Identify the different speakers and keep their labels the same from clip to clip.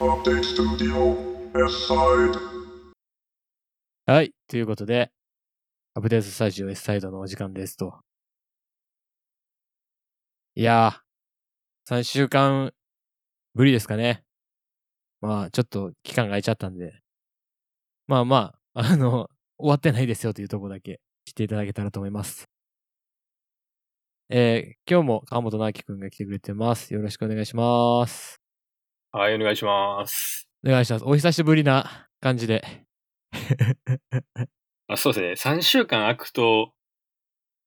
Speaker 1: Update Studio S side.
Speaker 2: はい。ということで、アップデートスタジオ S サイドのお時間ですと。いやー、3週間ぶりですかね。まあ、ちょっと期間が空いちゃったんで。まあまあ、あの、終わってないですよというところだけ知っていただけたらと思います。えー、今日も川本直樹くんが来てくれてます。よろしくお願いします。
Speaker 3: はい、お願いします。
Speaker 2: お願いします。お久しぶりな感じで。
Speaker 3: あそうですね。3週間空くと、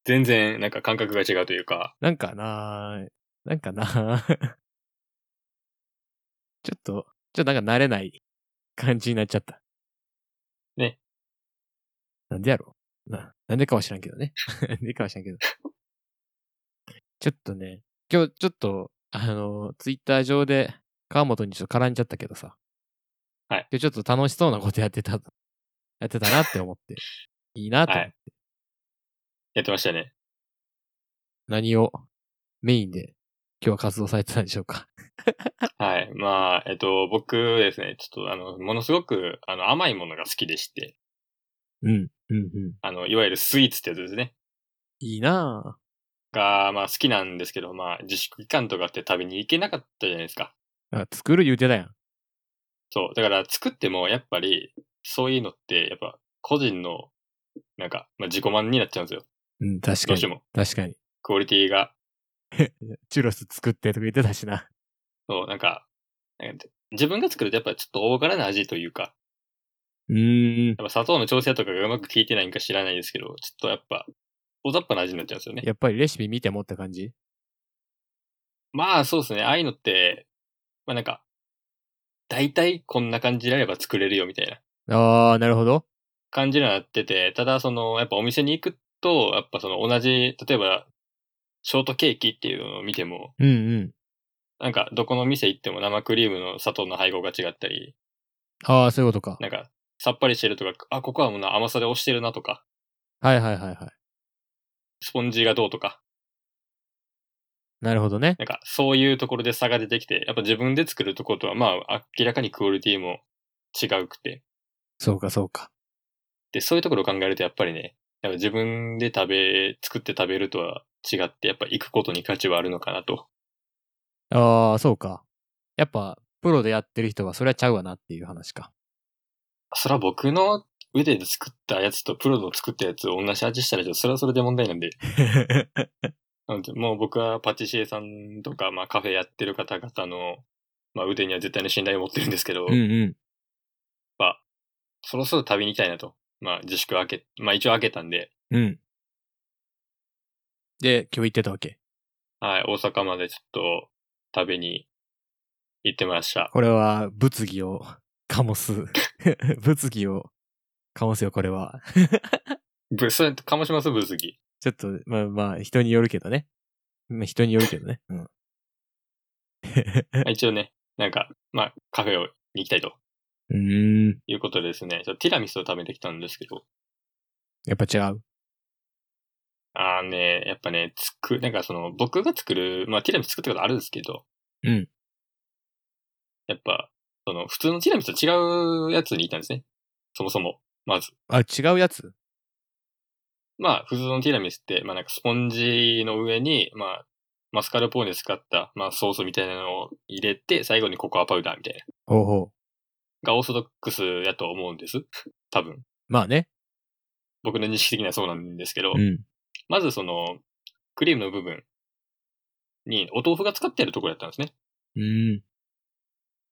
Speaker 3: 全然なんか感覚が違うというか、
Speaker 2: なんかなぁなんかな ぁちょっと、ちょっとなんか慣れない感じになっちゃった。
Speaker 3: ね。
Speaker 2: なんでやろな、なんでかは知らんけどね。 なんでかは知らんけど。 ちょっとね、今日ちょっと、あの、ツイッター上で川本にちょっと絡んじゃったけどさ。
Speaker 3: はい。
Speaker 2: 今日ちょっと楽しそうなことやってた、 やってたなって思って。いいなと思って。
Speaker 3: はいやってましたね。
Speaker 2: 何をメインで今日は活動されてたんでしょうか。
Speaker 3: はい。まあ、えっと、僕ですね、ちょっとあの、ものすごく、あの、甘いものが好きでして、
Speaker 2: うん。うんうん。
Speaker 3: あの、いわゆるスイーツってやつですね。
Speaker 2: いいな
Speaker 3: が、まあ、好きなんですけど、まあ、自粛期間とかって食べに行けなかったじゃないですか。
Speaker 2: ぁ。あ作る言うてたやん。
Speaker 3: そう。だから、作っても、やっぱり、そういうのって、やっぱ、個人の、なんか、まあ、自己満になっちゃうんですよ。
Speaker 2: うん、確か
Speaker 3: どうして
Speaker 2: に。
Speaker 3: も。
Speaker 2: 確かに。
Speaker 3: クオリティが
Speaker 2: チュロス作ってとか言ってたしな。
Speaker 3: そう、なんか、なんか自分が作るとやっぱちょっと大柄な味というか、
Speaker 2: うーん。
Speaker 3: やっぱ砂糖の調整とかがうまく効いてないんか知らないですけど、ちょっとやっぱ、大雑把な味になっちゃうんですよね。
Speaker 2: やっぱりレシピ見てもって感じ
Speaker 3: まあそうですね、ああいうのって、まあなんか、大体こんな感じであれば作れるよみたいな
Speaker 2: ああ、なるほど。
Speaker 3: 感じになってて、ただその、やっぱお店に行くと、やっぱその同じ、例えば、ショートケーキっていうのを見ても、
Speaker 2: うんうん。
Speaker 3: なんかどこの店行っても生クリームの砂糖の配合が違ったり、
Speaker 2: ああ、そういうことか。
Speaker 3: なんかさっぱりしてるとか、あ、ここはもうな甘さで押してるなとか、
Speaker 2: はいはいはいはい。
Speaker 3: スポンジがどうとか、
Speaker 2: なるほどね。
Speaker 3: なんかそういうところで差が出てきて、やっぱ自分で作るところとはまあ明らかにクオリティも違うくて、
Speaker 2: そうかそうか。
Speaker 3: で、そういうところを考えるとやっぱりね、やっぱ自分で食べ、作って食べるとは違って、やっぱ行くことに価値はあるのかなと。
Speaker 2: ああ、そうか。やっぱ、プロでやってる人はそれはちゃうわなっていう話 か。
Speaker 3: そら僕の腕で作ったやつとプロの作ったやつを同じ味したらちょっとそれはそれで問題なんで、なのでもう僕はパティシエさんとか、まあカフェやってる方々の、まあ腕には絶対に信頼を持ってるんですけど、
Speaker 2: うんうん。
Speaker 3: そろそろ旅に行きたいなと。まあ自粛明け、まあ一応明けたんで、
Speaker 2: うん。で、今日行ってたわけ。
Speaker 3: はい、大阪までちょっと旅に行ってました。
Speaker 2: これは、物議を醸す。 物議を醸すよ、これは。
Speaker 3: ぶ、それ、かもします、ぶすぎ。
Speaker 2: ちょっと、まあまあ、人によるけどね。まあ人によるけどね。うん。
Speaker 3: まあ一応ね、なんか、まあ、カフェをに行きたいと
Speaker 2: うん。
Speaker 3: いうことでですね、ちょっとティラミスを食べてきたんですけど、
Speaker 2: やっぱ違う。
Speaker 3: あーね、やっぱね、作、なんかその、僕が作る、まあ、ティラミス作ったことあるんですけど、
Speaker 2: うん。
Speaker 3: やっぱ、その、普通のティラミスと違うやつにいたんですね。そもそも、まず。
Speaker 2: あ、違うやつ
Speaker 3: まあ、普通のティラミスって、まあなんかスポンジの上に、まあ、マスカルポーネ使った、まあソースみたいなのを入れて、最後にココアパウダーみたいな。
Speaker 2: ほうほう。
Speaker 3: がオーソドックスやと思うんです。多分。
Speaker 2: まあね。
Speaker 3: 僕の認識的にはそうなんですけど、
Speaker 2: ん。
Speaker 3: まずその、クリームの部分にお豆腐が使ってあるところやったんですね。
Speaker 2: うん。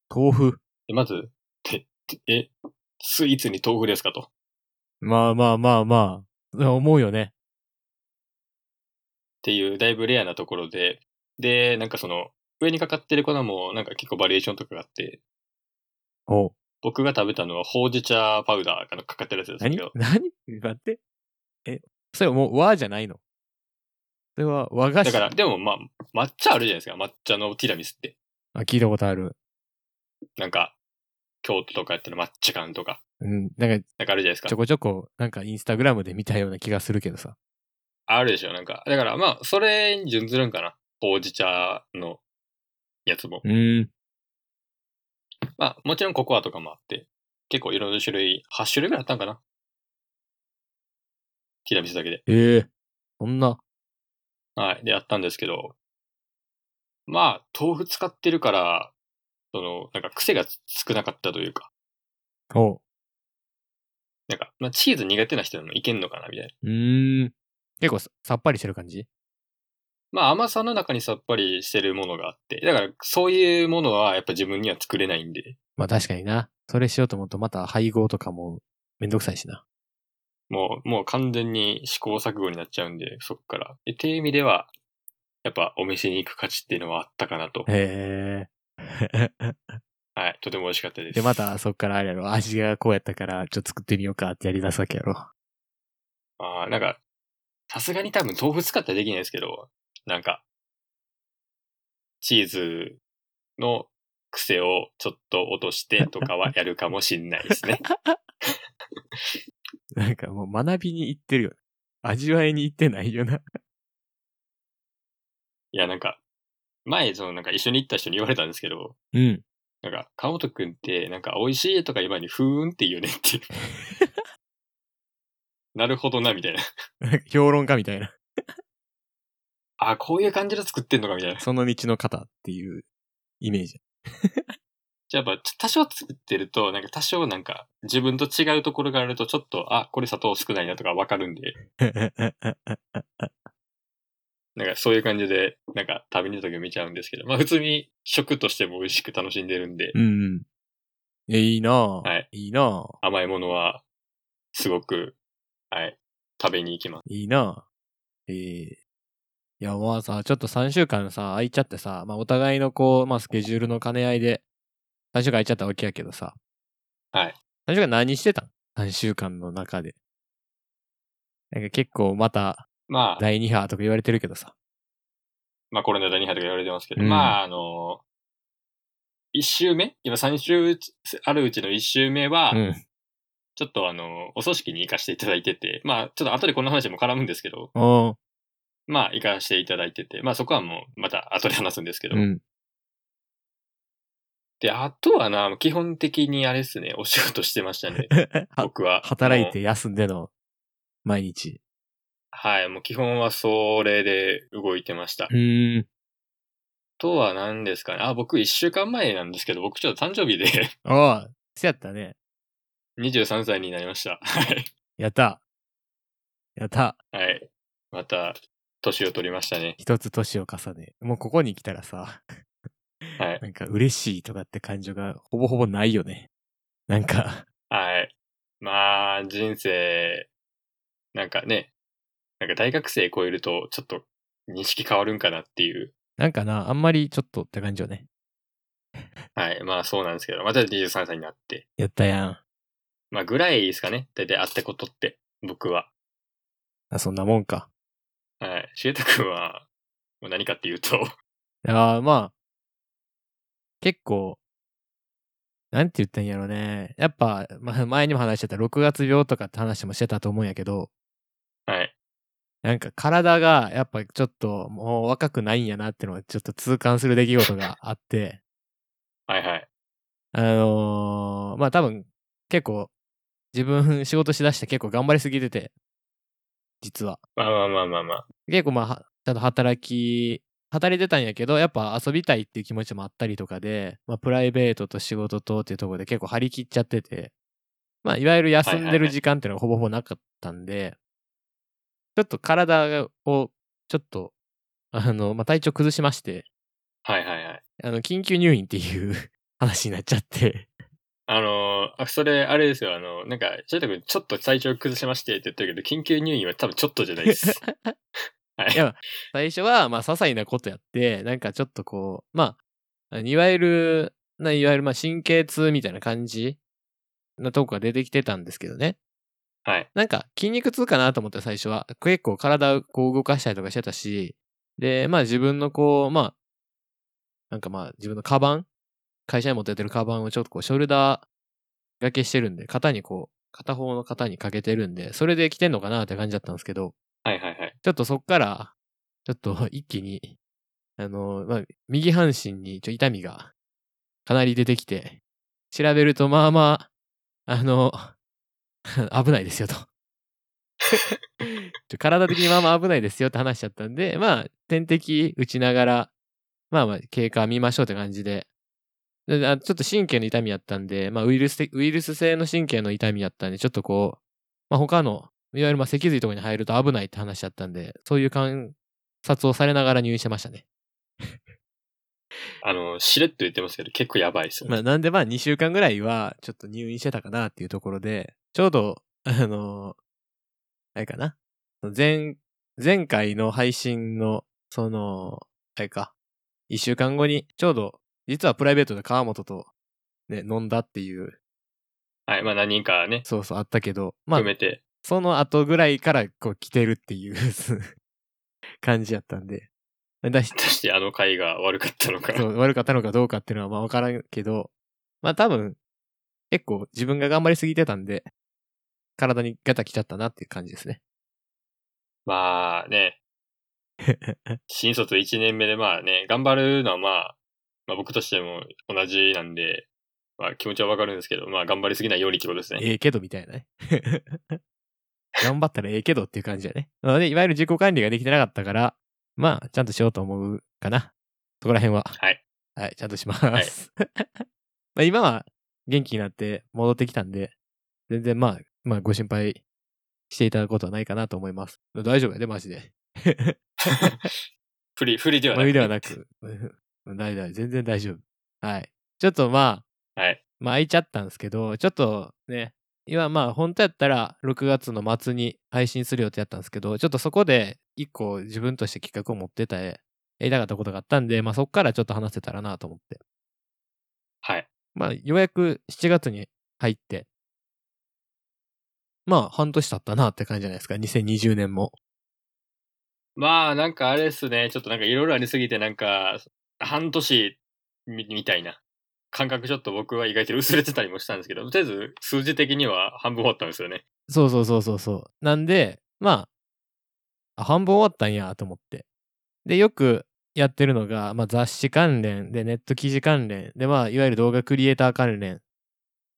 Speaker 2: 豆腐。
Speaker 3: でまず、て、てえ、スイーツに豆腐ですかと。
Speaker 2: まあまあまあまあ。思うよね。
Speaker 3: っていう、だいぶレアなところで、で、なんかその、上にかかってる粉も、なんか結構バリエーションとかがあって、
Speaker 2: おう。
Speaker 3: 僕が食べたのはほうじ茶パウダーがかかってるやつですけ
Speaker 2: 何
Speaker 3: ど、
Speaker 2: 何待って。え、それもう和じゃないのそれは和菓子。
Speaker 3: だから、でもまあ、抹茶あるじゃないですか、抹茶のティラミスって。
Speaker 2: あ、聞いたことある。
Speaker 3: なんか、京都とかやったら抹茶缶とか、
Speaker 2: うん。なんか、
Speaker 3: なんかあるじゃないですか
Speaker 2: ちょ。こちょこ、なんかインスタグラムで見たような気がするけどさ。
Speaker 3: あるでしょ、なんか。だからまあ、それに準ずるんかな。ほうじ茶のやつも。
Speaker 2: うん。
Speaker 3: まあ、もちろんココアとかもあって、結構いろいろ種類、8種類ぐらいあったんかな。ティラミスだけで。
Speaker 2: ええそんな。
Speaker 3: はい。で、あったんですけど、まあ、豆腐使ってるから、その、なんか癖が少なかったというか、
Speaker 2: おう。
Speaker 3: なんか、まあ、チーズ苦手な人でもいけんのかな、みたいな。
Speaker 2: うーん。結構ささっぱりしてる感じ
Speaker 3: まあ、甘さの中にさっぱりしてるものがあって、だから、そういうものはやっぱ自分には作れないんで、
Speaker 2: まあ確かにな。それしようと思うとまた配合とかもめんどくさいしな。
Speaker 3: もう、もう完全に試行錯誤になっちゃうんで、そっから。で、っていう意味では、やっぱお店に行く価値っていうのはあったかなと。
Speaker 2: へえ。
Speaker 3: はい。とても美味しかったです。
Speaker 2: で、またそっからあれやろ。味がこうやったから、ちょっと作ってみようかってやり出すわけやろ。
Speaker 3: あーなんか、さすがに多分豆腐使ったらできないですけど、なんか、チーズの癖をちょっと落としてとかはやるかもしんないですね。
Speaker 2: なんかもう学びに行ってるよね。味わいに行ってないよな。
Speaker 3: いや、なんか、前、そのなんか一緒に行った人に言われたんですけど、
Speaker 2: うん。
Speaker 3: なんか、川本くんって、なんか、美味しいとか言う前に、ふーんって言うねっていう。なるほどな、みたいな。
Speaker 2: なんか評論家みたいな。
Speaker 3: あ、こういう感じで作ってんのか、みたいな。
Speaker 2: その道の方っていうイメー ジ。
Speaker 3: じゃあやっぱ、多少作ってると、なんか、多少なんか、自分と違うところがあると、ちょっと、あ、これ砂糖少ないなとかわかるんで、なんか、そういう感じで、なんか、食べに行った時見ちゃうんですけど、まあ、普通に食としても美味しく楽しんでるんで、
Speaker 2: うんうん。え、いいなぁ。
Speaker 3: はい。
Speaker 2: いいなぁ。
Speaker 3: 甘いものは、すごく、はい、食べに行きます。
Speaker 2: いいなぁ。ええいや、まあさ、ちょっと3週間さ、空いちゃってさ、まあお互いのこう、まあスケジュールの兼ね合いで、3週間空いちゃったわけやけどさ。
Speaker 3: はい。
Speaker 2: 3週間何してたん ?3 週間の中で。なんか結構また、
Speaker 3: まあ、
Speaker 2: 第2波とか言われてるけどさ。
Speaker 3: まあコロナ第2波とか言われてますけど、
Speaker 2: うん
Speaker 3: まああの、一週目今三週あるうちの一週目は、
Speaker 2: うん。
Speaker 3: ちょっとあの、お葬式に行かせていただいてて、まあちょっと後でこの話も絡むんですけど、
Speaker 2: お
Speaker 3: まあ行かせていただいてて、まあそこはもうまた後で話すんですけど。
Speaker 2: うん。
Speaker 3: で、あとはな、基本的にあれですね、お仕事してましたね。
Speaker 2: は
Speaker 3: 僕は。
Speaker 2: 働い
Speaker 3: もう
Speaker 2: て休んでの、毎日。
Speaker 3: はい、もう基本はそれで動いてました。あ
Speaker 2: うん。
Speaker 3: とは何ですかね。あ、僕一週間前なんですけど、僕ちょっと誕生日で
Speaker 2: ああ、せやったね。
Speaker 3: 23歳になりました。はい。
Speaker 2: やった。やった。
Speaker 3: はい。また、年を取りましたね。
Speaker 2: 一つ年を重ね。もうここに来たらさ、
Speaker 3: はい。
Speaker 2: なんか嬉しいとかって感情がほぼほぼないよね。なんか、
Speaker 3: はい。まあ、人生、なんかね、なんか大学生超えると、ちょっと認識変わるんかなっていう。
Speaker 2: なんかな、あんまりちょっとって感じよね。
Speaker 3: はい。まあ、そうなんですけど、また23歳になって。
Speaker 2: やったやん。
Speaker 3: まあ、ぐらいですかね。大体あったことって、僕は。
Speaker 2: あ、そんなもんか。
Speaker 3: はい。しげたくんは、もう何かっていうと、
Speaker 2: ああ、まあ、結構、なんて言ったんやろね。やっぱ、まあ、前にも話してた6月病とかって話もしてたと思うんやけど、
Speaker 3: はい。
Speaker 2: なんか体がやっぱちょっともう若くないんやなってのはちょっと痛感する出来事があって、
Speaker 3: はいはい。
Speaker 2: あのーまあ多分結構自分 仕事しだして結構頑張りすぎてて、実は。
Speaker 3: まあまあまあまあまあ。
Speaker 2: 結構まあは、ちゃんと働き、働いてたんやけど、やっぱ遊びたいっていう気持ちもあったりとかで、まあプライベートと仕事とっていうところで結構張り切っちゃってて、まあいわゆる休ん
Speaker 3: はいは
Speaker 2: で
Speaker 3: いは
Speaker 2: る
Speaker 3: い
Speaker 2: 時間っていうのがほぼほぼなかったんで、ちょっと体を、ちょっと、あの、まあ体調崩しまして、
Speaker 3: はいはいはい。
Speaker 2: あの、緊急入院っていう 話になっちゃって、
Speaker 3: あのーあ、それ、あれですよ、あの、なんか、翔太君、ちょっと体調崩しましてって言ってるけど、緊急入院は多分ちょっとじゃないです。はい。
Speaker 2: いや最初は、まあ、些細なことやって、なんかちょっとこう、まあ、いわゆる、ないわゆる、まあ、神経痛みたいな感じなとこが出てきてたんですけどね。
Speaker 3: はい。
Speaker 2: なんか、筋肉痛かなと思って最初は。結構体をこう動かしたりとかしてたし、で、まあ自分のこう、まあ、なんかまあ自分のカバン、会社に持ってってるカバンをちょっとこう、ショルダー掛けしてるんで、肩にこう、片方の肩にかけてるんで、それで来てんのかなって感じだったんですけど、
Speaker 3: はいはいはい。
Speaker 2: ちょっとそっから、ちょっと 一気に、あの、まあ、右半身にちょ痛みがかなり出てきて、調べると、まあまあ、あの、 危ないですよと。 ちょ体的にまあまあ危ないですよって話しちゃったんで、まあ、点滴打ちながら、まあまあ、経過見ましょうって感じで。であちょっと神経の痛みやったんで、まあ、ウイルス的、ウイルス性の神経の痛みやったんで、ちょっとこう、まあ、他の、いわゆるまあ脊髄とかに入ると危ないって話だったんで、そういう観察をされながら入院してましたね。
Speaker 3: あの、しれっと言ってますけど、結構やばいですよ ね。
Speaker 2: まあ、なんでまあ2週間ぐらいはちょっと入院してたかなっていうところで、ちょうど、あのあれかな。前、前回の配信の、その、あれか。1週間後に、ちょうど、実はプライベートで川本と、ね、飲んだっていう、
Speaker 3: はい。まあ、何人かね、
Speaker 2: そうそうあったけど、まあ
Speaker 3: 含、めて、
Speaker 2: その後ぐらいからこう来てるっていう 感じやったんで。だし
Speaker 3: 果たしてあの回が悪かったの か。
Speaker 2: そう悪かったのかどうかっていうのはまあ分からんけど、まあ多分、結構自分が頑張りすぎてたんで、体にガタ来ちゃったなっていう感じですね。
Speaker 3: ま あね、新卒1年目でまあね、頑張るのはまあ、まあ僕としても同じなんで、まあ気持ちはわかるんですけど、まあ頑張りすぎないようにってことですね。
Speaker 2: ええけどみたいなね。 頑張ったらええけどっていう感じだね。なので、いわゆる自己管理ができてなかったから、まあ、ちゃんとしようと思うかな。そこら辺は。
Speaker 3: はい。
Speaker 2: はい、ちゃんとします。 まあ今は元気になって戻ってきたんで、全然まあ、まあご心配していただくことはないかなと思います。大丈夫やで、マジで。
Speaker 3: 不利、不利ではな
Speaker 2: 無
Speaker 3: く
Speaker 2: 理ではなく。うん大丈夫、全然大丈夫。はい。ちょっとまあ、
Speaker 3: はい
Speaker 2: まあ、空いちゃったんですけど、ちょっとね、今まあ、本当やったら6月の末に配信する予定やったんですけど、ちょっとそこで一個自分として企画を持ってた、やりたかったことがあったんで、まあ、そこからちょっと話せたらなと思って。
Speaker 3: はい。
Speaker 2: まあ、ようやく7月に入って、まあ、半年経ったなって感じじゃないですか、2020年も。
Speaker 3: まあなんかあれですね、ちょっとなんかいろいろありすぎてなんか、半年みみたいな感覚ちょっと僕は意外と薄れてたりもしたんですけど、とりあえず数字的には半分終わったんですよね。
Speaker 2: そうそうそうそうそう。なんで、まあ、あ半分終わったんやと思って。で、よくやってるのが、まあ、雑誌関連で、ネット記事関連で、まあ、いわゆる動画クリエイター関連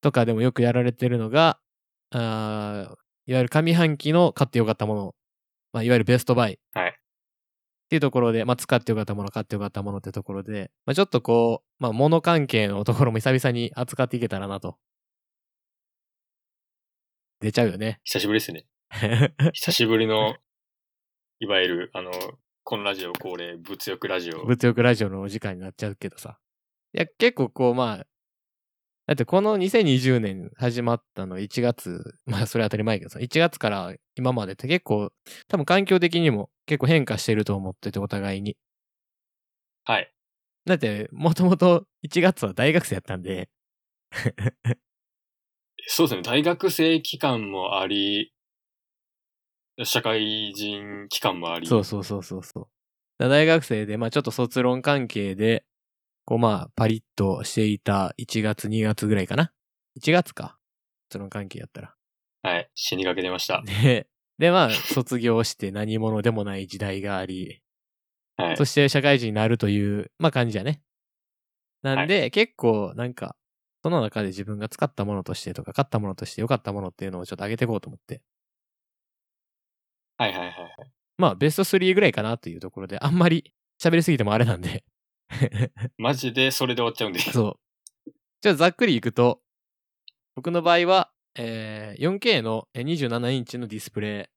Speaker 2: とかでもよくやられてるのが、あーいわゆる上半期の買ってよかったもの、まあ、いわゆるベストバイ。
Speaker 3: はい
Speaker 2: っていうところで、まあ、使ってよかったもの、買ってよかったものってところで、まあ、ちょっとこう、まあ、物関係のところも久々に扱っていけたらなと。出ちゃうよね。
Speaker 3: 久しぶりです ね。久しぶりの、いわゆる、あの、このラジオ恒例、物欲ラジオ。
Speaker 2: 物欲ラジオのお時間になっちゃうけどさ。いや、結構こう、まあ、だってこの2020年始まったの1月、 まあそれは当たり前やけどさ、1月から今までって結構、多分環境的にも結構変化してると思ってて、お互いに。
Speaker 3: はい。
Speaker 2: だって、もともと1月は大学生やったんで、
Speaker 3: そうですね。大学生期間もあり、社会人期間もあり。
Speaker 2: そうそうそうそうそう。だ大学生で、まあちょっと卒論関係で、こうまあパリッとしていた1月2月ぐらいかな。1月か。卒論関係やったら。
Speaker 3: はい。死にかけてました。
Speaker 2: で、で、まあ、卒業して何者でもない時代があり、
Speaker 3: はい
Speaker 2: そ。して社会人になるという、まあ感じだね。なんで、結構、なんか、その中で自分が使ったものとしてとか、買ったものとして良かったものっていうのをちょっと上げていこうと思って。
Speaker 3: はいはいはい。
Speaker 2: まあ、ベスト3ぐらいかなというところで、あんまり喋りすぎてもあれなんで。
Speaker 3: マジでそれで終わっちゃうんで。
Speaker 2: そう。じゃあ、ざっくりいくと、僕の場合は、えー 4K のえー27インチのディスプレイ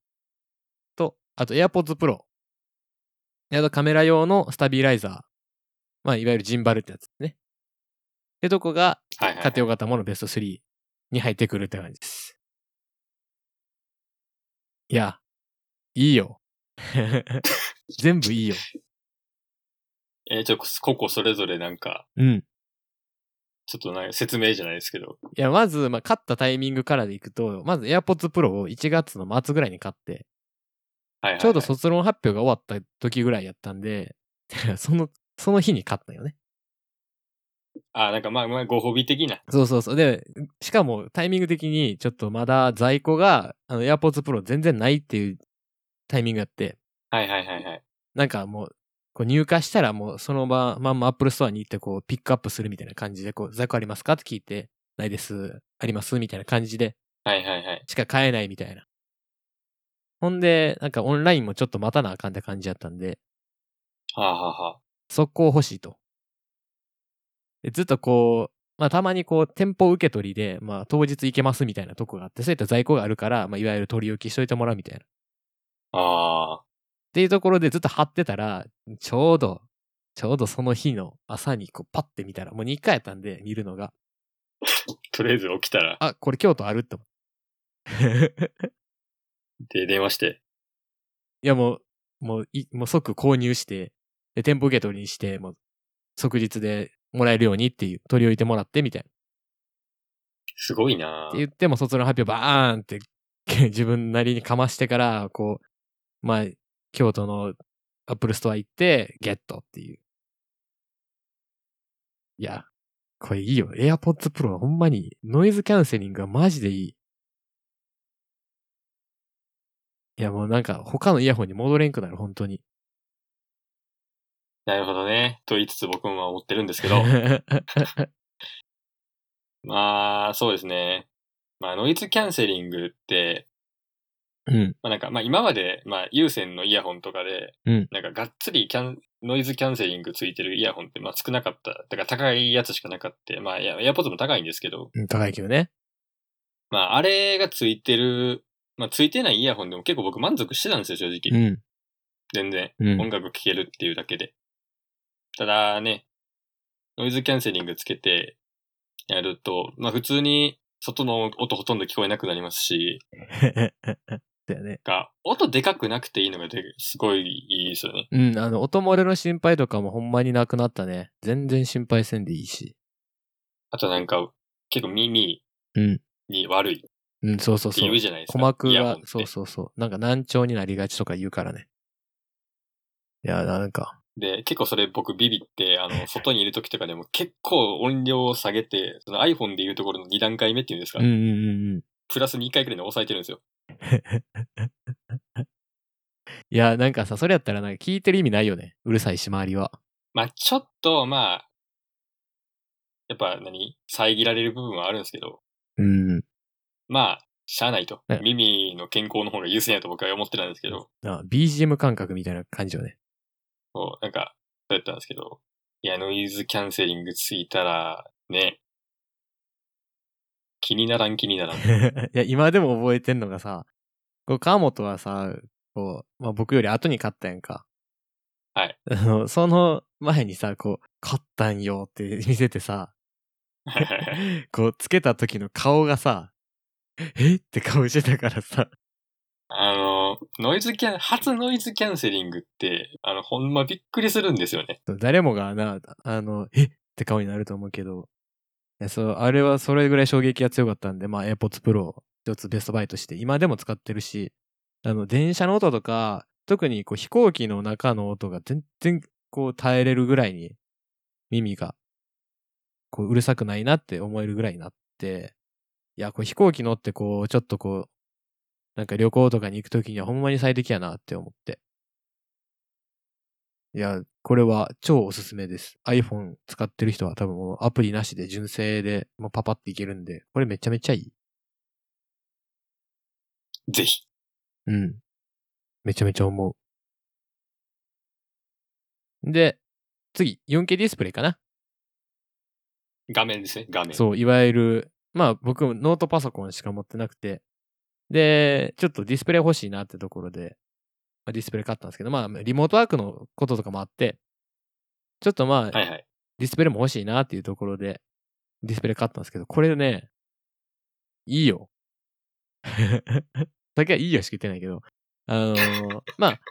Speaker 2: と、あと AirPods Pro。あとカメラ用のスタビライザー。まあ、いわゆるジンバルってやつですね。で、とこが、
Speaker 3: はいは
Speaker 2: 買って
Speaker 3: い。
Speaker 2: よかったものベスト3に入ってくるって感じです。いや、いいよ。 全部いいよ。
Speaker 3: えーちょっと、個々それぞれなんか、
Speaker 2: うん。
Speaker 3: ちょっとなんか説明じゃないですけど。
Speaker 2: いや、まず、まあ、勝ったタイミングからでいくと、まず AirPods Pro を1月の末ぐらいに買って、
Speaker 3: はいはい、はい。
Speaker 2: ちょうど卒論発表が終わった時ぐらいやったんで、 その、その日に買ったよね。
Speaker 3: あ、なんかまあまあ、ご褒美的な。
Speaker 2: そうそうそう。で、しかもタイミング的にちょっとまだ在庫が、あの AirPods Pro 全然ないっていうタイミングやって、
Speaker 3: はいはいはいはい。
Speaker 2: なんかもう、こう入荷したらもうその場、まんま Apple Store に行ってこうピックアップするみたいな感じで、こう在庫ありますかって聞いて、ないです、あります、みたいな感じで
Speaker 3: はいはいはい。
Speaker 2: しか買えないみたいな。ほんで、なんかオンラインもちょっと待たなあかんって感じやったんで、
Speaker 3: はあ、はあはあ、
Speaker 2: 速攻欲しいと。でずっとこう、まあたまにこう店舗受け取りで、まあ当日行けますみたいなとこがあって、そういった在庫があるから、まあいわゆる取り置きしといてもらうみたいな。っ
Speaker 3: あ
Speaker 2: ていうところでずっと貼ってたら、ちょうど、ちょうどその日の朝にこうパッて見たら、もう2回やったんで見るのが、
Speaker 3: ーとりあえず起きたら、
Speaker 2: あ、これ京都あるって思って。
Speaker 3: で、電話して。
Speaker 2: いやもう、もうい、もう即購入して、で、店舗受け取りにして、もう即日でもらえるようにっていう、取り置いてもらってみたいな。
Speaker 3: すごいな
Speaker 2: って
Speaker 3: ぁ
Speaker 2: 言っても卒論発表バーンって 自分なりにかましてから、こう、まあ、京都のアップルストア行って、ゲットっていう。いや、これいいよ。AirPods Pro はほんまにノイズキャンセリングがマジでいい。いやもうなんか他のイヤホンに戻れんくなる、本当に。
Speaker 3: なるほどね。と言いつつ僕もまあ思ってるんで すけど。
Speaker 2: は
Speaker 3: まあ、そうですね。まあ、ノイズキャンセリングって、
Speaker 2: うん
Speaker 3: まあなんか、まあ今まで、まあ有線のイヤホンとかで、
Speaker 2: うん
Speaker 3: なんかがっつりキャン、ノイズキャンセリングついてるイヤホンってまあ少なかった。だから高いやつしかなかった。まあ、エアエアポッドも高いんですけど、
Speaker 2: い。高いけどね。
Speaker 3: まああれがついてる、まあついてないイヤホンでも結構僕満足してたんですよ、正直。
Speaker 2: うん。
Speaker 3: 全然。
Speaker 2: うん
Speaker 3: 音楽聴けるっていうだけで。ただね、ノイズキャンセリングつけてやると、まあ普通に外の音ほとんど聞こえなくなりますし、
Speaker 2: だよね。
Speaker 3: が音でかくなくていいのがですごいいいですよね。
Speaker 2: うん、あの、音漏れの心配とかもほんまになくなったね。全然心配せんでいいし。
Speaker 3: あとなんか結構耳
Speaker 2: うん
Speaker 3: に悪いっ
Speaker 2: うん、そうそう
Speaker 3: て
Speaker 2: そ
Speaker 3: 言う
Speaker 2: う。
Speaker 3: じゃないですか。
Speaker 2: 鼓膜
Speaker 3: イヤホン
Speaker 2: が
Speaker 3: っ、て
Speaker 2: そうそうそう。なんか難聴になりがちとか言うからね。いや、なんか、
Speaker 3: で、結構それ僕ビビって、あの、 外にいる時とかでも結構音量を下げて、その iPhone でいうところの2段階目っていうんですか、
Speaker 2: うんうんうんうん。
Speaker 3: プラス2回くらいに抑えてるんですよ。
Speaker 2: いや、なんかさ、それやったらなんか聞いてる意味ないよね。うるさいし、周りは。
Speaker 3: まあ、ちょっと、まあ、やっぱ何遮られる部分はあるんですけど、
Speaker 2: うん。
Speaker 3: まあ、しゃあないと
Speaker 2: ね。
Speaker 3: 耳の健康の方が優先やと僕は思ってたんですけど、
Speaker 2: あ BGM 感覚みたいな感じよね。
Speaker 3: そう、なんか、そうやったんですけど、いや、ノイズキャンセリングついたら、ね、気にならん気になら ん。
Speaker 2: いや、今でも覚えてんのがさ、こう、川本はさ、こう、まあ、僕より後に勝ったやんか。
Speaker 3: はい。
Speaker 2: あの、その前にさ、こう、勝ったんよって見せてさ、こう、つけた時の顔がさ、えって顔してたからさ。
Speaker 3: あの、ノイズキャン、初ノイズキャンセリングって、あの、ほんまびっくりするんですよね。
Speaker 2: 誰もがな、あの、えって顔になると思うけど、いやそう、あれはそれぐらい衝撃が強かったんで、まあ AirPods Pro 一つベストバイとして、今でも使ってるし、あの、電車の音とか、特にこう飛行機の中の音が全然こう耐えれるぐらいに、耳が、こううるさくないなって思えるぐらいになって、いや、こう飛行機乗ってこう、ちょっとこう、なんか旅行とかに行くときにはほんまに最適やなって思って。いや、これは超おすすめです。iPhone 使ってる人は多分もうアプリなしで純正でもうパパっていけるんで、これめちゃめちゃいい。
Speaker 3: ぜひ。
Speaker 2: うん。めちゃめちゃ思う。で、次、4K ディスプレイかな。
Speaker 3: 画面ですね、画面。
Speaker 2: そう、いわゆる、まあ僕もノートパソコンしか持ってなくて、で、ちょっとディスプレイ欲しいなってところで、まあ、ディスプレイ買ったんですけど、まあリモートワークのこととかもあって、ちょっとまあ、
Speaker 3: はいはい。
Speaker 2: ディスプレイも欲しいなっていうところで、ディスプレイ買ったんですけど、これね、いいよ。 だけはいいよしか言ってないけど、あのーまあ、こ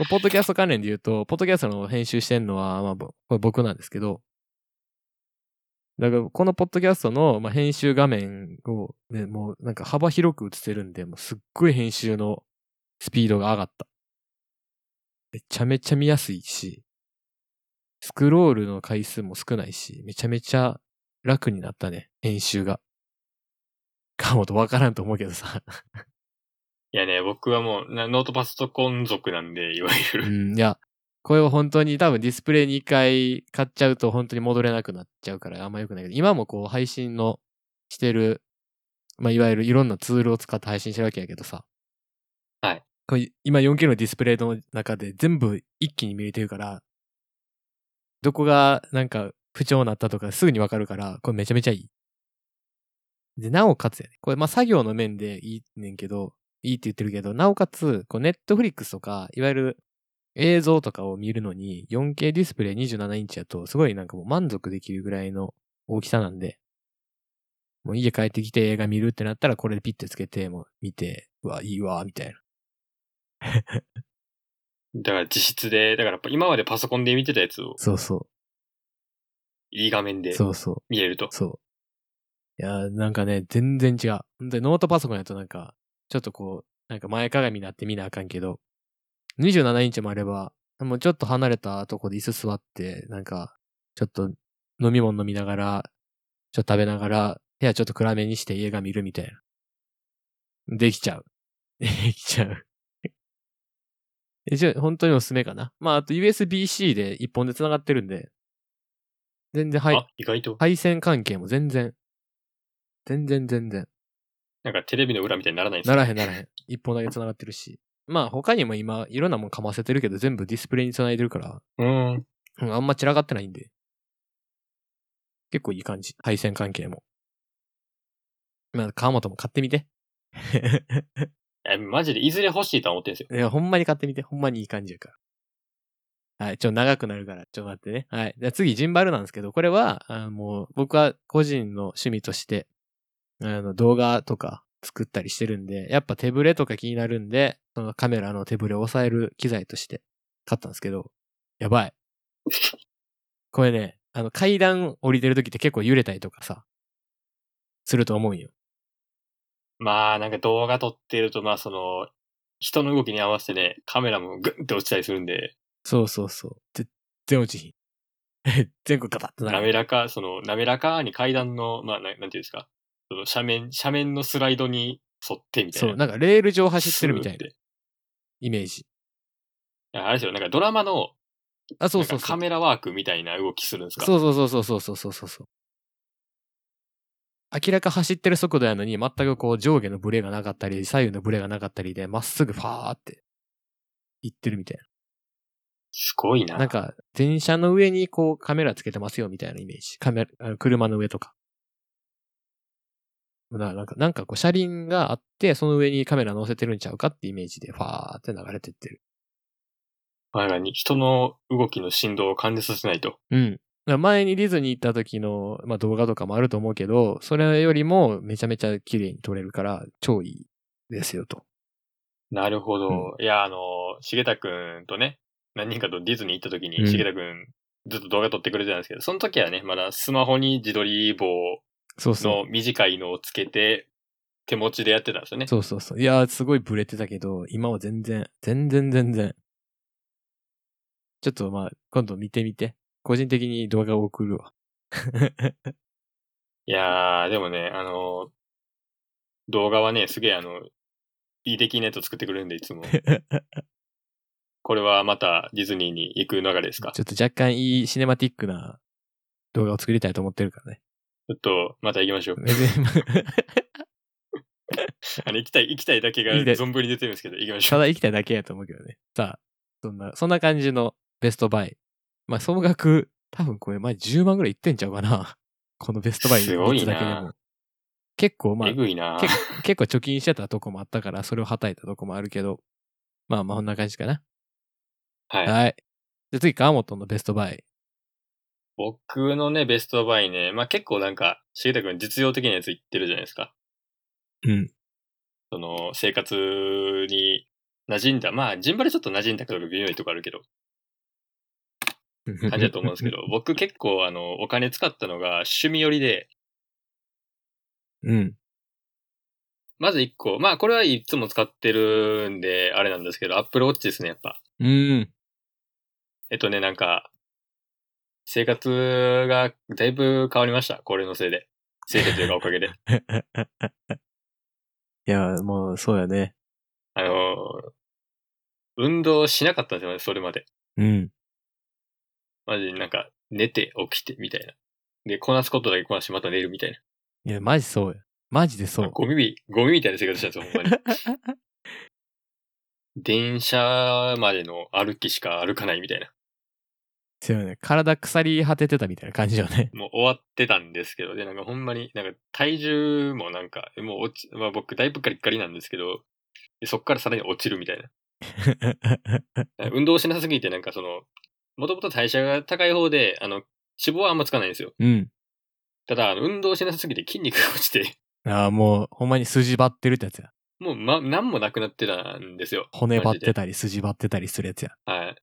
Speaker 2: うポッドキャスト関連で言うと、ポッドキャストの編集してんのは、まあ、ぼこれ僕なんですけど、だから、このポッドキャストの、まあ、編集画面を、ね、もうなんか幅広く映せるんで、もうすっごい編集のスピードが上がった。めちゃめちゃ見やすいし、スクロールの回数も少ないし、めちゃめちゃ楽になったね、編集が。かもとわからんと思うけどさ。
Speaker 3: いやね、僕はもう、なノートパソコン族なんで、いわゆ
Speaker 2: う
Speaker 3: る。
Speaker 2: ん、いや、これは本当に多分ディスプレイに一回買っちゃうと本当に戻れなくなっちゃうからあんま良くないけど、今もこう配信のしてる、まあ、いわゆるいろんなツールを使って配信してるわけやけどさ。
Speaker 3: はい。
Speaker 2: これ今 4K のディスプレイの中で全部一気に見れてるから、どこがなんか不調になったとかすぐにわかるから、これめちゃめちゃいい。で、なおかつやね。これまあ作業の面でいいねんけど、いいって言ってるけど、なおかつ、こうネットフリックスとか、いわゆる映像とかを見るのに 4K ディスプレイ27インチだとすごいなんかもう満足できるぐらいの大きさなんで、もう家帰ってきて映画見るってなったらこれでピッてつけてもう見て、うわ、いいわ、みたいな。
Speaker 3: だから自室で、だから今までパソコンで見てたやつを
Speaker 2: そうそ
Speaker 3: いい画面
Speaker 2: う。
Speaker 3: で
Speaker 2: そうそう。
Speaker 3: 見れると。
Speaker 2: そう。いやー、なんかね、全然違う。で、ノートパソコンやとなんか、ちょっとこう、なんか前かがみになって見なあかんけど、27インチもあれば、もうちょっと離れたとこで椅子座って、なんか、ちょっと飲み物飲みながら、ちょっと食べながら、部屋ちょっと暗めにして映画見るみたいな。できちゃう。 できちゃう。 一応、本当におすすめかな。まあ、あと USB-C で一本で繋がってるんで、全然入っ
Speaker 3: あ、意外と、
Speaker 2: 配線関係も全然。全然全然。
Speaker 3: なんかテレビの裏みたいにならないんです
Speaker 2: な
Speaker 3: ね
Speaker 2: らへんならへん。一本だけ繋がってるし。まあ他にも今いろんなもんかませてるけど全部ディスプレイに繋いでるから、
Speaker 3: うーん。
Speaker 2: うん、あんま散らかってないんで。結構いい感じ。配線関係も。まあ川本も買ってみて。
Speaker 3: え、マジでいずれ欲しいとは思ってるんですよ。
Speaker 2: いや、ほんまに買ってみて。ほんまにいい感じやから。はい。ちょ、長くなるから、ちょ、待ってね。はい。じゃあ次、ジンバルなんですけど、これは、あもう、僕は個人の趣味として、あの、動画とか作ったりしてるんで、やっぱ手ブレとか気になるんで、そのカメラの手ブレを抑える機材として買ったんですけど、やばい。これね、あの、階段降りてる時って結構揺れたりとかさ、すると思うんよ。
Speaker 3: まあ、なんか動画撮ってると、まあその、人の動きに合わせてね、カメラもグンって落ちたりするんで、
Speaker 2: そうそうそう。全然落ちひん。 全部ガタッとなる。
Speaker 3: 滑らか、その、滑らかに階段の、まあ、ななんていうんですか、その斜面、斜面のスライドに沿ってみたいな。
Speaker 2: そう、なんかレール上走ってるみたいな
Speaker 3: スーッて
Speaker 2: イメージ。
Speaker 3: いやあれですよ、なんかドラマの、
Speaker 2: あ、そ
Speaker 3: な
Speaker 2: うんそ
Speaker 3: か
Speaker 2: うそ
Speaker 3: カ
Speaker 2: う。
Speaker 3: メラワークみたいな動きするんですか
Speaker 2: そうそうそうそうそうそうそうそう。明らか走ってる速度やのに、全くこう上下のブレがなかったり、左右のブレがなかったりで、まっすぐファーって行ってるみたい
Speaker 3: すごいな。
Speaker 2: な。なんか、電車の上にこうカメラつけてますよみたいなイメージ。カメラ、あの車の上とか。ななんか、なんかこう車輪があって、その上にカメラ乗せてるんちゃうかってイメージで、ファーって流れてってる。
Speaker 3: まあなんかに人の動きの振動を感じさせないと。
Speaker 2: うん。だから前にディズニー行った時の、まあ、動画とかもあると思うけど、それよりもめちゃめちゃ綺麗に撮れるから、超いいですよと。
Speaker 3: なるほど。いや、あの、茂田くんとね、何人かとディズニー行った時
Speaker 2: う
Speaker 3: に、
Speaker 2: ん
Speaker 3: 茂田くんずっと動画撮ってくれてたんですけど、その時はね、まだスマホに自撮り棒
Speaker 2: そうそ
Speaker 3: の短いのをつけて、手持ちでやってたんですよね
Speaker 2: う。。そうそうそう。いやー、すごいブレてたけど、今は全然、全然全然。ちょっとまあ、今度見てみて。個人的に動画を送るわ。
Speaker 3: いやー、でもね、あの、動画はね、すげえあの、いい出来ネット作ってくれるんで、い つも。これはまたディズニーに行く流れですか
Speaker 2: ちょっと若干いいシネマティックな動画を作りたいと思ってるからね。
Speaker 3: ちょっと、また行きましょう。
Speaker 2: 別に
Speaker 3: あの、行きたい、行きたいだけが
Speaker 2: 行きたい
Speaker 3: 存分に出てるんですけど、行きましょ
Speaker 2: た
Speaker 3: う。
Speaker 2: だ生きたいだけやと思うけどね。さあ、そんな、そんな感じのベストバイ。まあ、総額、多分これ前10万ぐらいいってんちゃうかな。 このベストバイ
Speaker 3: すごい
Speaker 2: 3つ
Speaker 3: な
Speaker 2: だけでも。結構、まあ
Speaker 3: え、ぐいな
Speaker 2: 結結構貯金してたとこもあったから、それをはたいたとこもあるけど、まあまあ、こんな感じかな。
Speaker 3: はい。
Speaker 2: はい。じゃあ次、川本のベストバイ。
Speaker 3: 僕のね、ベストバイね、まあ、結構なんか、しげたくん実用的なやつ言ってるじゃないですか。
Speaker 2: うん。
Speaker 3: その、生活に馴染んだ、まあ、ジンバルちょっと馴染んだけど、微妙いとこあるけど、 感じだと思うんですけど、僕結構あの、お金使ったのが趣味寄りで、
Speaker 2: うん。
Speaker 3: まず一個、まあ、これはいつも使ってるんで、あれなんですけど、アップルウォッチですね、やっぱ。
Speaker 2: うん。
Speaker 3: えっとね、なんか、生活がだいぶ変わりました、これのせいで。生活というかおかげ で。
Speaker 2: いや、もう、そうやね。
Speaker 3: あのー、運動しなかったんですよね、それまで。
Speaker 2: うん。
Speaker 3: マジでなんか、寝て起きてみたいな。で、こなすことだけこなしてまた寝るみたいな。
Speaker 2: いや、マジそうよ。マジで そう。
Speaker 3: ゴミ、ゴミみたいな生活してたんですよ、 ほんまに。電車までの歩きしか歩かないみたいな。
Speaker 2: そうよね。体腐り果ててたみたいな感じよね。
Speaker 3: もう終わってたんですけど、で、なんかほんまに、なんか体重もなんか、もう落ち、まあ僕だいぶガリッガリなんですけど、でそっからさらに落ちるみたいな。なんか運動しなすぎてなんかその、もともと代謝が高い方で、あの、脂肪はあんまつかないんですよ。
Speaker 2: うん。
Speaker 3: ただ、あの運動しなさすぎて筋肉が落ちて、
Speaker 2: ああ、もう、ほんまに筋張ってるってやつや。
Speaker 3: もうま、なんもなくなってたんですよ。
Speaker 2: 骨張っ
Speaker 3: マジで
Speaker 2: てたり、筋張ってたりするやつや。
Speaker 3: はい。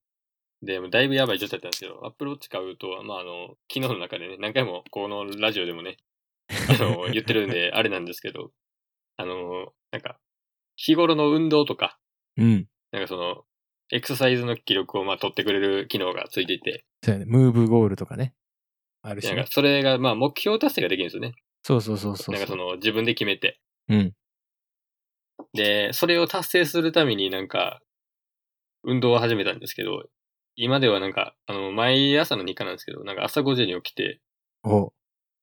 Speaker 3: で、もうだいぶやばい状態だったんですけど、アップルウォッチ買うと、まあ、あの、昨日の中でね、何回もこのラジオでもね、あ の、言ってるんで、あれなんですけど、あの、なんか、日頃の運動とか、
Speaker 2: うん。
Speaker 3: なんかその、エクササイズの記録をまあ取ってくれる機能がついていて、
Speaker 2: そうやね。ムーブゴールとかね。あるし
Speaker 3: なん
Speaker 2: ね
Speaker 3: か。それがまあ目標達成ができるんですよね。
Speaker 2: そうそうそうそう。
Speaker 3: なんかその自分で決めて。
Speaker 2: うん。
Speaker 3: で、それを達成するためになんか、運動を始めたんですけど、今ではなんか、あの、毎朝の日課なんですけど、なんか朝5時に起きて、
Speaker 2: お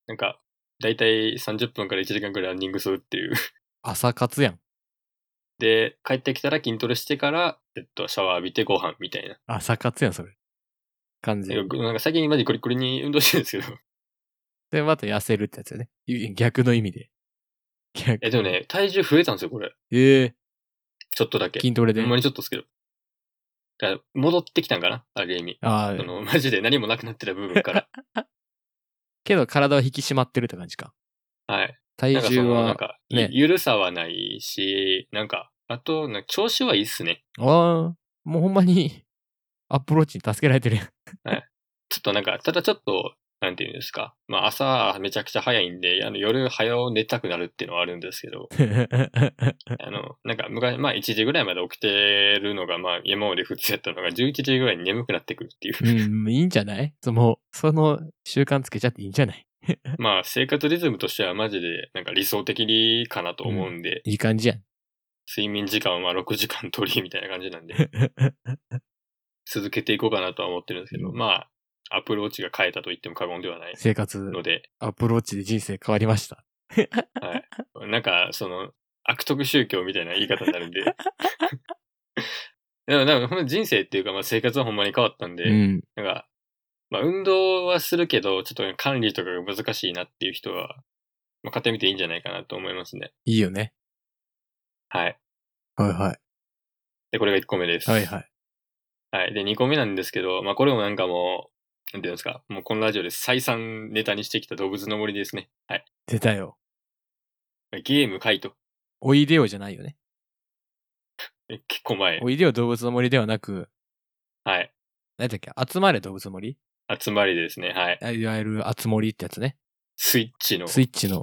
Speaker 3: なんか、だいたい30分から1時間くらいランニングするっていう。
Speaker 2: 朝活やん。
Speaker 3: で、帰ってきたら筋トレしてから、えっと、シャワー浴びてご飯みたいな。
Speaker 2: 朝活やん、それ。完全に。
Speaker 3: なんか最近マジコリコリに運動してるんですけど。
Speaker 2: で、また痩せるってやつよね。い逆の意味で。逆。
Speaker 3: え、でも。ね、体重増えたんですよ、これ。
Speaker 2: ええ
Speaker 3: ちょっとだけ。
Speaker 2: 筋トレ
Speaker 3: ほ
Speaker 2: で
Speaker 3: ん。まにちょっとですけど。だから戻ってきたんかなある意味。
Speaker 2: あ
Speaker 3: そ
Speaker 2: あ、
Speaker 3: の、マジで何もなくなってた部 分から。
Speaker 2: けど体は引き締まってるって感じか。
Speaker 3: はい。
Speaker 2: 体
Speaker 3: なんかそ
Speaker 2: 重
Speaker 3: の、な
Speaker 2: は
Speaker 3: ん。か、
Speaker 2: ね
Speaker 3: ゆるさはないし、なんか、あと、なんか調子はいいっすね。
Speaker 2: ああ、もうほんまに、 アップローチに助けられてるやん。
Speaker 3: ちょっとなんか、ただちょっと、なんていうんですか。まあ、朝めちゃくちゃ早いんで、あの、夜早う寝たくなるっていうのはあるんですけど、あの、なんか、昔、まあ、1時ぐらいまで起きてるのが、まあ、今まで普通やったのが、11時ぐらいに眠くなってくるっていう。
Speaker 2: うん、いいんじゃないその、その習慣つけちゃっていいんじゃない
Speaker 3: まあ、生活リズムとしてはマジで、なんか理想的かなと思うんで、
Speaker 2: いい感じ やん。
Speaker 3: 睡眠時間はまあ6時間取りみたいな感じなんで、続けていこうかなとは思ってるんですけど、
Speaker 2: うん
Speaker 3: まあ、アップルウォッチが変えたと言っても過言ではない
Speaker 2: 生活、
Speaker 3: ので、
Speaker 2: アップローチで人生変わりました。
Speaker 3: なんか、その、悪徳宗教みたいな言い方になるんで。 でも、なんか、ほんま人生っていうか、まあ生活はほんまに変わったんで、
Speaker 2: うん。
Speaker 3: なんか、まあ運動はするけど、ちょっと管理とかが難しいなっていう人は、まあ買ってみていいんじゃないかなと思いますね。
Speaker 2: いいよね。
Speaker 3: はい。
Speaker 2: はいは
Speaker 3: で、これが1個目です。
Speaker 2: い。はいはい。
Speaker 3: はい。で、2個目なんですけど、まあ、これもなんかもう、なんていうんですか、もうこのラジオで再三ネタにしてきた動物の森ですね。はい。
Speaker 2: 出たよ。
Speaker 3: ゲーム回と。
Speaker 2: おいでよじゃないよね。
Speaker 3: え結構前。
Speaker 2: おいでよ動物の森ではなく、
Speaker 3: はい。
Speaker 2: 何だっけ集まれ動物の森
Speaker 3: 集まりですね。はい。
Speaker 2: あいわゆる集森ってやつね。
Speaker 3: スイッチの
Speaker 2: スイッチの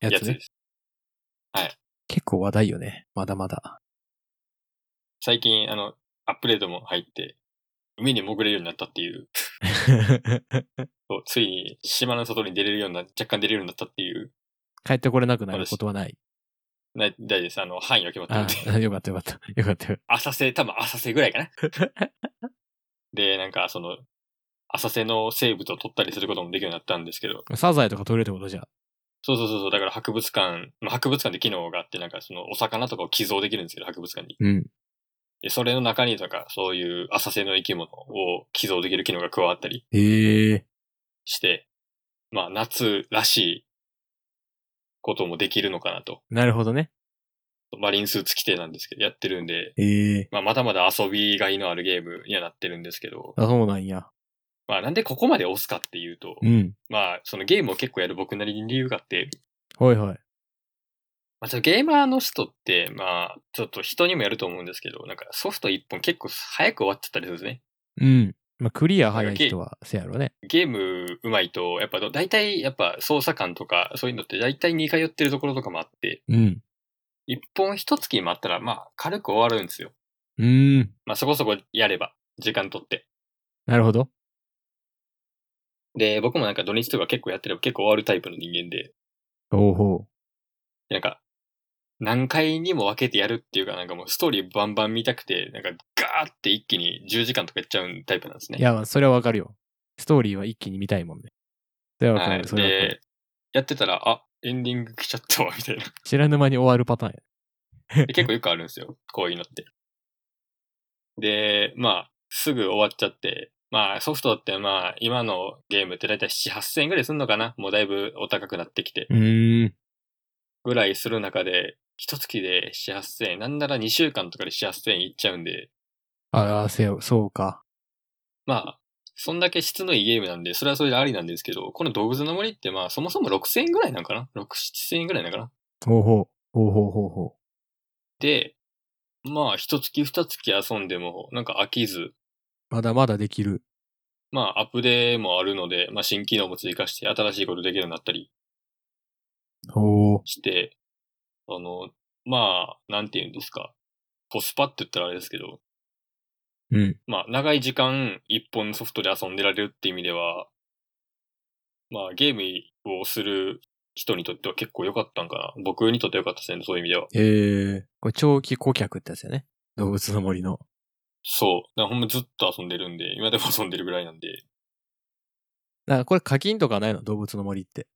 Speaker 2: や
Speaker 3: や
Speaker 2: つ
Speaker 3: つ
Speaker 2: ね。
Speaker 3: です。
Speaker 2: 結構話題よね。まだま だ。
Speaker 3: 最近、あの、アップデートも入って、海に潜れるようになったっていう、そうついに島の外に出れるようにな、若干出れるようになったっていう、
Speaker 2: 帰ってこれなくなることはない。
Speaker 3: な大です。あの、範囲が決ま
Speaker 2: あ
Speaker 3: ってるんで。
Speaker 2: あ、よかったよかった。よかったよ。
Speaker 3: 浅瀬、多分浅瀬ぐらいかな。 で、なんか、その、浅瀬の生物を取ったりすることもできるようになったんですけど、
Speaker 2: サザエとか取れるってことじゃ。
Speaker 3: そうそうそうそう、だから博物館、まあ、博物館で機能があって、なんかそのお魚とかを寄贈できるんですけど、博物館に。
Speaker 2: うん。
Speaker 3: で、それの中にとか、そういう浅瀬の生き物を寄贈できる機能が加わったり
Speaker 2: ええ
Speaker 3: して、まあ夏らしいこともできるのかなと。
Speaker 2: なるほどね。
Speaker 3: マリンスーツ規定なんですけど、やってるんで、
Speaker 2: ええ
Speaker 3: まあまだまだ遊びがいのあるゲームにはなってるんですけど、
Speaker 2: あ、そうなんや。
Speaker 3: まあなんでここまで押すかっていうと、
Speaker 2: うん。
Speaker 3: まあそのゲームを結構やる僕なりに理由があって、
Speaker 2: はいはい。
Speaker 3: まあ、ちょっとゲーマーの人って、まあ、ちょっと人にもやると思うんですけど、なんかソフト一本結構早く終わっちゃったりするんですね。
Speaker 2: うん。まあ、クリア早い人はせやろね。
Speaker 3: ゲーム上手いと、やっぱど大体、やっぱ操作感とかそういうのって大体似通ってるところとかもあって、
Speaker 2: うん。
Speaker 3: 一本一月もあったら、まあ、軽く終わるんですよ。
Speaker 2: うーん。
Speaker 3: まあ、そこそこやれば、時間取って。
Speaker 2: なるほど。
Speaker 3: で、僕もなんか土日とか結構やってれば結構終わるタイプの人間で、
Speaker 2: ほうほ
Speaker 3: なんか、何回にも分けてやるっていうか、なんかもうストーリーバンバン見たくて、なんかガーって一気に10時間とかやっちゃうタイプなんです
Speaker 2: う。
Speaker 3: ね。
Speaker 2: いや、まあそれはわかるよ。ストーリーは一気に見たいもんね。それはわか
Speaker 3: は
Speaker 2: る。
Speaker 3: い。
Speaker 2: それはわかる
Speaker 3: で、やってたら、あ、エンディング来ちゃったわ、みたいな。
Speaker 2: 知らぬ間に終わるパターンや。
Speaker 3: で結構よくあるんですよ。こういうのって。で、まあ、すぐ終わっちゃって、まあ、ソフトってまあ、今のゲームってだいたい7、8000円ぐらいするのかなもうだいぶお高くなってきて。
Speaker 2: うん。
Speaker 3: ぐらいする中で、一月で7、8000円、なんなら2週間とかで7、8000円いっちゃうんで、
Speaker 2: ああ、せよ、そうか。
Speaker 3: まあ、そんだけ質のいいゲームなんで、それはそれでありなんですけど、この動物の森ってまあ、そもそも6000円ぐらいなんかな ?6、7000円ぐらいなんかな
Speaker 2: ほうほう。ほうほうほうほ
Speaker 3: で、まあ、一月二月遊んでも、なんか飽きず、
Speaker 2: う。まだまだできる。
Speaker 3: まあ、アップデーもあるので、まあ、新機能も追加して、新しいことできるようになったり
Speaker 2: ほう。
Speaker 3: して、あの、まあ、なんて言うんですか。コスパって言ったらあれですけど、
Speaker 2: うん。
Speaker 3: まあ、長い時間、一本のソフトで遊んでられるって意味では、まあ、ゲームをする人にとっては結構良かったんかな。僕にとっては良かったですね、そういう意味では。
Speaker 2: ええこれ長期顧客ってやつやね。動物の森の。
Speaker 3: そう。だからほんまずっと遊んでるんで、今でも遊んでるぐらいなんで。
Speaker 2: だからこれ課金とかないの動物の森って。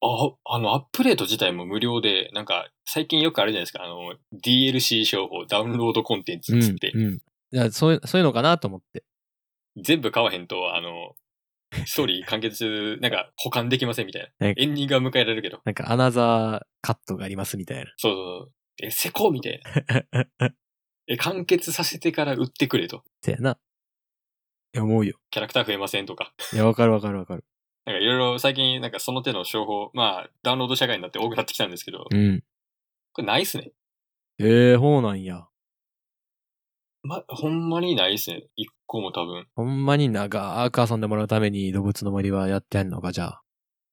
Speaker 3: あ、あの、アップデート自体も無料で、なんか、最近よくあるじゃないですか、あの、DLC 商法、ダウンロードコンテンツっつって、
Speaker 2: うん。だからそういう、そういうのかなと思って。
Speaker 3: 全部買わへんと、あの、スト ーリー完結、なんか、保管できませんみたいな。
Speaker 2: ね
Speaker 3: エンディングは迎えられるけど。
Speaker 2: なんかアナザーカットがありますみたいな。
Speaker 3: そうそうそう。え、せこうみたいな。え、完結させてから売ってくれと。
Speaker 2: せやな。いや、思うよ。
Speaker 3: キャラクター増えませんとか。
Speaker 2: いや、わかるわかるわかる。
Speaker 3: なんか、いろいろ最近、なんか、その手の商法、まあ、ダウンロード社会になって多くなってきたんですけど、こ
Speaker 2: ん。
Speaker 3: れないっすね。
Speaker 2: ええほうなんや。
Speaker 3: ま、ほんまにないっすね。一個も多分。
Speaker 2: ほんまに長く遊んでもらうために動物の森はやってんのか、じゃあ。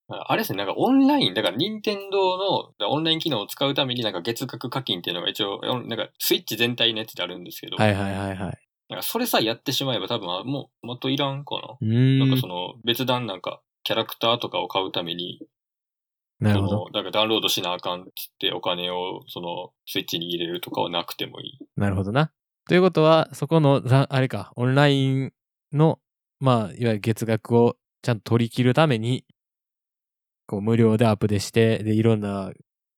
Speaker 3: ああれですね、なんかオンライン、だから任天堂のだからオンライン機能を使うためになんか月額課金っていうのが一応、おなんかスイッチ全体のやつであるんですけど、
Speaker 2: はいはいはいはい。
Speaker 3: なんかそれさえやってしまえば多分あもう元いらんか
Speaker 2: う
Speaker 3: な。
Speaker 2: ー
Speaker 3: なんか
Speaker 2: ん
Speaker 3: そ。の別段なんかキャラクターとかを買うために、
Speaker 2: なるほど。
Speaker 3: そのだからダウンロードしなあかんっつってお金をそのスイッチに入れるとかはなくてもいい。
Speaker 2: なるほどな。ということは、そこの、ざあれか、オンラインの、まあ、いわゆる月額をちゃんと取り切るために、こう、無料でアップでして、で、いろんな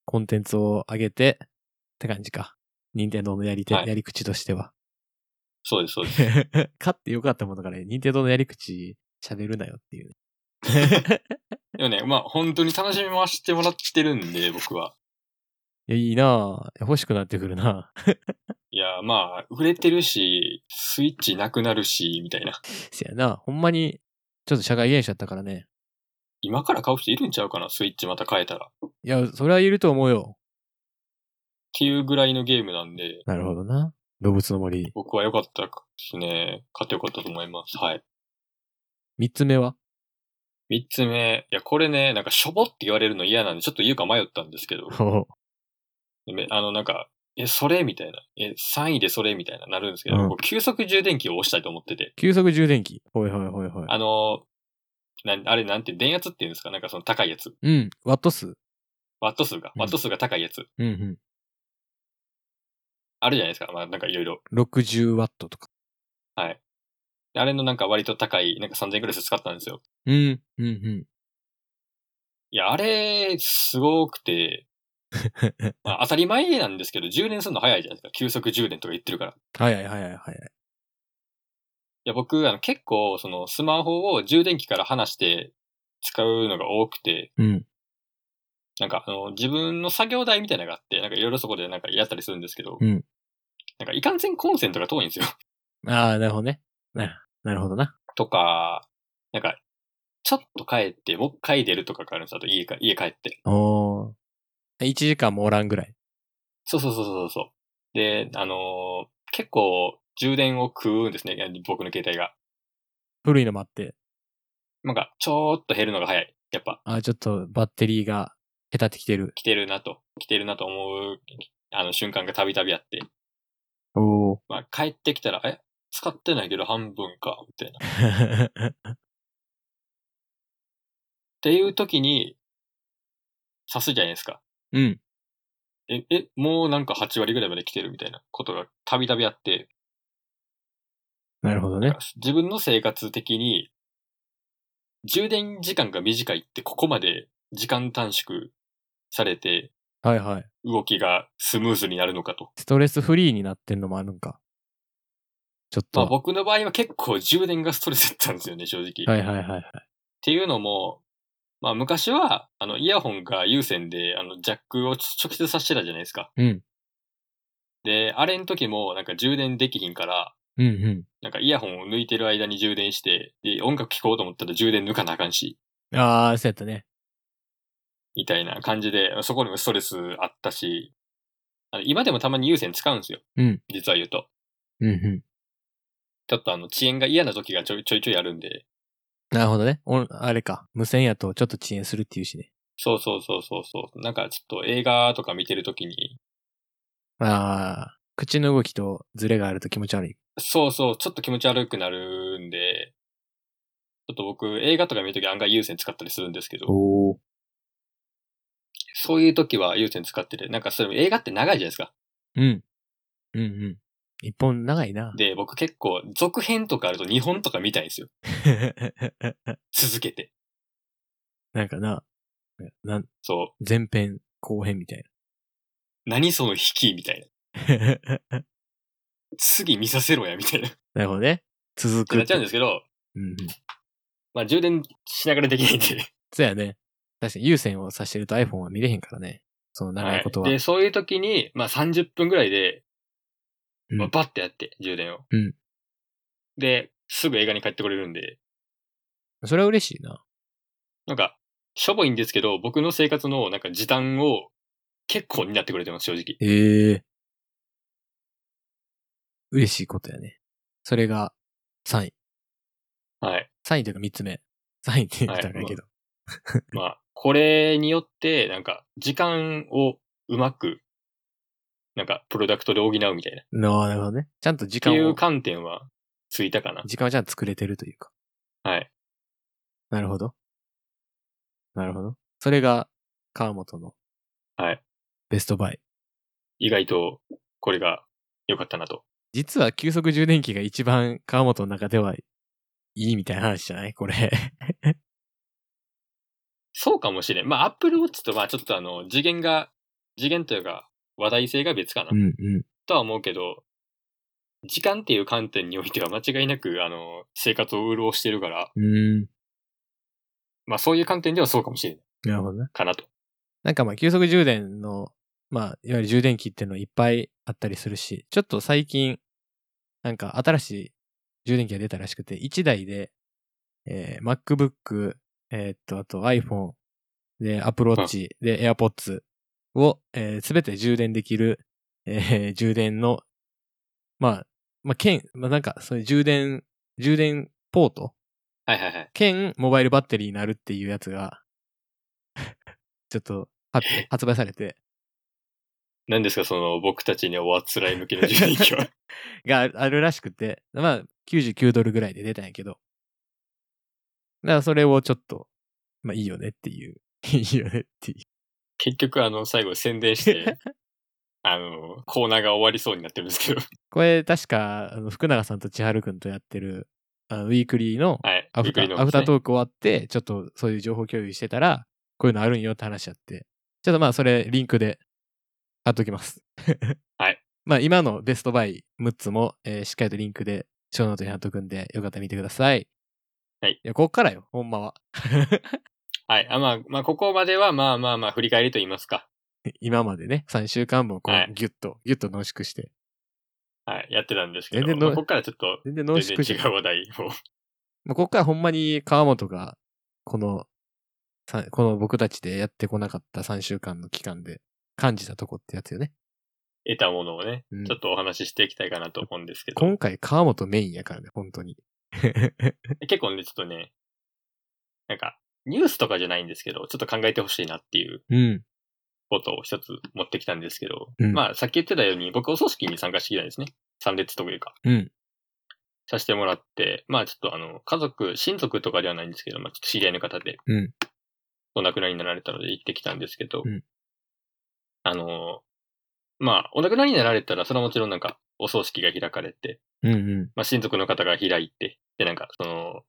Speaker 2: コンテンツを上げて、って感じか。任天堂のやり手、
Speaker 3: はい
Speaker 2: やり口としては。
Speaker 3: そうです、そうです。
Speaker 2: 勝ってよかったものだから、任天堂のやり口喋るなよっていう。
Speaker 3: でもね、まあ本当に楽しみましてもらってるんで、僕は。
Speaker 2: いや、いいなぁ。欲しくなってくるな ぁ。
Speaker 3: いや、まあ、売れてるし、スイッチなくなるし、みたいな。
Speaker 2: せやな。ほんまに、ちょっと社会現象やったからね。
Speaker 3: 今から買う人いるんちゃうかなスイッチまた変えたら。っ
Speaker 2: いや、それはいると思うよ。
Speaker 3: ていうぐらいのゲームなんで、
Speaker 2: なるほどな。動物の森。
Speaker 3: 僕は良かったですね。買って良かったと思います。はい。
Speaker 2: 三つ目は
Speaker 3: 三つ目。いや、これね、なんかしょぼって言われるの嫌なんで、ちょっと言うか迷ったんですけど、
Speaker 2: ほ
Speaker 3: めあの、なんか、え、それみたいな。え、3位でそれみたいな、なるんですけど、
Speaker 2: うん
Speaker 3: こう急速充電器を押したいと思ってて。
Speaker 2: 急速充電器。ほいほいほいほい。
Speaker 3: あの、なんあれなんて、電圧っていうんですかなんかその高いやつ。
Speaker 2: うん。ワット数
Speaker 3: ワット数が、
Speaker 2: うん
Speaker 3: ワット数が高いやつ。
Speaker 2: うんう
Speaker 3: あるじゃないですか。まあ、なんかいろいろ。
Speaker 2: ん。60ワットとか。
Speaker 3: あれのなんか割と高い、なんか3000円くらいで使ったんですよ。
Speaker 2: うん。うんうん。
Speaker 3: いや、あれ、すごくて、 まあ、当たり前なんですけど、充電するの早いじゃないですか。急速充電とか言ってるから。い
Speaker 2: はいはいはいはいはい。
Speaker 3: や、僕、あの、結構、その、スマホを充電器から離して使うのが多くて、
Speaker 2: うん。
Speaker 3: なんか、あの、自分の作業台みたいなのがあって、なんかいろいろそこでなんかやったりするんですけど、
Speaker 2: うん
Speaker 3: なんか、いかんせんコンセントが遠いんですよ。
Speaker 2: ああ、なるほどね。ななるほどな。
Speaker 3: とか、なんか、ちょっと帰って、もう一回出るとかがあるんですよ。あと、家か、家帰って。
Speaker 2: おー。1時間もおらんぐらい。
Speaker 3: そうそうそうそうそう。で、あのー結構充電を食うんですね、僕の携帯が。
Speaker 2: 古いのもあって。
Speaker 3: なんか、ちょーっと減るのが早い。やっぱ、
Speaker 2: あーちょっとバッテリーが下手ってきてる。
Speaker 3: 来てるなと、来てるなと思う、あの、瞬間がたびたびあって。
Speaker 2: おー。
Speaker 3: まあ、帰ってきたら、え使ってないけど半分か、みたいな。っていう時に、刺すじゃないですか。
Speaker 2: うん。
Speaker 3: え、え、もうなんか8割ぐらいまで来てるみたいなことがたびたびあって、
Speaker 2: なるほどね。
Speaker 3: 自分の生活的に、充電時間が短いってここまで時間短縮されて、
Speaker 2: はいはい。
Speaker 3: 動きがスムーズになるのかと。
Speaker 2: ストレスフリーになってんのもあるんか。ちょっと
Speaker 3: まあ
Speaker 2: は。
Speaker 3: 僕の場合は結構充電がストレスだったんですよね、正直。
Speaker 2: はい
Speaker 3: っ
Speaker 2: はいはい。
Speaker 3: ていうのも、まあ昔は、あの、イヤホンが有線で、あの、ジャックを直接さしてたじゃないですか。
Speaker 2: うん。
Speaker 3: で、あれの時も、なんか充電できひんから、
Speaker 2: うんう
Speaker 3: なんかイヤホンを抜いてる間に充電して、で、音楽聴こうと思ったら充電抜かなあかんし、
Speaker 2: ん。ああ、そうやったね。
Speaker 3: みたいな感じで、そこにもストレスあったし、あの今でもたまに有線使うんですよ。
Speaker 2: うん
Speaker 3: 実は言うと。
Speaker 2: うんう
Speaker 3: ちょっとあの、遅延が嫌な時がちょいちょいちょいあるんで、
Speaker 2: ん。なるほどね。おあれか。無線やとちょっと遅延するっていうしね。
Speaker 3: そうそうそうそうそう。なんかちょっと映画とか見てる時に、
Speaker 2: ああ、口の動きとズレがあると気持ち悪い。
Speaker 3: そうそう、ちょっと気持ち悪くなるんで、ちょっと僕映画とか見るとき案外有線使ったりするんですけど、
Speaker 2: おお。
Speaker 3: そういう時は有線使ってて、なんかそれも映画って長いじゃないですか。
Speaker 2: うん。うんうん。一本長いな。
Speaker 3: で、僕結構続編とかあると2本とか見たいんですよ。続けて。
Speaker 2: なんかな、なん
Speaker 3: そ。
Speaker 2: 前編、後編みたいう
Speaker 3: 何その引きみたいな。
Speaker 2: な。
Speaker 3: 次見させろや、みたいな。っ
Speaker 2: なるほどね。続
Speaker 3: て
Speaker 2: く。
Speaker 3: なっちゃうんですけど、
Speaker 2: うんうん。
Speaker 3: まあ充電しながらできない んで。
Speaker 2: そうやね。確かに有線を挿してると iPhone は見れへんからね。その長いことは。
Speaker 3: で、そういう時に、まあ30分ぐらいで、
Speaker 2: うん
Speaker 3: まあ、バッてやって、充電を。
Speaker 2: うん
Speaker 3: で、すぐ映画に帰ってこれるんで、
Speaker 2: それは嬉しいな。
Speaker 3: なんか、しょぼいんですけど、僕の生活のなんか時短を結構になってくれてます、正直。
Speaker 2: ええ嬉しいことやね。それが3位。
Speaker 3: はい。
Speaker 2: 3位というか3つ目。3位って言ったらいいけど。
Speaker 3: まあ、これによって、なんか、時間をうまく、なんか、プロダクトで補うみたいな。っ
Speaker 2: なあなるほどね。ちゃんと時
Speaker 3: て
Speaker 2: 間
Speaker 3: いう
Speaker 2: を、
Speaker 3: 観点はついたかな。
Speaker 2: 時間をちゃんと作れてるというか。
Speaker 3: はい。
Speaker 2: なるほど。なるほど。それが、川本の、
Speaker 3: はい。
Speaker 2: ベストバイ。
Speaker 3: 意外と、これが良かったなと。
Speaker 2: 実は急速充電器が一番川本の中ではいいみたいな話じゃないこれ。
Speaker 3: そうかもしれん。まあ、Apple Watch とはちょっとあの、次元が、次元というか、話題性が別かな、
Speaker 2: うんうん。
Speaker 3: とは思うけど、時間っていう観点においては間違いなく、あの、生活を潤してるから、
Speaker 2: うん。
Speaker 3: まあ、そういう観点ではそうかもしれない
Speaker 2: なるほどね。
Speaker 3: かなと。
Speaker 2: なんかまあ急速充電の、まあいわゆる充電器っていうのいっぱいあったりするし、ちょっと最近、なんか新しい充電器が出たらしくて、1台で、えー MacBook、えーっと、あと iPhone、で、Apple Watch、で、AirPods を、えすべて充電できる、えー充電の、まあ、まあ、兼、まあなんか、そういう充電、充電ポート
Speaker 3: はいはいはい。
Speaker 2: 兼モバイルバッテリーになるっていうやつが、ちょっとは発売されて、
Speaker 3: 何ですか、その、僕たちにはおあつらい向けの受験期 は。
Speaker 2: がああるらしくて、まあ99ドルぐらいで出たんやけど、だからそれをちょっと、まあいいよねっていう、 いいよねっていう。
Speaker 3: 結局、あの、最後宣 伝して、あの、コーナーが終わりそうになってるんですけど。
Speaker 2: これ確か、あの福永さんと千春くんとやってる、あのウィークリーの
Speaker 3: はい。
Speaker 2: アフタ
Speaker 3: ゆっくり飲む
Speaker 2: アフター
Speaker 3: ね
Speaker 2: トーク終わって、ちょっとそういう情報共有してたら、こういうのあるんよって話し合って、ちょっとまあそれリンクで貼っときます。
Speaker 3: はい。
Speaker 2: まあ今のベストバイ6つも、えーしっかりとリンクでショーノートに貼っとくんで、よかったら見てください。
Speaker 3: はい
Speaker 2: いや、こっからよ、ほんまは。
Speaker 3: はい。あまあ、まあ、ここまでは、まあまあまあ、振り返りと言いますか。
Speaker 2: 今までね、3週間もこ
Speaker 3: は
Speaker 2: う
Speaker 3: い
Speaker 2: ギュッと、ギュッと濃縮して。
Speaker 3: はい。やってたんですけど、
Speaker 2: 全然の
Speaker 3: まあここからちょっと、
Speaker 2: 全然濃縮
Speaker 3: 全
Speaker 2: じゃ
Speaker 3: 然
Speaker 2: ん
Speaker 3: 違う話題を。
Speaker 2: まあ、ここからほんまに川本が、この、さこの僕たちでやってこなかった3週間の期間で感じたとこってやつよね。
Speaker 3: 得たものをね、
Speaker 2: うん
Speaker 3: ちょっとお話ししていきたいかなと思うんですけど、
Speaker 2: 今回川本メインやからね、本当 に。
Speaker 3: 結構ね、ちょっとね、なんか、ニュースとかじゃないんですけど、ちょっと考えてほしいなっていう
Speaker 2: うん。
Speaker 3: ことを一つ持ってきたんですけど、
Speaker 2: うん
Speaker 3: まあ、さっき言ってたように、僕お葬式に参加してきたんですね。参列というか、
Speaker 2: うん。
Speaker 3: させてもらって、まあ、ちょっとあの、家族、親族とかではないんですけど、まあ、ちょっと知り合いの方で、
Speaker 2: うん
Speaker 3: お亡くなりになられたので行ってきたんですけど、
Speaker 2: うん
Speaker 3: あの、まあ、お亡くなりになられたら、それはもちろんなんか、お葬式が開かれて、
Speaker 2: うんう
Speaker 3: まあ、親族の方が開いて、で、なんか、その、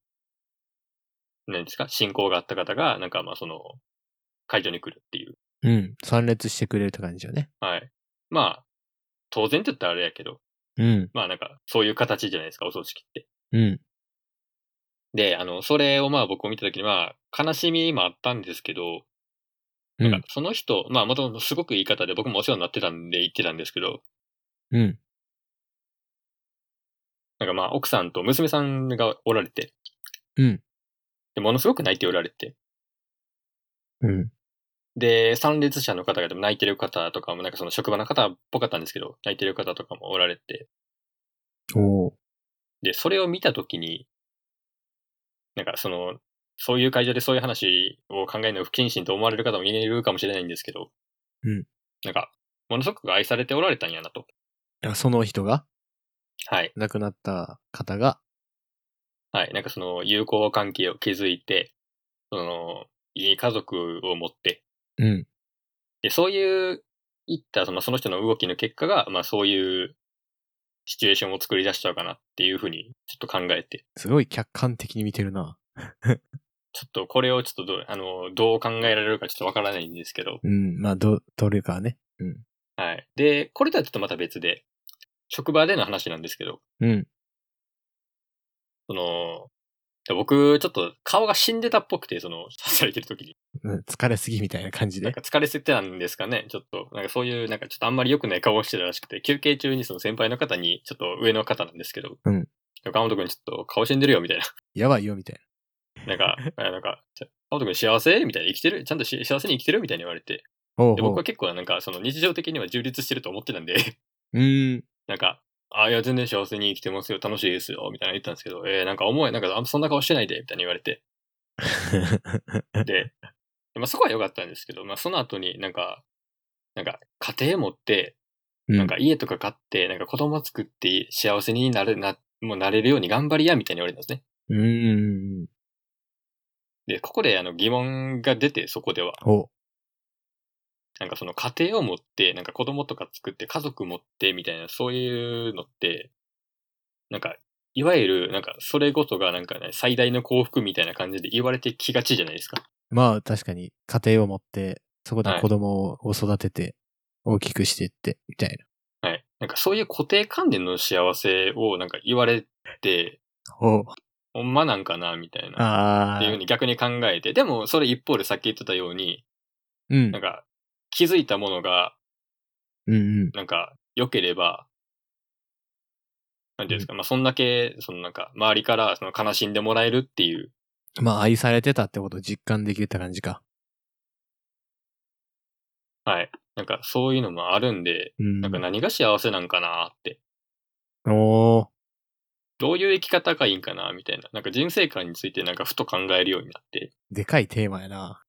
Speaker 3: 何ですか、信仰があった方が、なんか、まあ、その、会場に来るっていう。
Speaker 2: うん。参列してくれるって感じよね。
Speaker 3: はい。まあ、当然って言ったらあれやけど、
Speaker 2: うん。
Speaker 3: まあなんか、そういう形じゃないですか、お葬式って。
Speaker 2: うん。
Speaker 3: で、あの、それをまあ僕を見たときに、まあ、悲しみもあったんですけど、
Speaker 2: う
Speaker 3: なん
Speaker 2: ん
Speaker 3: か。その人、まあもともとすごく言い方で僕もお世話になってたんで言ってたんですけど、
Speaker 2: うん。
Speaker 3: なんかまあ奥さんと娘さんがおられて、
Speaker 2: うん。
Speaker 3: でものすごく泣いておられて、
Speaker 2: うん。
Speaker 3: で、参列者の方々も泣いてる方とかも、なんかその職場の方っぽかったんですけど、泣いてる方とかもおられて、
Speaker 2: おー
Speaker 3: で、それを見たときに、なんかその、そういう会場でそういう話を考えるの不謹慎と思われる方もいるかもしれないんですけど、
Speaker 2: うん。
Speaker 3: なんか、ものすごく愛されておられたんやなと。
Speaker 2: あその人が、
Speaker 3: はい。
Speaker 2: 亡くなった方が、
Speaker 3: はい。なんかその、友好関係を築いて、その、いい家族を持って、
Speaker 2: うん。
Speaker 3: で、そういう、いった、そのその人の動きの結果が、まあそういう、シチュエーションを作り出しちゃうかなっていうふうに、ちょっと考えて、
Speaker 2: すごい客観的に見てるな。
Speaker 3: ちょっとこれをちょっとどう、あの、どう考えられるかちょっとわからないんですけど、
Speaker 2: うん。まあ、ど、どれかね。うん。
Speaker 3: はい。で、これとはちょっとまた別で、職場での話なんですけど、
Speaker 2: うん。
Speaker 3: その、僕、ちょっと顔が死んでたっぽくて、その、 刺されてる時に。
Speaker 2: うん疲れすぎみたいな感じ
Speaker 3: なん
Speaker 2: で。
Speaker 3: か疲れすぎてたんですかね、ちょっと。なんかそういう、なんかちょっとあんまり良くない顔をしてたらしくて、休憩中にその先輩の方に、ちょっと上の方なんですけど、
Speaker 2: うん。
Speaker 3: 岡本君ちょっと顔死んでるよ、みたいな。
Speaker 2: やばいよ、みたい
Speaker 3: なんか、あなんか、ちょ岡本君幸せみたいな。生きてるちゃんとし幸せに生きてるみたいに言われて。
Speaker 2: な。おう
Speaker 3: で、
Speaker 2: お
Speaker 3: 僕
Speaker 2: う
Speaker 3: は。結構なんか、その日常的には充実してると思ってたんで、
Speaker 2: うー ん。
Speaker 3: なんか、あ、いや、全然幸せに生きてますよ、楽しいですよ、みたいな言ったんですけど、えー、なんか思え、なんかあんそんな顔してないで、みたいに言われて。で、まあそこは良かったんですけど、まあその後になんか、なんか家庭持って、
Speaker 2: な
Speaker 3: なんか、家とか買って、なんか子供作って幸せになれ、な、もうなれるように頑張りや、みたいに言われたんですね。
Speaker 2: うーん。
Speaker 3: で、ここであの疑問が出て、そこでは。
Speaker 2: おう。
Speaker 3: なんかその家庭を持って、なんか子供とか作って家族持ってみたいな、そういうのって、なんか、いわゆる、なんか、それごとがなんかね、最大の幸福みたいな感じで言われてきがちじゃないですか。
Speaker 2: まあ、確かに、家庭を持って、そこで
Speaker 3: はい
Speaker 2: 子供を育てて、大きくしてって、みたい
Speaker 3: はい。なんかそういう固定観念の幸せをなんか言われて、
Speaker 2: な。おう。
Speaker 3: ほんまなんかな、みたいな。っ
Speaker 2: あ
Speaker 3: ていうふう
Speaker 2: あ。
Speaker 3: に逆に考えて、でもそれ一方でさっき言ってたように、
Speaker 2: うん
Speaker 3: なん。か気づいたものが、
Speaker 2: うんうん。
Speaker 3: なんか良ければ、なんていうんですか、まあそんだけ、そのなんか周りからその悲しんでもらえるっていう
Speaker 2: まあ、愛されてたってことを実感できるって感じか。
Speaker 3: はい。なんかそういうのもあるんで、
Speaker 2: うん。
Speaker 3: なんか何が幸せなんかなって。
Speaker 2: おー
Speaker 3: どういう生き方がいいんかなみたいな。なんか人生観についてなんかふと考えるようになって。
Speaker 2: でかいテーマやな。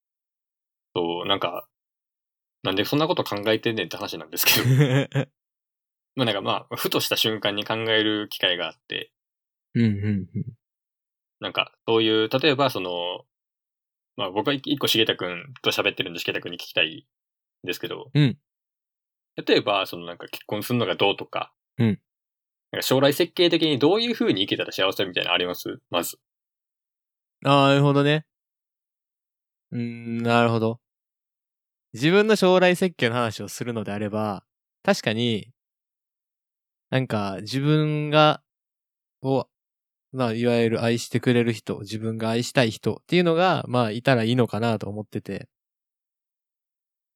Speaker 3: そう、なんか、なんでそんなこと考えてんねんって話なんで すけど。
Speaker 2: うん
Speaker 3: まあなんかまあ、ふとした瞬間に考える機会があって、
Speaker 2: うんうん。
Speaker 3: なんかそういう、例えばその、まあ僕は一個しげたくんと喋ってるんでしげたくんに聞きたいんですけど、
Speaker 2: うん
Speaker 3: 例えばそのなんか結婚するのがどうとか、
Speaker 2: うん
Speaker 3: なんか将来設計的にどういう風に生きたら幸せみたいなのありますまず。
Speaker 2: ああ、なるほどね。うーん、なるほど。自分の将来設計の話をするのであれば、確かに、なんか自分が、を、まあ、いわゆる愛してくれる人、自分が愛したい人っていうのが、まあ、いたらいいのかなと思ってて。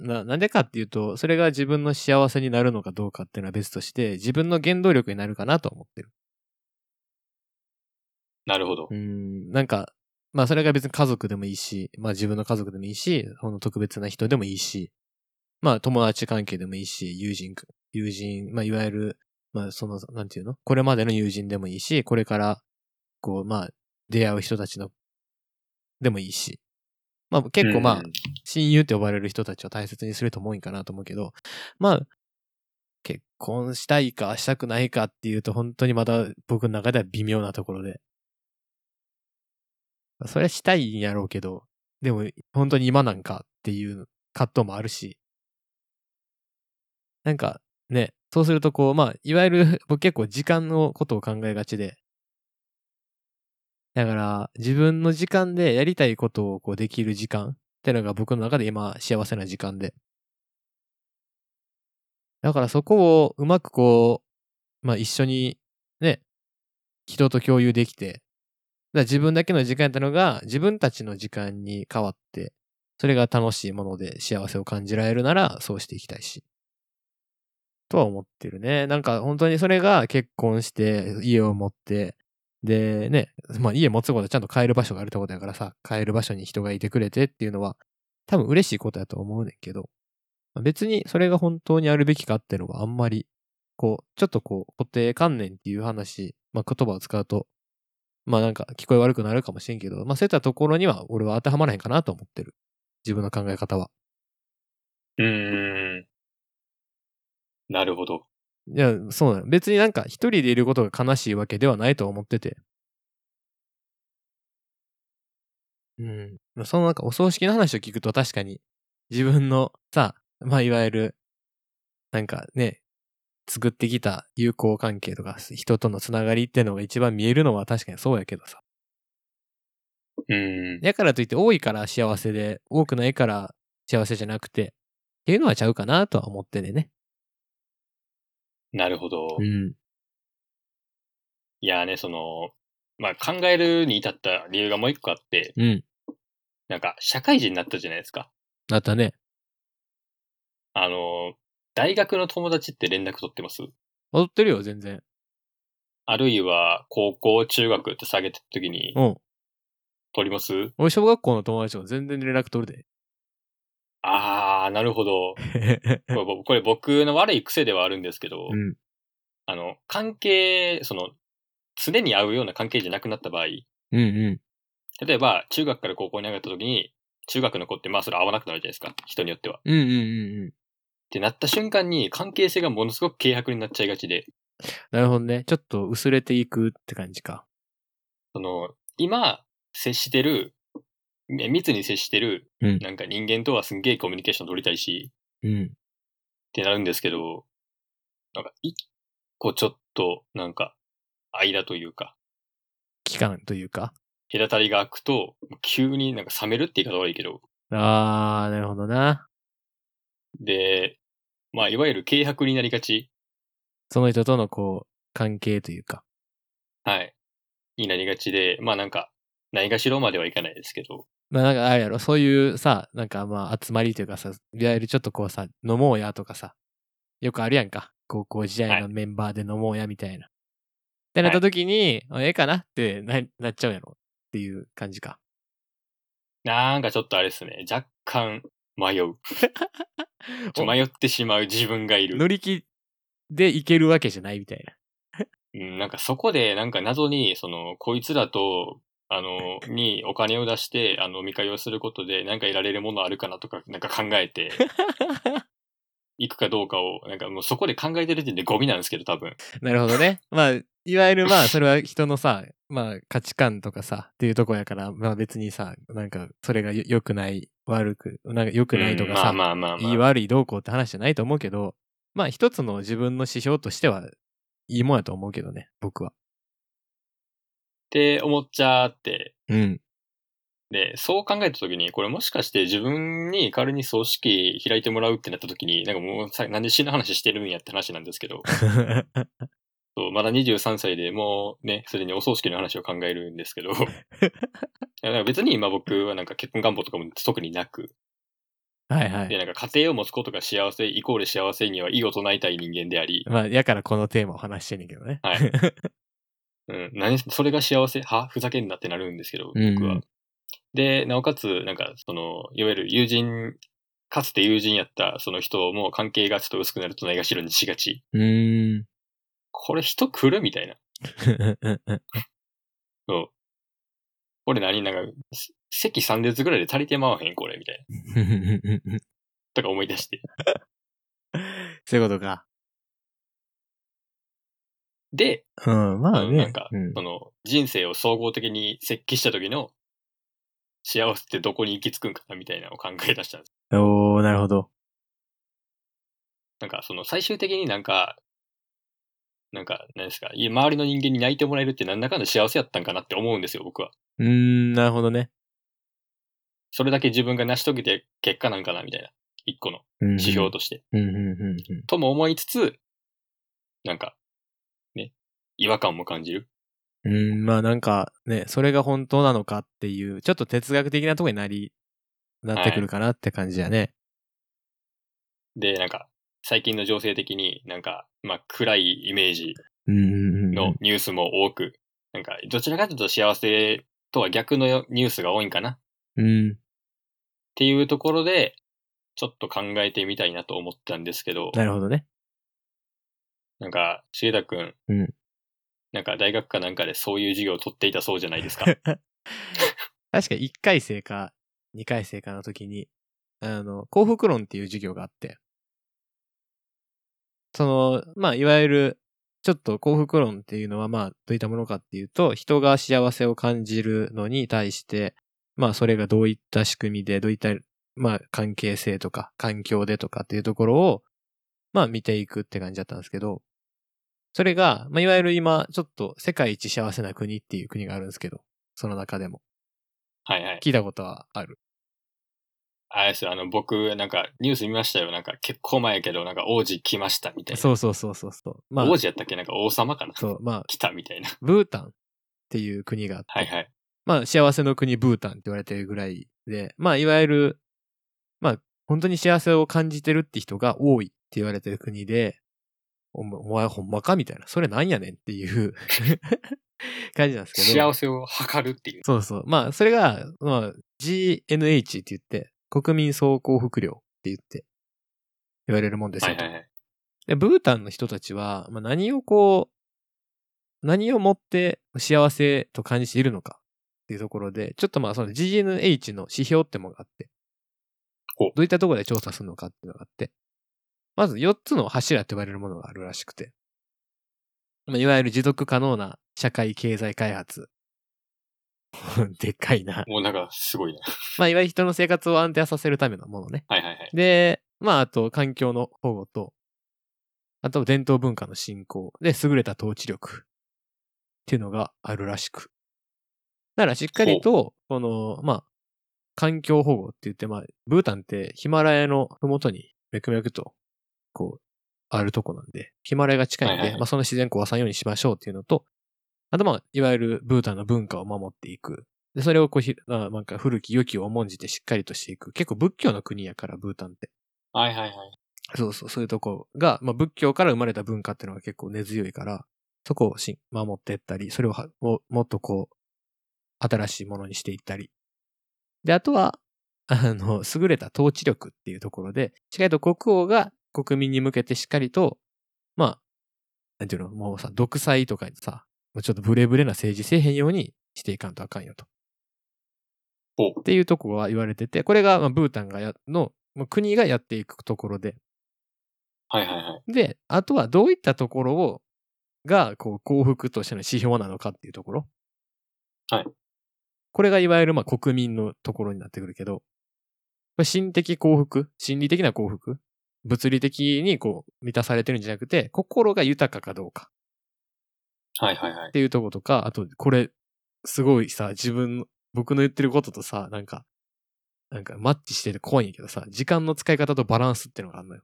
Speaker 2: な、なんでかっていうと、それが自分の幸せになるのかどうかっていうのは別として、自分の原動力になるかなと思ってる。
Speaker 3: なるほど
Speaker 2: う。ん、なんか、まあそれが別に家族でもいいし、まあ自分の家族でもいいし、この特別な人でもいいし、まあ友達関係でもいいし、友人、友人、まあいわゆる、まあその、なんていうのこれまでの友人でもいいし、これから、こう、まあ出会う人たちの、でもいいし。まあ結構まあ、
Speaker 3: うん
Speaker 2: 親友って呼ばれる人たちを大切にすると思うんかなと思うけど、まあ、結婚したいかしたくないかっていうと本当にまだ僕の中では微妙なところで。それはしたいんやろうけど、でも本当に今なんかっていう葛藤もあるし。なんかね、そうするとこう、まあ、いわゆる 僕結構時間のことを考えがちで。だから自分の時間でやりたいことをこうできる時間てのが僕の中で今幸せな時間で。だからそこをうまくこう、まあ一緒にね、人と共有できて、だから自分だけの時間やったのが自分たちの時間に変わって、それが楽しいもので幸せを感じられるならそうしていきたいし。とは思ってるね。なんか本当にそれが結婚して家を持って、でね、まあ家持つことはちゃんと帰る場所があるってことやからさ、帰る場所に人がいてくれてっていうのは多分嬉しいことやと思うねんけど、まあ別にそれが本当にあるべきかっていうのはあんまり、こう、ちょっとこう固定観念っていう話、まあ言葉を使うと、まあなんか聞こえ悪くなるかもしれんけど、まあそういったところには俺は当てはまらへんかなと思ってる。自分の考え方は。
Speaker 3: うーん。なるほど。
Speaker 2: いや、そうなの。別になんか一人でいることが悲しいわけではないと思ってて。うん。そのなんかお葬式の話を聞くと確かに自分のさ、まあいわゆる、なんかね、作ってきた友好関係とか人とのつながりってのが一番見えるのは確かにそうやけどさ。
Speaker 3: うーん。
Speaker 2: だからといって多いから幸せで、多くないから幸せじゃなくて、っていうのはちゃうかなとは思っててね。
Speaker 3: なるほど。
Speaker 2: ん。
Speaker 3: いやーね、その、まあ、考えるに至った理由がもう一個あって、
Speaker 2: うん。
Speaker 3: なんか、社会人になったじゃないですか。
Speaker 2: なったね。
Speaker 3: あのー、大学の友達って連絡取ってます
Speaker 2: 踊ってるよ、全然。
Speaker 3: あるいは、高校、中学って下げてる時に
Speaker 2: うん。
Speaker 3: 取ります
Speaker 2: 俺、小学校の友達とか全然連絡取る
Speaker 3: あー、なるほど。
Speaker 2: で。
Speaker 3: これぼこれ僕の悪い癖ではあるんですけど、
Speaker 2: ん。
Speaker 3: あの、関係、その、常に会うような関係じゃなくなった場合、例
Speaker 2: うんう
Speaker 3: えば、中学から高校に上がった時に、中学の子ってまあそれ会わなくなるじゃないですか。人によっては。っ
Speaker 2: ん。うんうんうんうん。
Speaker 3: てなった瞬間に関係性がものすごく軽薄になっちゃいがちで、
Speaker 2: なるほどね。ちょっと薄れていくって感じか。
Speaker 3: その、今、接してる、ね密に接してる、
Speaker 2: うん
Speaker 3: なんか人間とはすんげえコミュニケーション取りたいし、
Speaker 2: うん。
Speaker 3: ってなるんですけど、なんか、一個ちょっと、なんか、間というか、
Speaker 2: 期間というか。
Speaker 3: 隔たりが空くと、急になんか冷めるって言い方悪いけど、
Speaker 2: あー、なるほどな。
Speaker 3: で、まあ、いわゆる軽薄になりがち、
Speaker 2: その人とのこう、関係というか。
Speaker 3: はい、になりがちで、まあなんか、ないがしろまではいかないですけど、
Speaker 2: まあなんかあれやろ、そういうさ、なんかまあ集まりというかさ、いわゆるちょっとこうさ、飲もうやとかさ、よくあるやんか。高校時代のメンバーで飲もうやみたいな。ってなった時に、あええかなってななっちゃうやろっていう感じか。
Speaker 3: なんかちょっとあれですね、若干 迷う。ちょ迷ってしまう自分がいる。
Speaker 2: 乗り気でいけるわけじゃないみたいな。
Speaker 3: うん、なんかそこで、なんか謎に、その、こいつらと、あの、にお金を出して、あの、見会をすることで、なんか得られるものあるかなとか、なんか考え て、 いくかどうかを、なんかもうそこで考えてる時点でゴミなんですけど、多分。
Speaker 2: なるほどね。まあ、いわゆるまあ、それは人のさ、まあ、価値観とかさ、っていうとこやから、まあ別にさ、なんか、それがよ良くない、悪く、なんか良くないとかさ、
Speaker 3: うんまあまあまあまあ。
Speaker 2: いい悪いどうこうって話じゃないと思うけど、まあ一つの自分の指標としては、いいもんやと思うけどね、僕は。
Speaker 3: って思っちゃって、
Speaker 2: うん。
Speaker 3: で、そう考えたときに、これもしかして自分に仮に葬式開いてもらうってなったときに、なんかもうさ、なんで死の話してるんやって話なんですけど、そうまだ23歳でもうね、すでにお葬式の話を考えるんです けど、いやなんか別に今僕はなんか結婚願望とかも特になく、
Speaker 2: はいは
Speaker 3: で、
Speaker 2: い。
Speaker 3: なんか家庭を持つことが幸せイコール幸せには異を唱えたい人間であり、
Speaker 2: まあ、やからこのテーマを話してんねんけどね。
Speaker 3: はい。うん、何それが幸せはふざけんなってなるんですけど、
Speaker 2: うん
Speaker 3: 僕は。で、なおかつ、なんか、その、いわゆる友人、かつて友人やったその人も関係がちょっと薄くなるとないがしろにしがち。
Speaker 2: うーん。
Speaker 3: これ人来るみたいな。そう。これ何なんか、せ席3列ぐらいで足りてまわへんこれみたいな。とか思い出して。
Speaker 2: そういうことか。
Speaker 3: で、
Speaker 2: うん、まあ
Speaker 3: うんなん
Speaker 2: ね
Speaker 3: か。
Speaker 2: うん
Speaker 3: その、人生を総合的に設計した時の幸せってどこに行き着くんかなみたいなのを考え出したんです。
Speaker 2: おー、なるほど。
Speaker 3: なんか、その、最終的になんか、なんか、何ですか、い周りの人間に泣いてもらえるって何らかの幸せやったんかなって思うんですよ、僕は。
Speaker 2: うーん、なるほどね。
Speaker 3: それだけ自分が成し遂げて結果なんかな、みたいな。一個の
Speaker 2: 指
Speaker 3: 指標として。
Speaker 2: うんうんうんうん。
Speaker 3: とも思いつつ、なんか、ね、違和感も感じる。
Speaker 2: うん、まあなんかね、それが本当なのかっていう、ちょっと哲学的なとこになり、なってくるかなって感じだね。
Speaker 3: で、なんか、最近の情勢的になんか、まあ、暗いイメージ
Speaker 2: うんうんうん。
Speaker 3: のニュースも多く、なんか、どちらかというと幸せとは逆のニュースが多いんかなっ
Speaker 2: うん。
Speaker 3: ていうところで、ちょっと考えてみたいなと思ったんですけど、
Speaker 2: なるほどね。
Speaker 3: なんか、重田くん、
Speaker 2: うん
Speaker 3: なんか大学かなんかでそういう授業を取っていたそうじゃない ですか。
Speaker 2: 確か1回生か2回生かの時に、あの、幸福論っていう授業があって、その、まあ、いわゆる、ちょっと幸福論っていうのは、まあ、どういったものかっていうと、人が幸せを感じるのに対して、まあ、それがどういった仕組みで、どういった、まあ、関係性とか、環境でとかっていうところを、まあ、見ていくって感じだったんですけど、それが、まあ、いわゆる今、ちょっと世界一幸せな国っていう国があるんですけど、その中でも。
Speaker 3: はいはい。
Speaker 2: 聞いたことはある。
Speaker 3: あれですよ、あの、僕、なんか、ニュース見ましたよ。なんか、結構前やけど、なんか、王子来ました、みたいな。
Speaker 2: そうそうそうそうそう。まあ、
Speaker 3: 王子やったっけなんか、王様かな
Speaker 2: そう、まあ、
Speaker 3: 来た、みたいな。
Speaker 2: ブータンっていう国があって、
Speaker 3: はいはい。
Speaker 2: まあ、幸せの国ブータンって言われてるぐらいで、まあ、いわゆる、まあ、本当に幸せを感じてるって人が多いって言われてる国で、お前お前ほんまかみたいな。それなんやねんっていう 感じなんですけど。
Speaker 3: 幸せを測るっていう。
Speaker 2: そうそう。まあ、それが、まあ、GNH って言って、国民総幸福量って言って、言われるもんです
Speaker 3: は
Speaker 2: よ
Speaker 3: いはいはい。
Speaker 2: で、ブータンの人たちは、まあ、何をこう、何をもって幸せと感じているのかっていうところで、ちょっとまあその GNH の指標ってものがあって
Speaker 3: ほう、
Speaker 2: どういったところで調査するのかっていうのがあって、まず4つの柱って呼ばれるものがあるらしくて、まあ、いわゆる持続可能な社会経済開発。 でっかいな。
Speaker 3: もうなんか、すごいな。
Speaker 2: まあ、いわゆる人の生活を安定させるためのものね。
Speaker 3: はいはいはい。
Speaker 2: で、まあ、あと、環境の保護と、あと、伝統文化の振興。で、優れた統治力。っていうのがあるらしく。だから、しっかりと、この、まあ、環境保護って言って、まあ、ブータンってヒマラヤのふもとに、めくめくと、こう、あるとこなんで、ヒマラヤが近いんで、
Speaker 3: はいはいはい
Speaker 2: まあ、その自然壊さんようにしましょうっていうのと、あと、まあ、いわゆるブータンの文化を守っていく。で、それをこうひ、あなんか古き良きを重んじてしっかりとしていく。結構仏教の国やから、ブータンって。
Speaker 3: はいはいはい。
Speaker 2: そうそう、そういうとこが、まあ仏教から生まれた文化っていうのが結構根強いから、そこをし守っていったり、それをはももっとこう、新しいものにしていったり。で、あとは、あの、優れた統治力っていうところで、しっかりと国王が国民に向けてしっかりと、まあ、なんていうの、もうさ、独裁とかにさ、もうちょっとブレブレな政治せえへんようにしていかんとあかんよと。
Speaker 3: ほ
Speaker 2: っていうとこは言われてて、これが、まあ、ブータンがや、の、まあ国がやっていくところで、
Speaker 3: はいはいはい。
Speaker 2: で、あとはどういったところを、が、こう、幸福としての指標なのかっていうところ。
Speaker 3: はい。
Speaker 2: これがいわゆる、まあ、国民のところになってくるけど、これ心的幸福心理的な幸福物理的に、こう、満たされてるんじゃなくて、心が豊かかどうか
Speaker 3: はいはいはい
Speaker 2: っ。ていうところとか、あと、これ、すごいさ、自分の、僕の言ってることとさ、なんか、なんか、マッチしてて怖いんやけどさ、時間の使い方とバランスってのがあるのよ。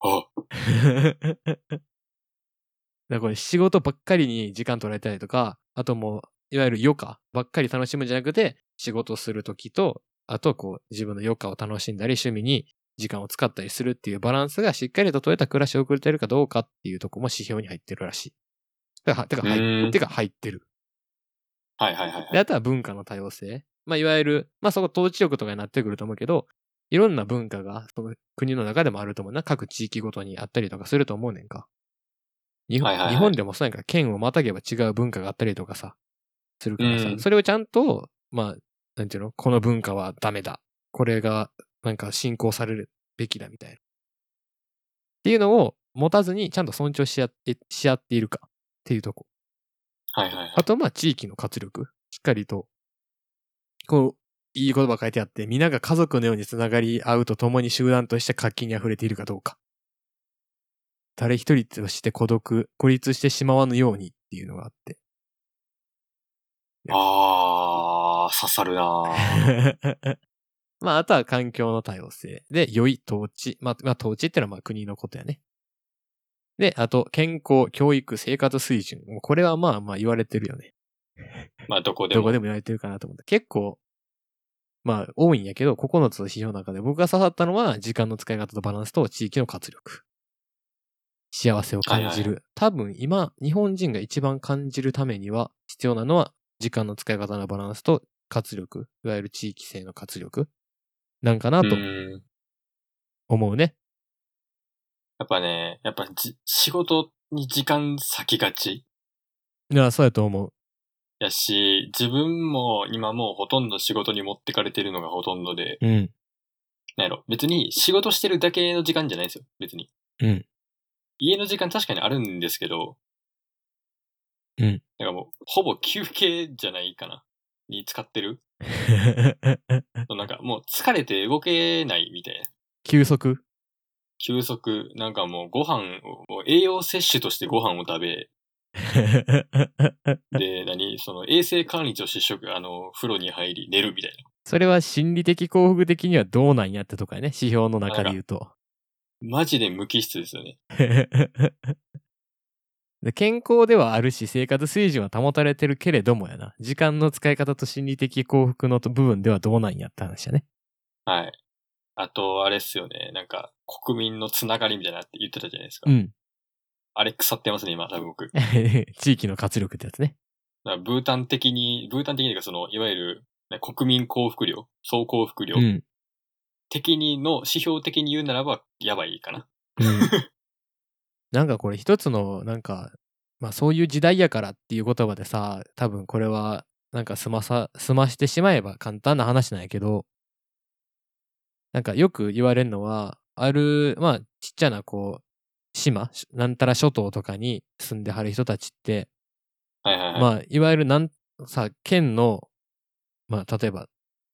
Speaker 3: あ、
Speaker 2: だからこれ仕事ばっかりに時間取られたりとか、あともう、いわゆる余暇ばっかり楽しむんじゃなくて、仕事するときと、あとこう、自分の余暇を楽しんだり、趣味に時間を使ったりするっていうバランスがしっかりと取れた暮らしを送れてるかどうかっていうとこも指標に入ってるらしい。だから、てか
Speaker 3: う
Speaker 2: 入っ
Speaker 3: ーん。
Speaker 2: てか入ってる。
Speaker 3: はいはいはい
Speaker 2: で、
Speaker 3: はい。
Speaker 2: あとは文化の多様性。まあ、いわゆる、まあ、そこ統治力とかになってくると思うけど、いろんな文化が、その国の中でもあると思うな。各地域ごとにあったりとかすると思うねんか。日本,、
Speaker 3: はいはいはい
Speaker 2: 日本でもそうやんか、県をまたげば違う文化があったりとかさ、するからさ、
Speaker 3: うん
Speaker 2: それをちゃんと、まあ、なんていうのこの文化はダメだ。これが、なんか信仰されるべきだみたいな。っていうのを持たずに、ちゃんと尊重し合って、し合っているかっていうとこ。
Speaker 3: はいはいはい。
Speaker 2: あと、まあ、地域の活力。しっかりと、こう、いい言葉書いてあって、皆が家族のようにつながり合うとともに集団として活気に溢れているかどうか。誰一人として孤独、孤立してしまわぬようにっていうのがあって。
Speaker 3: あー、刺さるな ー
Speaker 2: まあ、あとは環境の多様性。で、良い統治。まあ、まあ、統治ってのはまあ国のことやね。で、あと、健康、教育、生活水準。もうこれはまあまあ言われてるよね。
Speaker 3: まあ、どこで
Speaker 2: ど
Speaker 3: も。
Speaker 2: こでも言われてるかなと思った。結構、まあ、多いんやけど、9つの指標の中で僕が刺さったのは、時間の使い方とバランスと地域の活力。幸せを感じる。
Speaker 3: はい
Speaker 2: 多分今、日本人が一番感じるためには、必要なのは、時間の使い方のバランスと活力。いわゆる地域性の活力。なんかなと
Speaker 3: うん
Speaker 2: 思うね。
Speaker 3: やっぱね、やっぱじ、仕事に時間割きがち
Speaker 2: いや、そうやと思う。
Speaker 3: やし、自分も今もうほとんど仕事に持ってかれてるのがほとんどで、
Speaker 2: うん。
Speaker 3: なんやろ、別に仕事してるだけの時間じゃないんですよ、別に。
Speaker 2: うん。
Speaker 3: 家の時間確かにあるんですけど、
Speaker 2: うん。
Speaker 3: だからもう、ほぼ休憩じゃないかな、に使ってる。なんかもう疲れて動けないみたいな。
Speaker 2: 休 息
Speaker 3: 休息、なんかもうご飯を、もう栄養摂取としてご飯を食べ、で、何その衛生管理として食、あの、風呂に入り寝るみたい
Speaker 2: それは心理的幸福的にはどうなんやってとかね、指標の中で言うと。
Speaker 3: な。マジで無機質ですよね。
Speaker 2: で健康ではあるし、生活水準は保たれてるけれどもやな。時間の使い方と心理的幸福のと部分ではどうなんやって話だね。
Speaker 3: はい。あと、あれっすよね。なんか、国民のつながりみたいなって言ってたじゃないですか。
Speaker 2: うん。
Speaker 3: あれ腐ってますね、今、多分僕。だか
Speaker 2: 地域の活力ってやつね。
Speaker 3: らブータン的に、ブータン的にというか、その、いわゆる、ね国民幸福量、総幸福量
Speaker 2: うん。
Speaker 3: 的にの指標的に言うならば、やばいかな。
Speaker 2: なんかこれ一つのなんかまあそういう時代やからっていう言葉でさ多分これはなんか済まさ済ましてしまえば簡単な話なんやけどなんかよく言われるのはあるまあちっちゃなこう島しなんたら諸島とかに住んではる人たちって、
Speaker 3: はいはいはい。
Speaker 2: まあいわゆるなんさ県のまあ例えば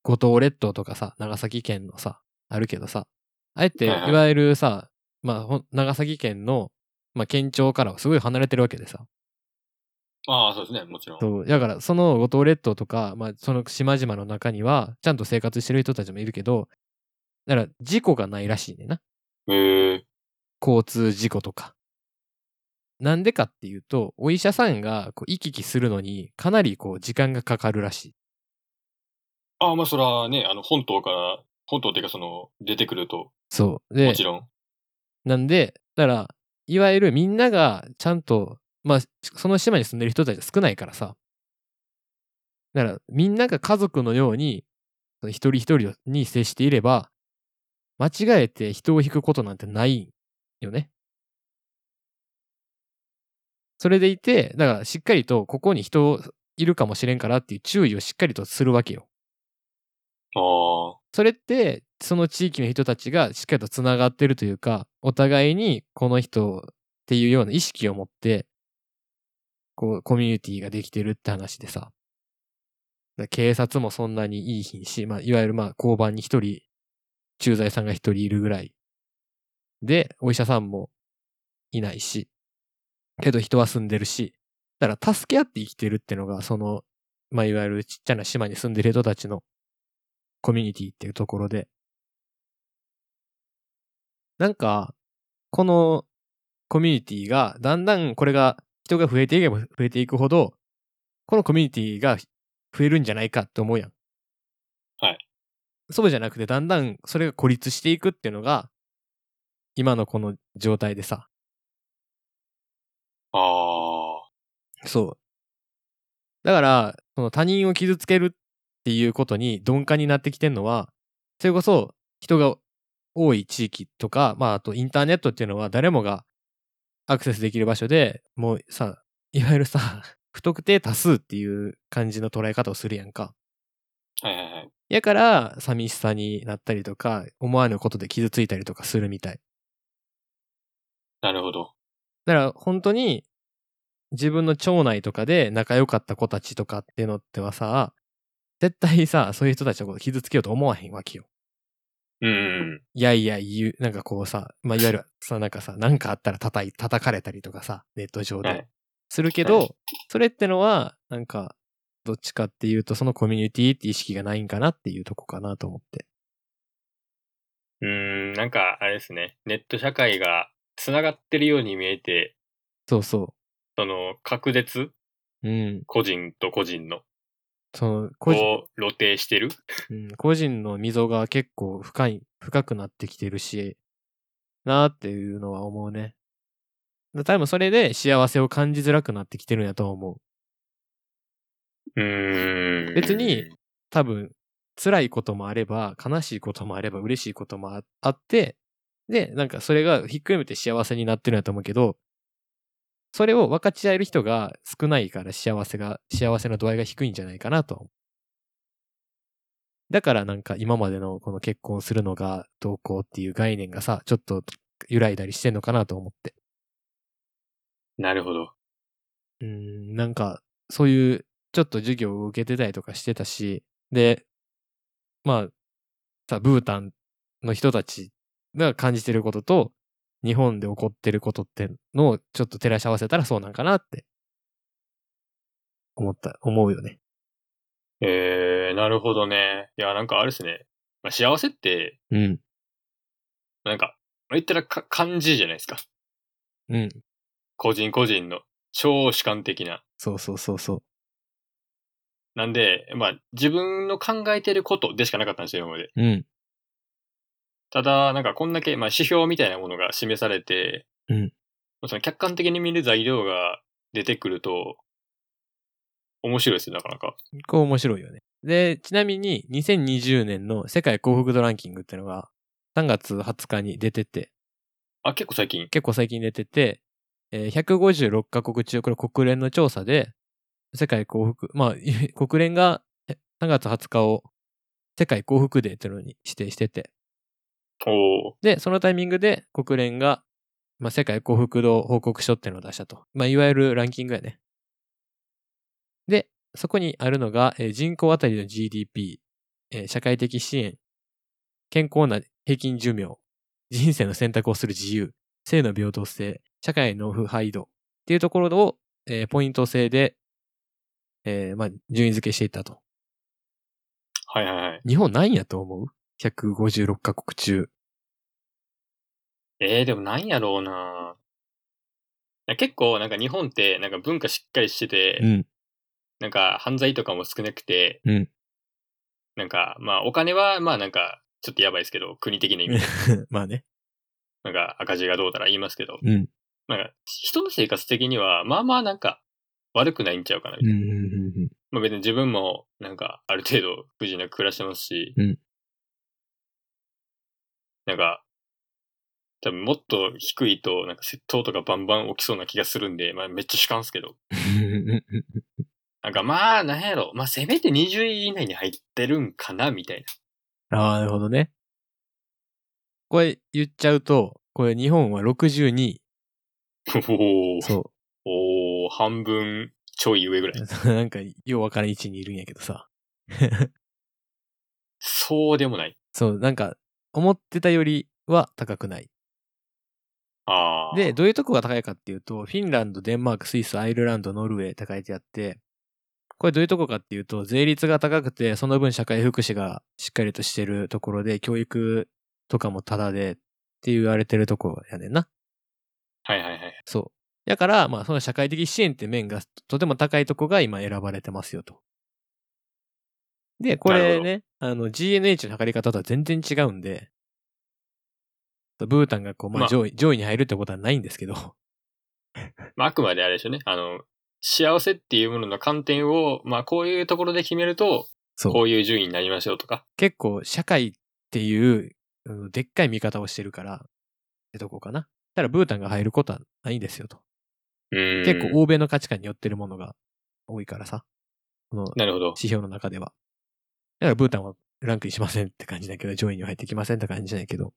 Speaker 2: 五島列島とかさ長崎県のさあるけどさあえてい
Speaker 3: はいはい
Speaker 2: わゆるさまあほん長崎県のまあ県庁からはすごい離れてるわけでさ
Speaker 3: ああ、そうですね、もちろん。
Speaker 2: そうだからその五島列島とか、まあ、その島々の中にはちゃんと生活してる人たちもいるけどだから事故がないらしいねんな
Speaker 3: へえ。
Speaker 2: 交通事故とか。なんでかっていうとお医者さんがこう行き来するのにかなりこう時間がかかるらしい。
Speaker 3: ああ、まあ、そらね、あの、本島から、本島っていうか、その、出てくると、
Speaker 2: そうで
Speaker 3: もちろん。
Speaker 2: なんで、だから、いわゆるみんながちゃんと、まあ、その島に住んでる人たちは少ないからさ。だから、みんなが家族のように、その一人一人に接していれば、間違えて人を引くことなんてないよね。それでいて、だからしっかりとここに人いるかもしれんからっていう注意をしっかりとするわけよ。
Speaker 3: あ
Speaker 2: それってその地域の人たちがしっかりとつながってるというかお互いにこの人っていうような意識を持ってこうコミュニティができてるって話でさだから警察もそんなにいい品し、まあ、いわゆるまあ交番に一人駐在さんが一人いるぐらいでお医者さんもいないしけど人は住んでるしだから助け合って生きてるってのがその、まあ、いわゆるちっちゃな島に住んでる人たちのコミュニティっていうところで。なんか、このコミュニティが、だんだんこれが、人が増えていけば増えていくほど、このコミュニティが増えるんじゃないかって思うやん。
Speaker 3: はい。
Speaker 2: そうじゃなくて、だんだんそれが孤立していくっていうのが、今のこの状態でさ。
Speaker 3: あ。ああ。
Speaker 2: そう。だから、その他人を傷つけるっていうことに鈍感になってきてんのは、それこそ人が多い地域とか、まああとインターネットっていうのは誰もがアクセスできる場所でもうさ、いわゆるさ、 不特定多数っていう感じの捉え方をするやんか。
Speaker 3: はいはいはい。
Speaker 2: やから、寂しさになったりとか、思わぬことで傷ついたりとかするみたい。
Speaker 3: なるほど。
Speaker 2: だから本当に自分の町内とかで仲良かった子たちとかっていうのってはさ、絶対さ、そういう人たちのこと傷つけようと思わへんわけよ。
Speaker 3: うんうん
Speaker 2: いやいや言う、なんかこうさ、まあ、いわゆ るさ、なんかさ、なんかあったら叩い、叩かれたりとかさ、ネット上
Speaker 3: うん。はい
Speaker 2: で。。するけど、
Speaker 3: はい
Speaker 2: それってのは、なんか、どっちかっていうと、そのコミュニティって意識がないんかなっていうとこかなと思って。
Speaker 3: うーん、なんか、あれですね。ネット社会が繋がってるように見えて、
Speaker 2: そうそ
Speaker 3: その、隔絶
Speaker 2: う。うん。
Speaker 3: 個人と個人の、
Speaker 2: その、個人、
Speaker 3: を露呈してる
Speaker 2: うん、個人の溝が結構深い、深くなってきてるし、なーっていうのは思うね。多分それで幸せを感じづらくなってきてるんやと思う。
Speaker 3: うーん。
Speaker 2: 別に、多分、辛いこともあれば、悲しいこともあれば、嬉しいこともああって、で、なんかそれがひっくるめて幸せになってるんだと思うけど、それを分かち合える人が少ないから幸せが、幸せの度合いが低いんじゃないかなとは思う。だからなんか今までのこの結婚するのがどうこうっていう概念がさ、ちょっと揺らいだりしてんのかなと思って。
Speaker 3: なるほど。
Speaker 2: うーん、なんか、そういう、ちょっと授業を受けてたりとかしてたし、で、まあ、さ、ブータンの人たちが感じてることと、日本で起こってることってのをちょっと照らし合わせたらそうなんかなって、思った、思うよね。
Speaker 3: えー、なるほどね。いや、なんかあれですね。まあ、幸せって、
Speaker 2: うん。
Speaker 3: なんか、まあ言ったらか感じじゃないですか。
Speaker 2: うん。
Speaker 3: 個人個人の超主観的な。
Speaker 2: そうそうそうそう。
Speaker 3: なんで、まあ、自分の考えてることでしかなかったんですよ、今まで。
Speaker 2: うん。
Speaker 3: ただ、なんかこんだけ、まあ、指標みたいなものが示されて、
Speaker 2: うん
Speaker 3: その客観的に見る材料が出てくると、面白いですよ、なかなか。
Speaker 2: こう面白いよね。で、ちなみに2020年の世界幸福度ランキングってのが3月20日に出てて、
Speaker 3: あ、結構最近。
Speaker 2: 結構最近出てて、えー156カ国中、これ国連の調査で、世界幸福、まあ、 国連がえ3月20日を世界幸福デーというのに指定してて、
Speaker 3: おー
Speaker 2: で、そのタイミングで国連が、まあ、世界幸福度報告書っていうのを出したと。まあ、いわゆるランキングやね。で、そこにあるのが、えー人口あたりの GDP、えー社会的支援、健康な平均寿命、人生の選択をする自由、性の平等性、社会の腐敗度っていうところを、えーポイント制で、えーまあ、順位付けしていったと。
Speaker 3: はいはいはい。
Speaker 2: 日本何位やと思う ?156 カ国中。
Speaker 3: えー、でもなんやろうな結構なんか日本ってなんか文化しっかりしてて、
Speaker 2: ん。
Speaker 3: なんか犯罪とかも少なくて、
Speaker 2: うん
Speaker 3: なんかまあお金はまあなんかちょっとやばいですけど、国的な意味で
Speaker 2: まあね。
Speaker 3: なんか赤字がどうたら言いますけど、
Speaker 2: うん。
Speaker 3: なんか人の生活的にはまあまあなんか悪くないんちゃうかなみたいな。
Speaker 2: うんうんうんうん。
Speaker 3: まあ別に自分もなんかある程度不自由なく暮らしてますし、
Speaker 2: うん
Speaker 3: なんか、多分もっと低いと、なんか窃盗とかバンバン起きそうな気がするんで、まあめっちゃ主観っすけど。なんかまあ、なんやろ。まあせめて20位以内に入ってるんかな、みたい
Speaker 2: ああ、なるほどね。これ言っちゃうと、これ日本は62位。
Speaker 3: な。おー、
Speaker 2: そ
Speaker 3: おー半分ちょい上ぐらい。
Speaker 2: う。 なんか、ようわからん位置にいるんやけどさ。
Speaker 3: そうでもない。
Speaker 2: そう、なんか、思ってたよりは高くない。
Speaker 3: ああ。
Speaker 2: で、、どういうとこが高いかっていうと、フィンランド、デンマーク、スイス、アイルランド、ノルウェーって書いてあって、これどういうとこかっていうと、税率が高くて、その分社会福祉がしっかりとしてるところで、教育とかもタダでって言われてるとこやねんな。
Speaker 3: はいはいはい。
Speaker 2: そう。だから、まあ、その社会的支援って面がとても高いとこが今選ばれてますよと。で、これね、あの、GNH の測り方とは全然違うんで、ブータンがこう、ま
Speaker 3: ま
Speaker 2: あ
Speaker 3: あ
Speaker 2: 上位、上位に入るってことはないんですけど、
Speaker 3: まあ、あくまであれでしょうね。あの、幸せっていうものの観点を、まあこういうところで決めると、
Speaker 2: そう
Speaker 3: こういう順位になりましょうとか。
Speaker 2: 結構社会っていう、うんでっかい見方をしてるから、ってとこかな。ただブータンが入ることはないんですよと。
Speaker 3: 結
Speaker 2: 結構欧米の価値観に寄ってるものが多いからさ、この
Speaker 3: なるほど。
Speaker 2: 指標の中では。だからブータンはランクにしませんって感じだけど、上位には入ってきませんって感じだけど。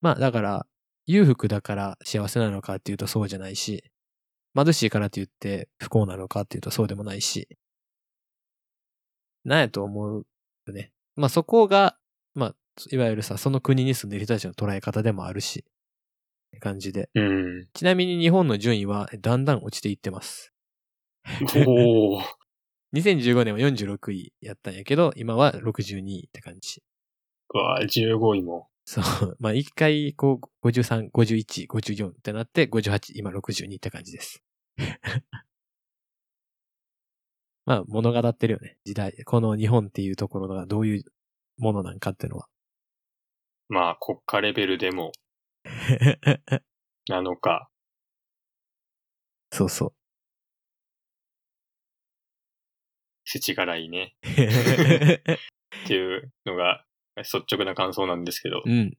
Speaker 2: まあだから、裕福だから幸せなのかっていうとそうじゃないし、貧しいからって言って不幸なのかっていうとそうでもないし、なんやと思うよね。まあそこが、まあ、いわゆるさ、その国に住んでいる人たちの捉え方でもあるし、って感じで。
Speaker 3: うん。
Speaker 2: ちなみに日本の順位はえだんだん落ちていってます。
Speaker 3: おー。
Speaker 2: 2015年は46位やったんやけど、今は62位って感じ。
Speaker 3: うわー、15位も。
Speaker 2: そう。 まあ、一回、こう、53、51、54ってなって、58、今62って感じです。 まあ、物語ってるよね。時代。この日本っていうところがどういうものなんかっていうのは。
Speaker 3: まあ、国家レベルでもなのか。
Speaker 2: そうそう。
Speaker 3: 世知辛いね。っていうのが、率直な感想なんですけど。
Speaker 2: うん。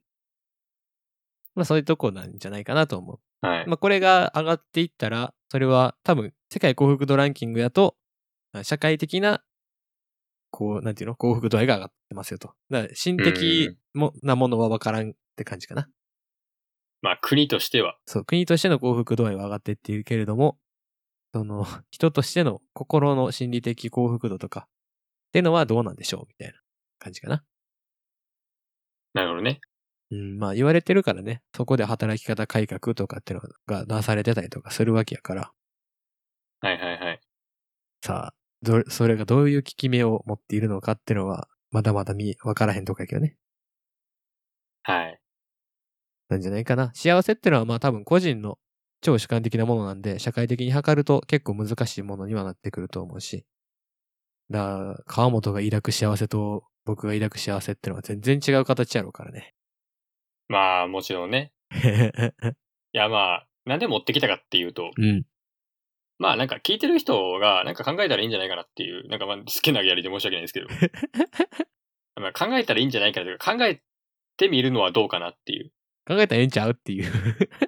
Speaker 2: まあ、そういうとこなんじゃないかなと思う。
Speaker 3: はい。
Speaker 2: まあ、これが上がっていったら、それは多分、世界幸福度ランキングだと、あ社会的な、こう、なんていうの幸福度合いが上がってますよと。だから、心的も、なものは分からんって感じかな。
Speaker 3: まあ、国としては、
Speaker 2: そう、国としての幸福度合いは上がってっていうけれども、その、 人としての心の心理的幸福度とか、っていうのはどうなんでしょうみたいな感じかな。
Speaker 3: なるほどね。
Speaker 2: うん、まあ言われてるからね、そこで働き方改革とかってのが出されてたりとかするわけやから、
Speaker 3: はいはいはい。
Speaker 2: さあ、どれ、それがどういう効き目を持っているのかってのは、まだまだ見、わからへんとこやけどね。
Speaker 3: はい。
Speaker 2: なんじゃないかな。幸せってのはまあ多分個人の超主観的なものなんで、社会的に測ると結構難しいものにはなってくると思うし。だから、川本が抱く幸せと僕が抱く幸せってのは全然違う形やろうから ね。
Speaker 3: まあ、もちろんね。いやまあ、なんで持ってきたかっていうと、
Speaker 2: うん。
Speaker 3: まあなんか聞いてる人がなんか考えたらいいんじゃないかなっていう、なんかまあ好きなやりで申し訳ないんですけど。まあ考えたらいいんじゃないかなというか、考えてみるのはどうかなっていう。
Speaker 2: 考えたらええんちゃうっていう。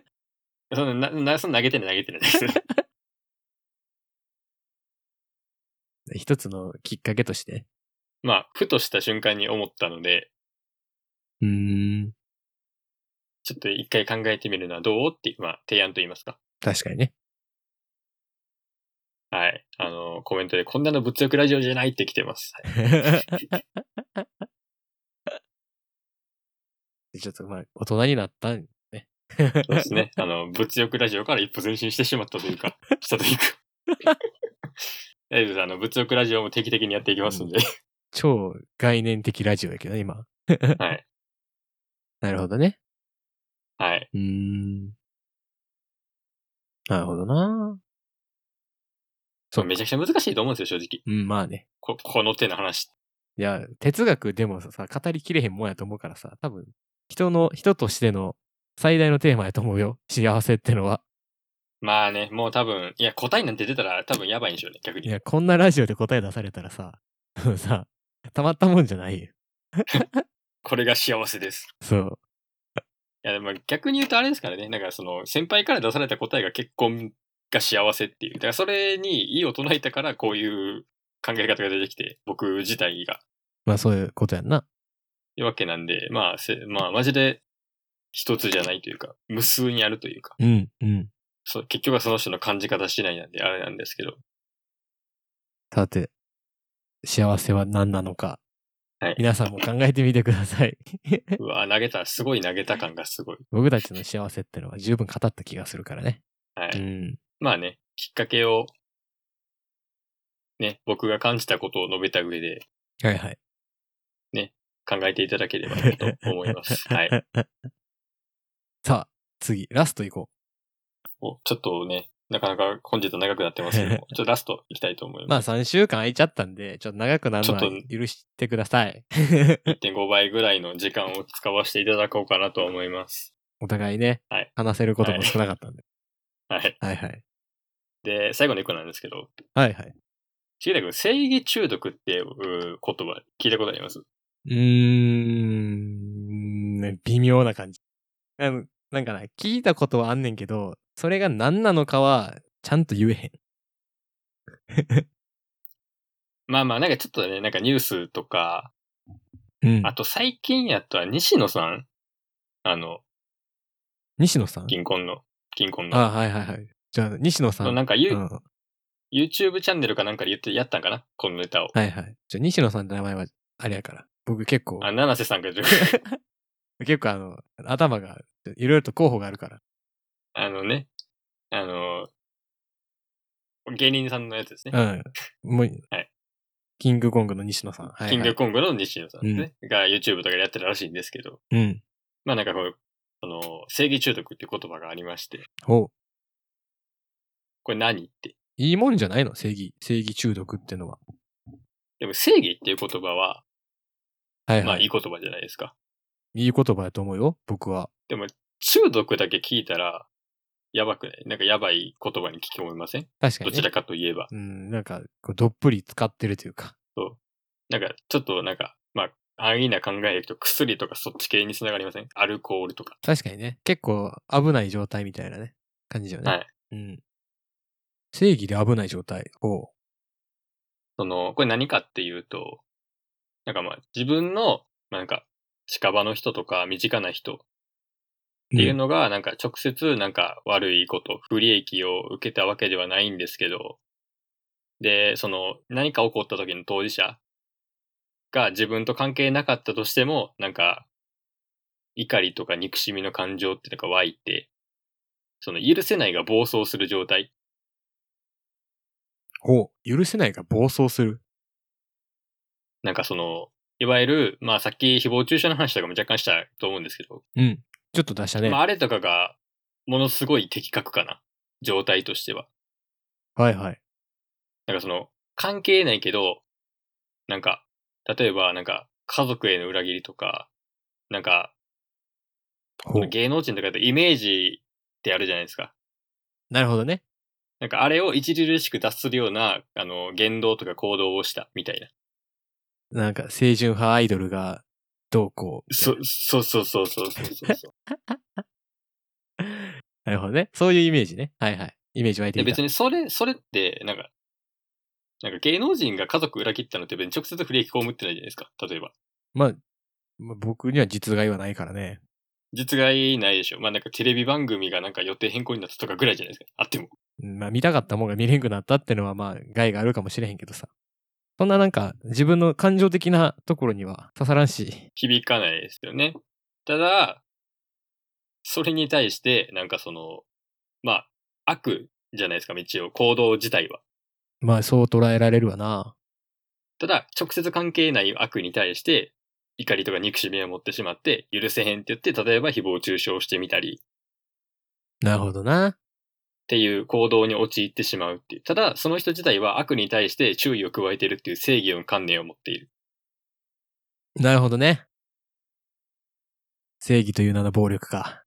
Speaker 3: そのな、な、その投げてない投げてないです。
Speaker 2: 一つのきっかけとして。
Speaker 3: まあ、ふとした瞬間に思ったので、
Speaker 2: うーん。
Speaker 3: ちょっと一回考えてみるのはどうっていう、まあ、提案と言いますか。
Speaker 2: 確かにね。
Speaker 3: はい。あの、コメントで、こんなの物欲ラジオじゃないって来てます。はい
Speaker 2: ちょっとまあ、大人になったんね。
Speaker 3: そうですね。あの、物欲ラジオから一歩前進してしまったというか、したというか。大丈夫です。あの、物欲ラジオも定期的にやっていきますんで。
Speaker 2: 超概念的ラジオやけど、今。
Speaker 3: はい。
Speaker 2: なるほどね。
Speaker 3: はい。
Speaker 2: うーん。なるほどな。
Speaker 3: そう、めちゃくちゃ難しいと思うんですよ、正直。
Speaker 2: うん、まあね。
Speaker 3: こ、この手の話。
Speaker 2: いや、哲学でもさ、語りきれへんもんやと思うからさ、多分、人の、人としての最大のテーマやと思うよ。幸せってのは。
Speaker 3: まあね、もう多分、いや、答えなんて出たら多分やばいんでしょうね、逆
Speaker 2: い
Speaker 3: に。
Speaker 2: や、こんなラジオで答え出されたらさ、 さ、たまったもんじゃないよ。
Speaker 3: これが幸せです。
Speaker 2: そう。
Speaker 3: いや、でも逆に言うとあれですからね、なんかその、先輩から出された答えが結婚が幸せっていう。だからそれに異を唱えたから、こういう考え方が出てきて、僕自体が。
Speaker 2: まあそういうことやんな。
Speaker 3: いうわけなんで、まあ、せまあ、マジで一つじゃないというか、無数にあるというか、
Speaker 2: うん、うん。
Speaker 3: そう結局はその人の感じ方次第なんで、あれなんですけど、
Speaker 2: さて、幸せは何なのか、
Speaker 3: はい
Speaker 2: 皆さんも考えてみてください。
Speaker 3: うわ、投げた、すごい投げた感がすごい。
Speaker 2: 僕たちの幸せってのは十分語った気がするからね。
Speaker 3: は
Speaker 2: う
Speaker 3: い。
Speaker 2: ん。
Speaker 3: まあね、きっかけを、ね、僕が感じたことを述べた上で
Speaker 2: はいはい。
Speaker 3: 考えていただければなと思 います。はい。
Speaker 2: さあ、次、ラスト行こ。
Speaker 3: おちょっとね、なかなか本日は長くなってますけども、ちょっとラストいきたいと思いう
Speaker 2: ま
Speaker 3: ま
Speaker 2: あ
Speaker 3: す。
Speaker 2: 3週間空いちゃったんで、ちょっと長くなるのは
Speaker 3: ちょっと
Speaker 2: 許してください。
Speaker 3: 1.5倍ぐらいの時間を使わせていただこうかなと思います。
Speaker 2: お互いね、
Speaker 3: はい
Speaker 2: 話せることも少なかったんで。
Speaker 3: はい。
Speaker 2: はいはい。
Speaker 3: で、最後の一個なんですけど、
Speaker 2: はいはい。
Speaker 3: 重田君、正義中毒っていう言葉聞いたことあります
Speaker 2: うーん、ね微妙な感じ。あのなんかな、聞いたことはあんねんけど、それが何なのかは、ちゃんと言えへん。
Speaker 3: まあまあ、なんかちょっとね、なんかニュースとか、
Speaker 2: うん
Speaker 3: あと最近やったら西野さんあの、
Speaker 2: 西野さん
Speaker 3: 銀婚の、銀婚の。
Speaker 2: あはいはいはい。じゃあ、西野さ。
Speaker 3: そうんなんか、ゆ
Speaker 2: うんは
Speaker 3: YouTube チャンネルかなんかで言ってやったんかなこのネタを。
Speaker 2: いはい。じゃあ、西野さんって名前は、あれやから。僕結構、
Speaker 3: あ、七瀬さんが言っ てる
Speaker 2: 結構あの、頭が、いろいろと候補があるから。
Speaker 3: あのね、あの、芸人さんのやつですね。
Speaker 2: うん。もう、
Speaker 3: はい
Speaker 2: キングコングの西野さん。はい、はい。
Speaker 3: キングコングの西野さんですね、が YouTube とかでやってるらしいんですけど、
Speaker 2: うん。
Speaker 3: まあなんかこう、その、正義中毒っていう言葉がありまして、
Speaker 2: ほう。
Speaker 3: これ何って。
Speaker 2: いいもんじゃないの正義。正義中毒ってのは。
Speaker 3: でも正義っていう言葉は、
Speaker 2: はい
Speaker 3: ま
Speaker 2: は
Speaker 3: あ
Speaker 2: い。
Speaker 3: いい言葉じゃないですか。
Speaker 2: いい言葉やと思うよ、僕は。
Speaker 3: 中毒だけ聞いたら、やばくないなんかやばい言葉に聞き思いません
Speaker 2: 確かに、
Speaker 3: ど
Speaker 2: ね。
Speaker 3: ちらかといえば。
Speaker 2: うん、なんか、こうどっぷり使ってるというか。
Speaker 3: なんか、ちょっとなんか、まあ、安易な考えでいくと薬とかそっち系につながりませんアルコールとか。
Speaker 2: 確かにね。結構危ない状態みたいなね。感じよね。
Speaker 3: はい。
Speaker 2: うん。正義で危ない状態を。
Speaker 3: その、これ何かっていうと、なんかまあ、自分の、まあなんか、近場の人とか身近な人っていうのが、なんか直接なんか悪いこと、不利益を受けたわけではないんですけど、で、その何か起こった時の当事者が自分と関係なかったとしても、なんか怒りとか憎しみの感情ってなんか湧いて、その許せないが暴走する状態。
Speaker 2: ほう。許せないが暴走する。
Speaker 3: なんかその、いわゆる、まあさっき誹謗中傷の話とかも若干したと思うんですけど、
Speaker 2: うん。ちょっと出したね。
Speaker 3: まああれとかがものすごい的確かな状態としては。
Speaker 2: はいはい。
Speaker 3: なんかその、関係ないけど、なんか、例えば、なんか、家族への裏切りとか、なんか、
Speaker 2: ほう。
Speaker 3: 芸能人とかってイメージってあるじゃないですか。
Speaker 2: なるほどね。
Speaker 3: なんか、あれを著しく脱するような、あの、言動とか行動をした、みたいな。
Speaker 2: なんか、青春派アイドルが、どうこう。
Speaker 3: そ、そうそうそうそうそ うそうそう
Speaker 2: なるほどね。そういうイメージね。はいはい。イメージ湧いて
Speaker 3: で
Speaker 2: きた。
Speaker 3: 別に、それ、それって、なんか、なんか芸能人が家族裏切ったのって別に直接不利益被ってないじゃないですか。例えば。
Speaker 2: まあ、まあ、僕には実害はないからね。
Speaker 3: 実害ないでしょ。まあなんかテレビ番組がなんか予定変更になったとかぐらいじゃないですか。あっても。
Speaker 2: うんまあ、見たかったもんが見れんくなったってのは、まあ、害があるかもしれへんけどさ。そんななんか、自分の感情的なところには刺さらんし。
Speaker 3: 響かないですよね。ただ、それに対して、なんかその、まあ、悪じゃないですか、道を、行動自体は。
Speaker 2: まあ、そう捉えられるわな。
Speaker 3: ただ、直接関係ない悪に対して、怒りとか憎しみを持ってしまって、許せへんって言って、例えば誹謗中傷してみたり、
Speaker 2: なるほどな。
Speaker 3: っていう行動に陥ってしまうっていう。ただ、その人自体は悪に対して注意を加えてるっていう正義の観念を持っている。
Speaker 2: なるほどね。正義という名の暴力か。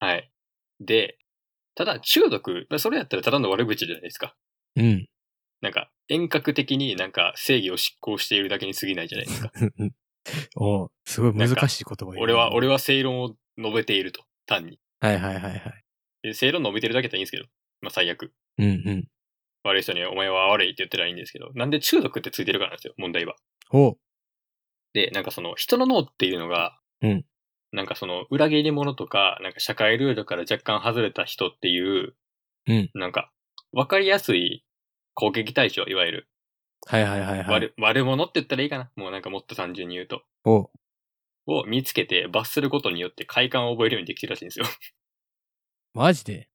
Speaker 3: はい。で、ただ、中毒、それやったらただの悪口じゃないですか。
Speaker 2: うん。
Speaker 3: なんか、遠隔的になんか正義を執行しているだけに過ぎないじゃないですか。
Speaker 2: おうすごい難しい言葉言うね
Speaker 3: 俺は、。俺は正論を述べていると、単に。
Speaker 2: はいはいはいはい。
Speaker 3: で正論述べてるだけだったらいいんですけど、まあ最悪。
Speaker 2: うんうん。
Speaker 3: 悪い人にお前は悪いって言ってたらいいんですけど、なんで中毒ってついてるからなんですよ、問題は。
Speaker 2: おう
Speaker 3: で、なんかその人の脳っていうのが、
Speaker 2: うん
Speaker 3: なんかその裏切り者とか、なんか社会ルールから若干外れた人っていう、
Speaker 2: うん
Speaker 3: なんか、わかりやすい攻撃対象、いわゆる。
Speaker 2: はいはいはいはい。
Speaker 3: 悪、悪者って言ったらいいかな。もうなんかもっと単純に言うと。
Speaker 2: おう
Speaker 3: を見つけて罰することによって快感を覚えるようにできてるらしいんですよ。
Speaker 2: マジで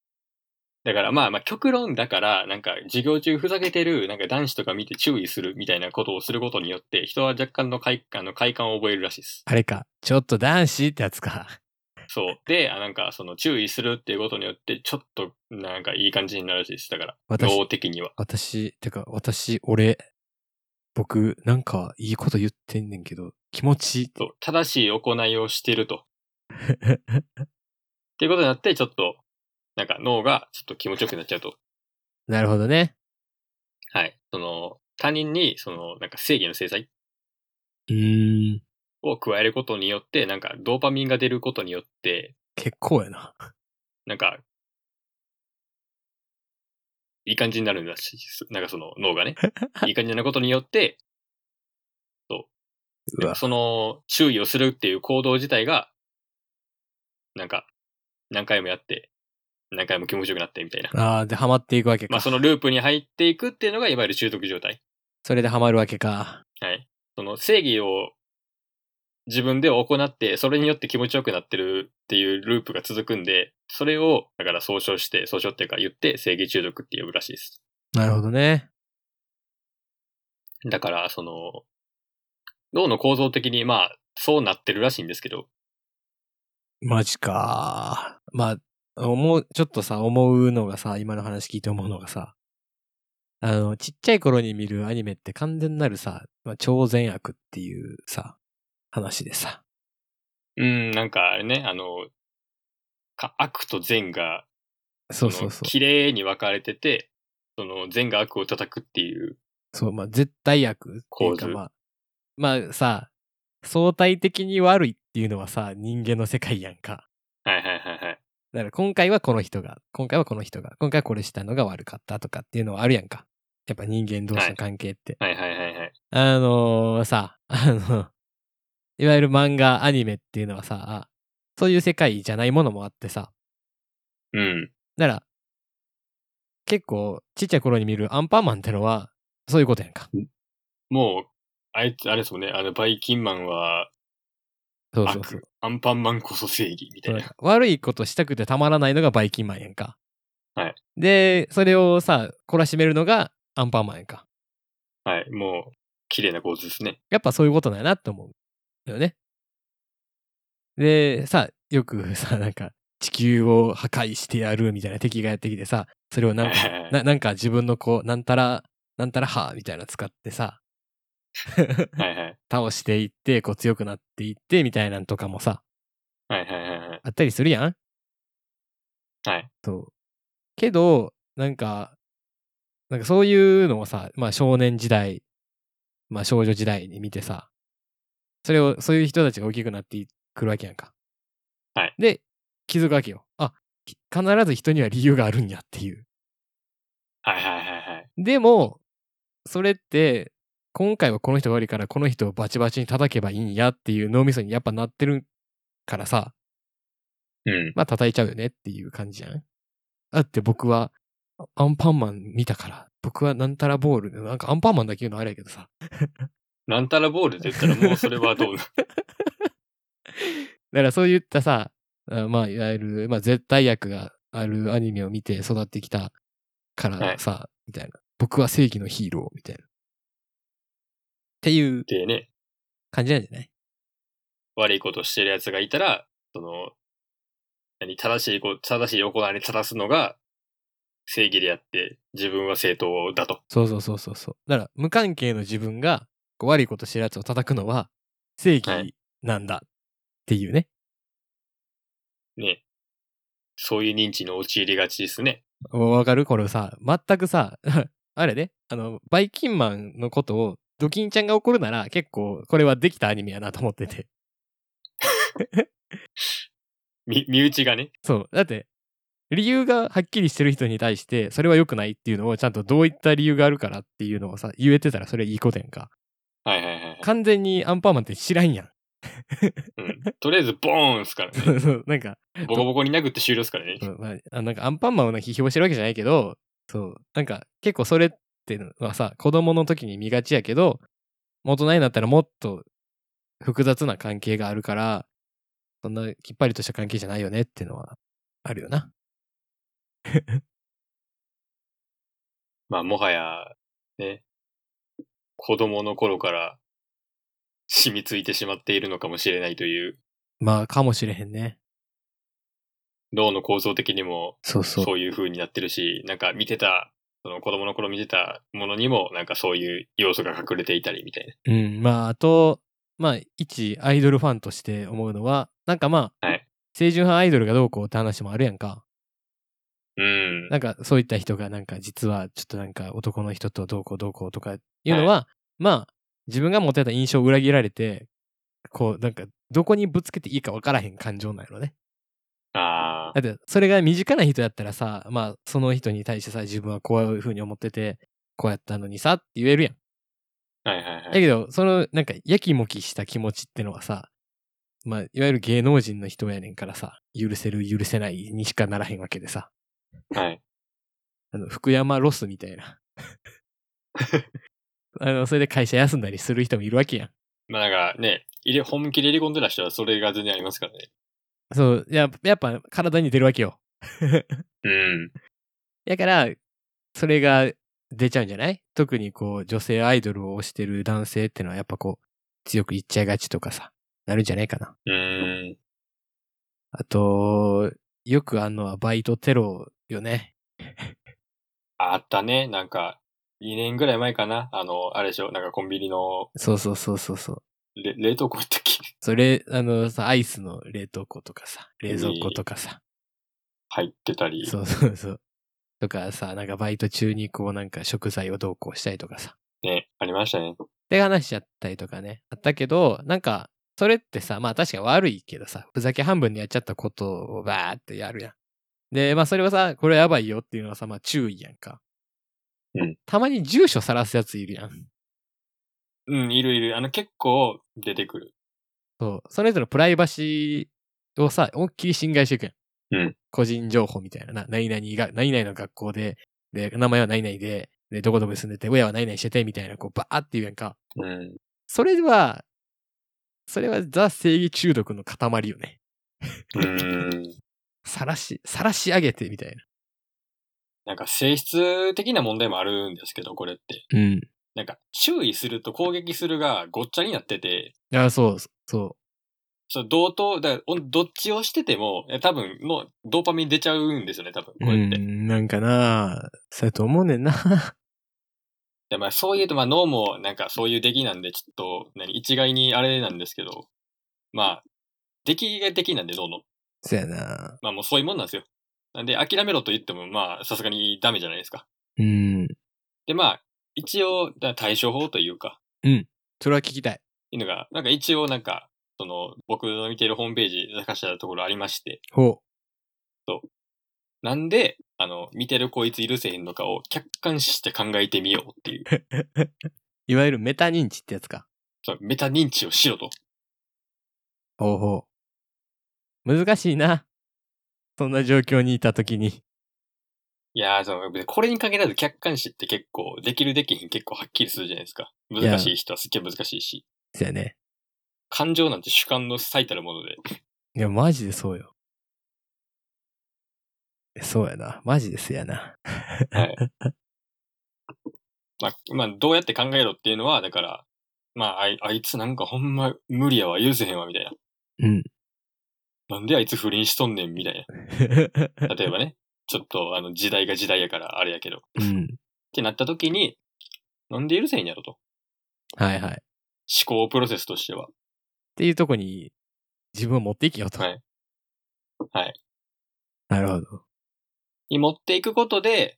Speaker 3: だからまあまあ極論だから、なんか授業中ふざけてる、なんか男子とか見て注意するみたいなことをすることによって、人は若干の快あの快感を覚えるらしいです。
Speaker 2: あれか。ちょっと男子ってやつか。
Speaker 3: そう。で、あなんかその注意するっていうことによって、ちょっとなんかいい感じになるらしいです。だから、
Speaker 2: 私
Speaker 3: 脳的には。
Speaker 2: 私、てか、私、俺、僕、なんか、いいこと言ってんねんけど、気持ちいい。
Speaker 3: そう。正しい行いをしてると。っていうことになって、ちょっと、なんか脳がちょっと気持ちよくなっちゃうと。
Speaker 2: なるほどね。
Speaker 3: はい。その、他人に、その、なんか正義の制裁
Speaker 2: うーん。
Speaker 3: を加えることによって、なんかドーパミンが出ることによって、
Speaker 2: 結構やな。
Speaker 3: なんか、いい感じになるんだしいです。なんかその 脳がね、いい感じになることによって、
Speaker 2: うわ。
Speaker 3: その注意をするっていう行動自体が、なんか、何回もやって、何回も気持ちよくなってみたいな。
Speaker 2: ああ、で、ハマっていくわけか。
Speaker 3: まあそのループに入っていくっていうのが、いわゆる中毒状態。
Speaker 2: それでハマるわけか。
Speaker 3: はい。その正義を自分で行って、それによって気持ちよくなってるっていうループが続くんで、それを、だから総称して、総称っていうか言って、正義中毒って呼ぶらしいです。
Speaker 2: なるほどね。
Speaker 3: だから、その、脳の構造的に、まあ、そうなってるらしいんですけど、
Speaker 2: マジか。まあ、思う、ちょっとさ、思うのがさ、今の話聞いて思うのがさ、あの、ちっちゃい頃に見るアニメって完全なるさ、まあ、超善悪っていうさ、話でさ。
Speaker 3: うん、なんかあれね、あの、か悪と善が、
Speaker 2: そうそうそ
Speaker 3: の
Speaker 2: う。
Speaker 3: 綺麗に分かれてて、その善が悪を叩くっていう、
Speaker 2: そう、まあ、絶対悪っていうか、
Speaker 3: 構図
Speaker 2: まあ、まあさ、相対的に悪いっていうのはさ、人間の世界やんか。
Speaker 3: はいはいはいはい。
Speaker 2: だから今回はこの人が、今回はこの人が、今回はこれしたのが悪かったとかっていうのはあるやんか。やっぱ人間同士の関係って。
Speaker 3: はいはいはいはい。
Speaker 2: あのーさ、あの、いわゆる漫画、アニメっていうのはさ、あそういう世界じゃないものもあってさ、
Speaker 3: うん。
Speaker 2: なら、結構ちっちゃい頃に見るアンパンマンってのは、そういうことやんか。
Speaker 3: もう、あいつ、あれですもんね、あの、バイキンマンは
Speaker 2: そう
Speaker 3: 悪、
Speaker 2: そうそう。
Speaker 3: アンパンマンこそ正義みたいな。
Speaker 2: 悪いことしたくてたまらないのがバイキンマンやんか。
Speaker 3: はい。
Speaker 2: で、それをさ、懲らしめるのがアンパンマンやんか。
Speaker 3: はい、もう、綺麗な構図ですね。
Speaker 2: やっぱそういうことだよなって思う。よね。で、さ、よくさ、 なんか、地球を破壊してやるみたいな敵がやってきてさ、それをなんか、 ななんか自分のこう、なんたら、なんたら歯みたいなの使ってさ、
Speaker 3: はいはい。
Speaker 2: 倒していって、こう強くなっていって、みたいなんとかもさ、
Speaker 3: はいはいはいはい。
Speaker 2: あったりするやん
Speaker 3: はい。
Speaker 2: そう。けど、なんか、なんかそういうのをさ、まあ少年時代、まあ少女時代に見てさ、それを、そういう人たちが大きくなってくるわけやんか。
Speaker 3: はい。
Speaker 2: で、気づくわけよ。あ、き必ず人には理由があるんやっていう。
Speaker 3: はいはいはいはい。
Speaker 2: でも、それって、今回はこの人が悪いから、この人をバチバチに叩けばいいんやっていう脳みそにやっぱなってるからさ、
Speaker 3: うん。
Speaker 2: まあ叩いちゃうよねっていう感じじゃん。だって僕はあアンパンマン見たから、僕はなんたらボール、なんかアンパンマンだけ言うのあれやけどさ。
Speaker 3: なんたらボールって言ったらもうそれはどうな
Speaker 2: だからそういったさ、あまあいわゆる、まあ絶対役があるアニメを見て育ってきたからさ、みたいな。僕は正義のヒーローみたいな。っていう
Speaker 3: で ね、
Speaker 2: 感じなんじゃない
Speaker 3: 悪いことしてる奴がいたら、その、何、正しいこ、正しい行いに正すのが正義であって、自分は正当だと。
Speaker 2: そうそうそうそうそう。だから無関係の自分がこう悪いことしてるやつを叩くのは正義なんだっていうね。
Speaker 3: ね。そういう認知の陥りがちですね。
Speaker 2: わかるこれさ、全くさ、 あれね、あの、バイキンマンのことをドキンちゃんが怒るなら結構これはできたアニメやなと思って て。
Speaker 3: み、身内がね。
Speaker 2: そう。だって、理由がはっきりしてる人に対して、それは良くないっていうのをちゃんとどういった理由があるからっていうのをさ、言えてたらそれいいことやんか。
Speaker 3: はいはいはいはい。
Speaker 2: 完全にアンパンマンって知らんや ん。
Speaker 3: うん。とりあえず、ボーンっすか ら
Speaker 2: そ
Speaker 3: ね。
Speaker 2: うそうなんか、
Speaker 3: ボコボコに殴って終了っすからね
Speaker 2: う。んまああ、なんかアンパンマンを批評してるわけじゃないけど、そう、なんか結構それっていうのはさ、子供の時に見がちやけど、大人になったらもっと複雑な関係があるから、そんなきっぱりとした関係じゃないよねっていうのはあるよな。
Speaker 3: まあ、もはや、ね、子供の頃から染みついてしまっているのかもしれないという、
Speaker 2: まあ、かもしれへんね。
Speaker 3: 脳の構造的にも
Speaker 2: そうそ
Speaker 3: そういう風になってるし、なんか見てた、その子供の頃見てたものにも、なんかそういう要素が隠れていたりみたいな。
Speaker 2: うん、まあ、あと、まあ、一アイドルファンとして思うのは、なんかまあ、
Speaker 3: はい
Speaker 2: 青春派アイドルがどうこうって話もあるやんか。
Speaker 3: うん。
Speaker 2: なんかそういった人がなんか実はちょっとなんか男の人とどうこうどうこうとかいうのは、まあ自分が持ってた印象を裏切られてこうなんかどこにぶつけていいか分からへん感情なんやろね。
Speaker 3: ああ、
Speaker 2: だってそれが身近な人やったらさまあその人に対してさ自分はこういうふうに思っててこうやったのにさって言えるやん。
Speaker 3: はいはいは
Speaker 2: だ
Speaker 3: い。
Speaker 2: けどそのなんかやきもきした気持ちってのはさまあいわゆる芸能人の人やねんからさ許せる許せないにしかならへんわけでさ
Speaker 3: はい。
Speaker 2: あの、福山ロスみたいな。あの、それで会社休んだりする人もいるわけやん。
Speaker 3: まあなんかね、入れ、本気で入れ込んでらっしゃらそれが全然ありますからね。
Speaker 2: そう、ややっぱ体に出るわけよ。
Speaker 3: うん。
Speaker 2: だから、それが出ちゃうんじゃない特にこう、女性アイドルを推してる男性ってのはやっぱこう、強く言っちゃいがちとかさ、なるんじゃないかな。
Speaker 3: うーん。
Speaker 2: あと、よくあんのはバイトテロよね。
Speaker 3: あったね。なんか、2年ぐらい前かな。あの、あれでしょ。なんかコンビニの
Speaker 2: そうそうそうそうそう。
Speaker 3: れ冷凍庫行ったっけ
Speaker 2: それ、あのさ、アイスの冷凍庫とかさ、冷蔵庫とかさ、
Speaker 3: 入ってたり。
Speaker 2: そうそうそう。とかさ、なんかバイト中にこうなんか食材をどうこうしたりとかさ。
Speaker 3: ね。ありましたね。
Speaker 2: って話しちゃったりとかね。あったけど、なんか、それってさ、まあ確かに悪いけどさ、ふざけ半分でやっちゃったことをバーってやるやん。で、まあそれはさ、これやばいよっていうのはさ、まあ注意やんか。
Speaker 3: うん
Speaker 2: たまに住所さらすやついるやん。
Speaker 3: うん、いるいる。あの、結構出てくる。
Speaker 2: そう。それぞれのプライバシーをさ、思いっきり侵害していくやん。
Speaker 3: うん
Speaker 2: 個人情報みたいな。な何々が、何々の学校で、で、名前は何々で、で、どこどこに住んでて、親は何々してて、みたいな、こう、バーって言うやんか。
Speaker 3: うん。
Speaker 2: それは、それはザ正義中毒の塊よね。
Speaker 3: うーん。
Speaker 2: さらし、さらし上げてみたいな。
Speaker 3: なんか性質的な問題もあるんですけど、これって。
Speaker 2: うん。
Speaker 3: なんか、注意すると攻撃するがごっちゃになってて、
Speaker 2: あそう、そ
Speaker 3: その同等、だからおどっちをしてても、え多分もうドーパミン出ちゃうんですよね、多分こ
Speaker 2: う。
Speaker 3: うやって。
Speaker 2: ん、なんかなそうやと思うねんな。
Speaker 3: でまあ、そういうと、まあ脳もなんかそういう出来なんで、ちょっと、何、一概にあれなんですけど、まあ、出来が出来なんで脳の。
Speaker 2: そやな
Speaker 3: まあもうそういうもんなんですよ。なんで諦めろと言っても、まあさすがにダメじゃないですか。
Speaker 2: うん。
Speaker 3: でまあ、一応、だ対処法というか、
Speaker 2: それは聞きたい。
Speaker 3: いうのが、なんか一応なんか、その、僕の見ているホームページ探したところありまして、
Speaker 2: ほ
Speaker 3: なんで、あの、見てるこいつ許せへんのかを客観視して考えてみようっていう、
Speaker 2: う。いわゆるメタ認知ってやつか。
Speaker 3: そうメタ認知をしろと。
Speaker 2: ほうほう。難しいな。そんな状況にいたときに。
Speaker 3: いやー、その、これに限らず客観視って結構、できるできひん結構はっきりするじゃないですか。
Speaker 2: や
Speaker 3: 難しい人はすっげえ難しいし、
Speaker 2: そやね。
Speaker 3: 感情なんて主観の最たるもので、
Speaker 2: いや、マジでそうよ。そうやな。マジですやな。
Speaker 3: まあ、まあ、どうやって考えろっていうのは、だから、まあ、あいあいつなんかほんま無理やわ、許せへんわ、みたいな。
Speaker 2: うん。
Speaker 3: なんであいつ不倫しとんねん、みたい な。例えばね、ちょっと、あの、時代が時代やから、あれやけど。
Speaker 2: うん。
Speaker 3: ってなった時に、なんで許せへんやろと。
Speaker 2: はいはい。っ
Speaker 3: 思考プロセスとしては。
Speaker 2: ていうとこに自分を持っていきよと。
Speaker 3: はいはい。
Speaker 2: なるほど。
Speaker 3: に持っていくことで、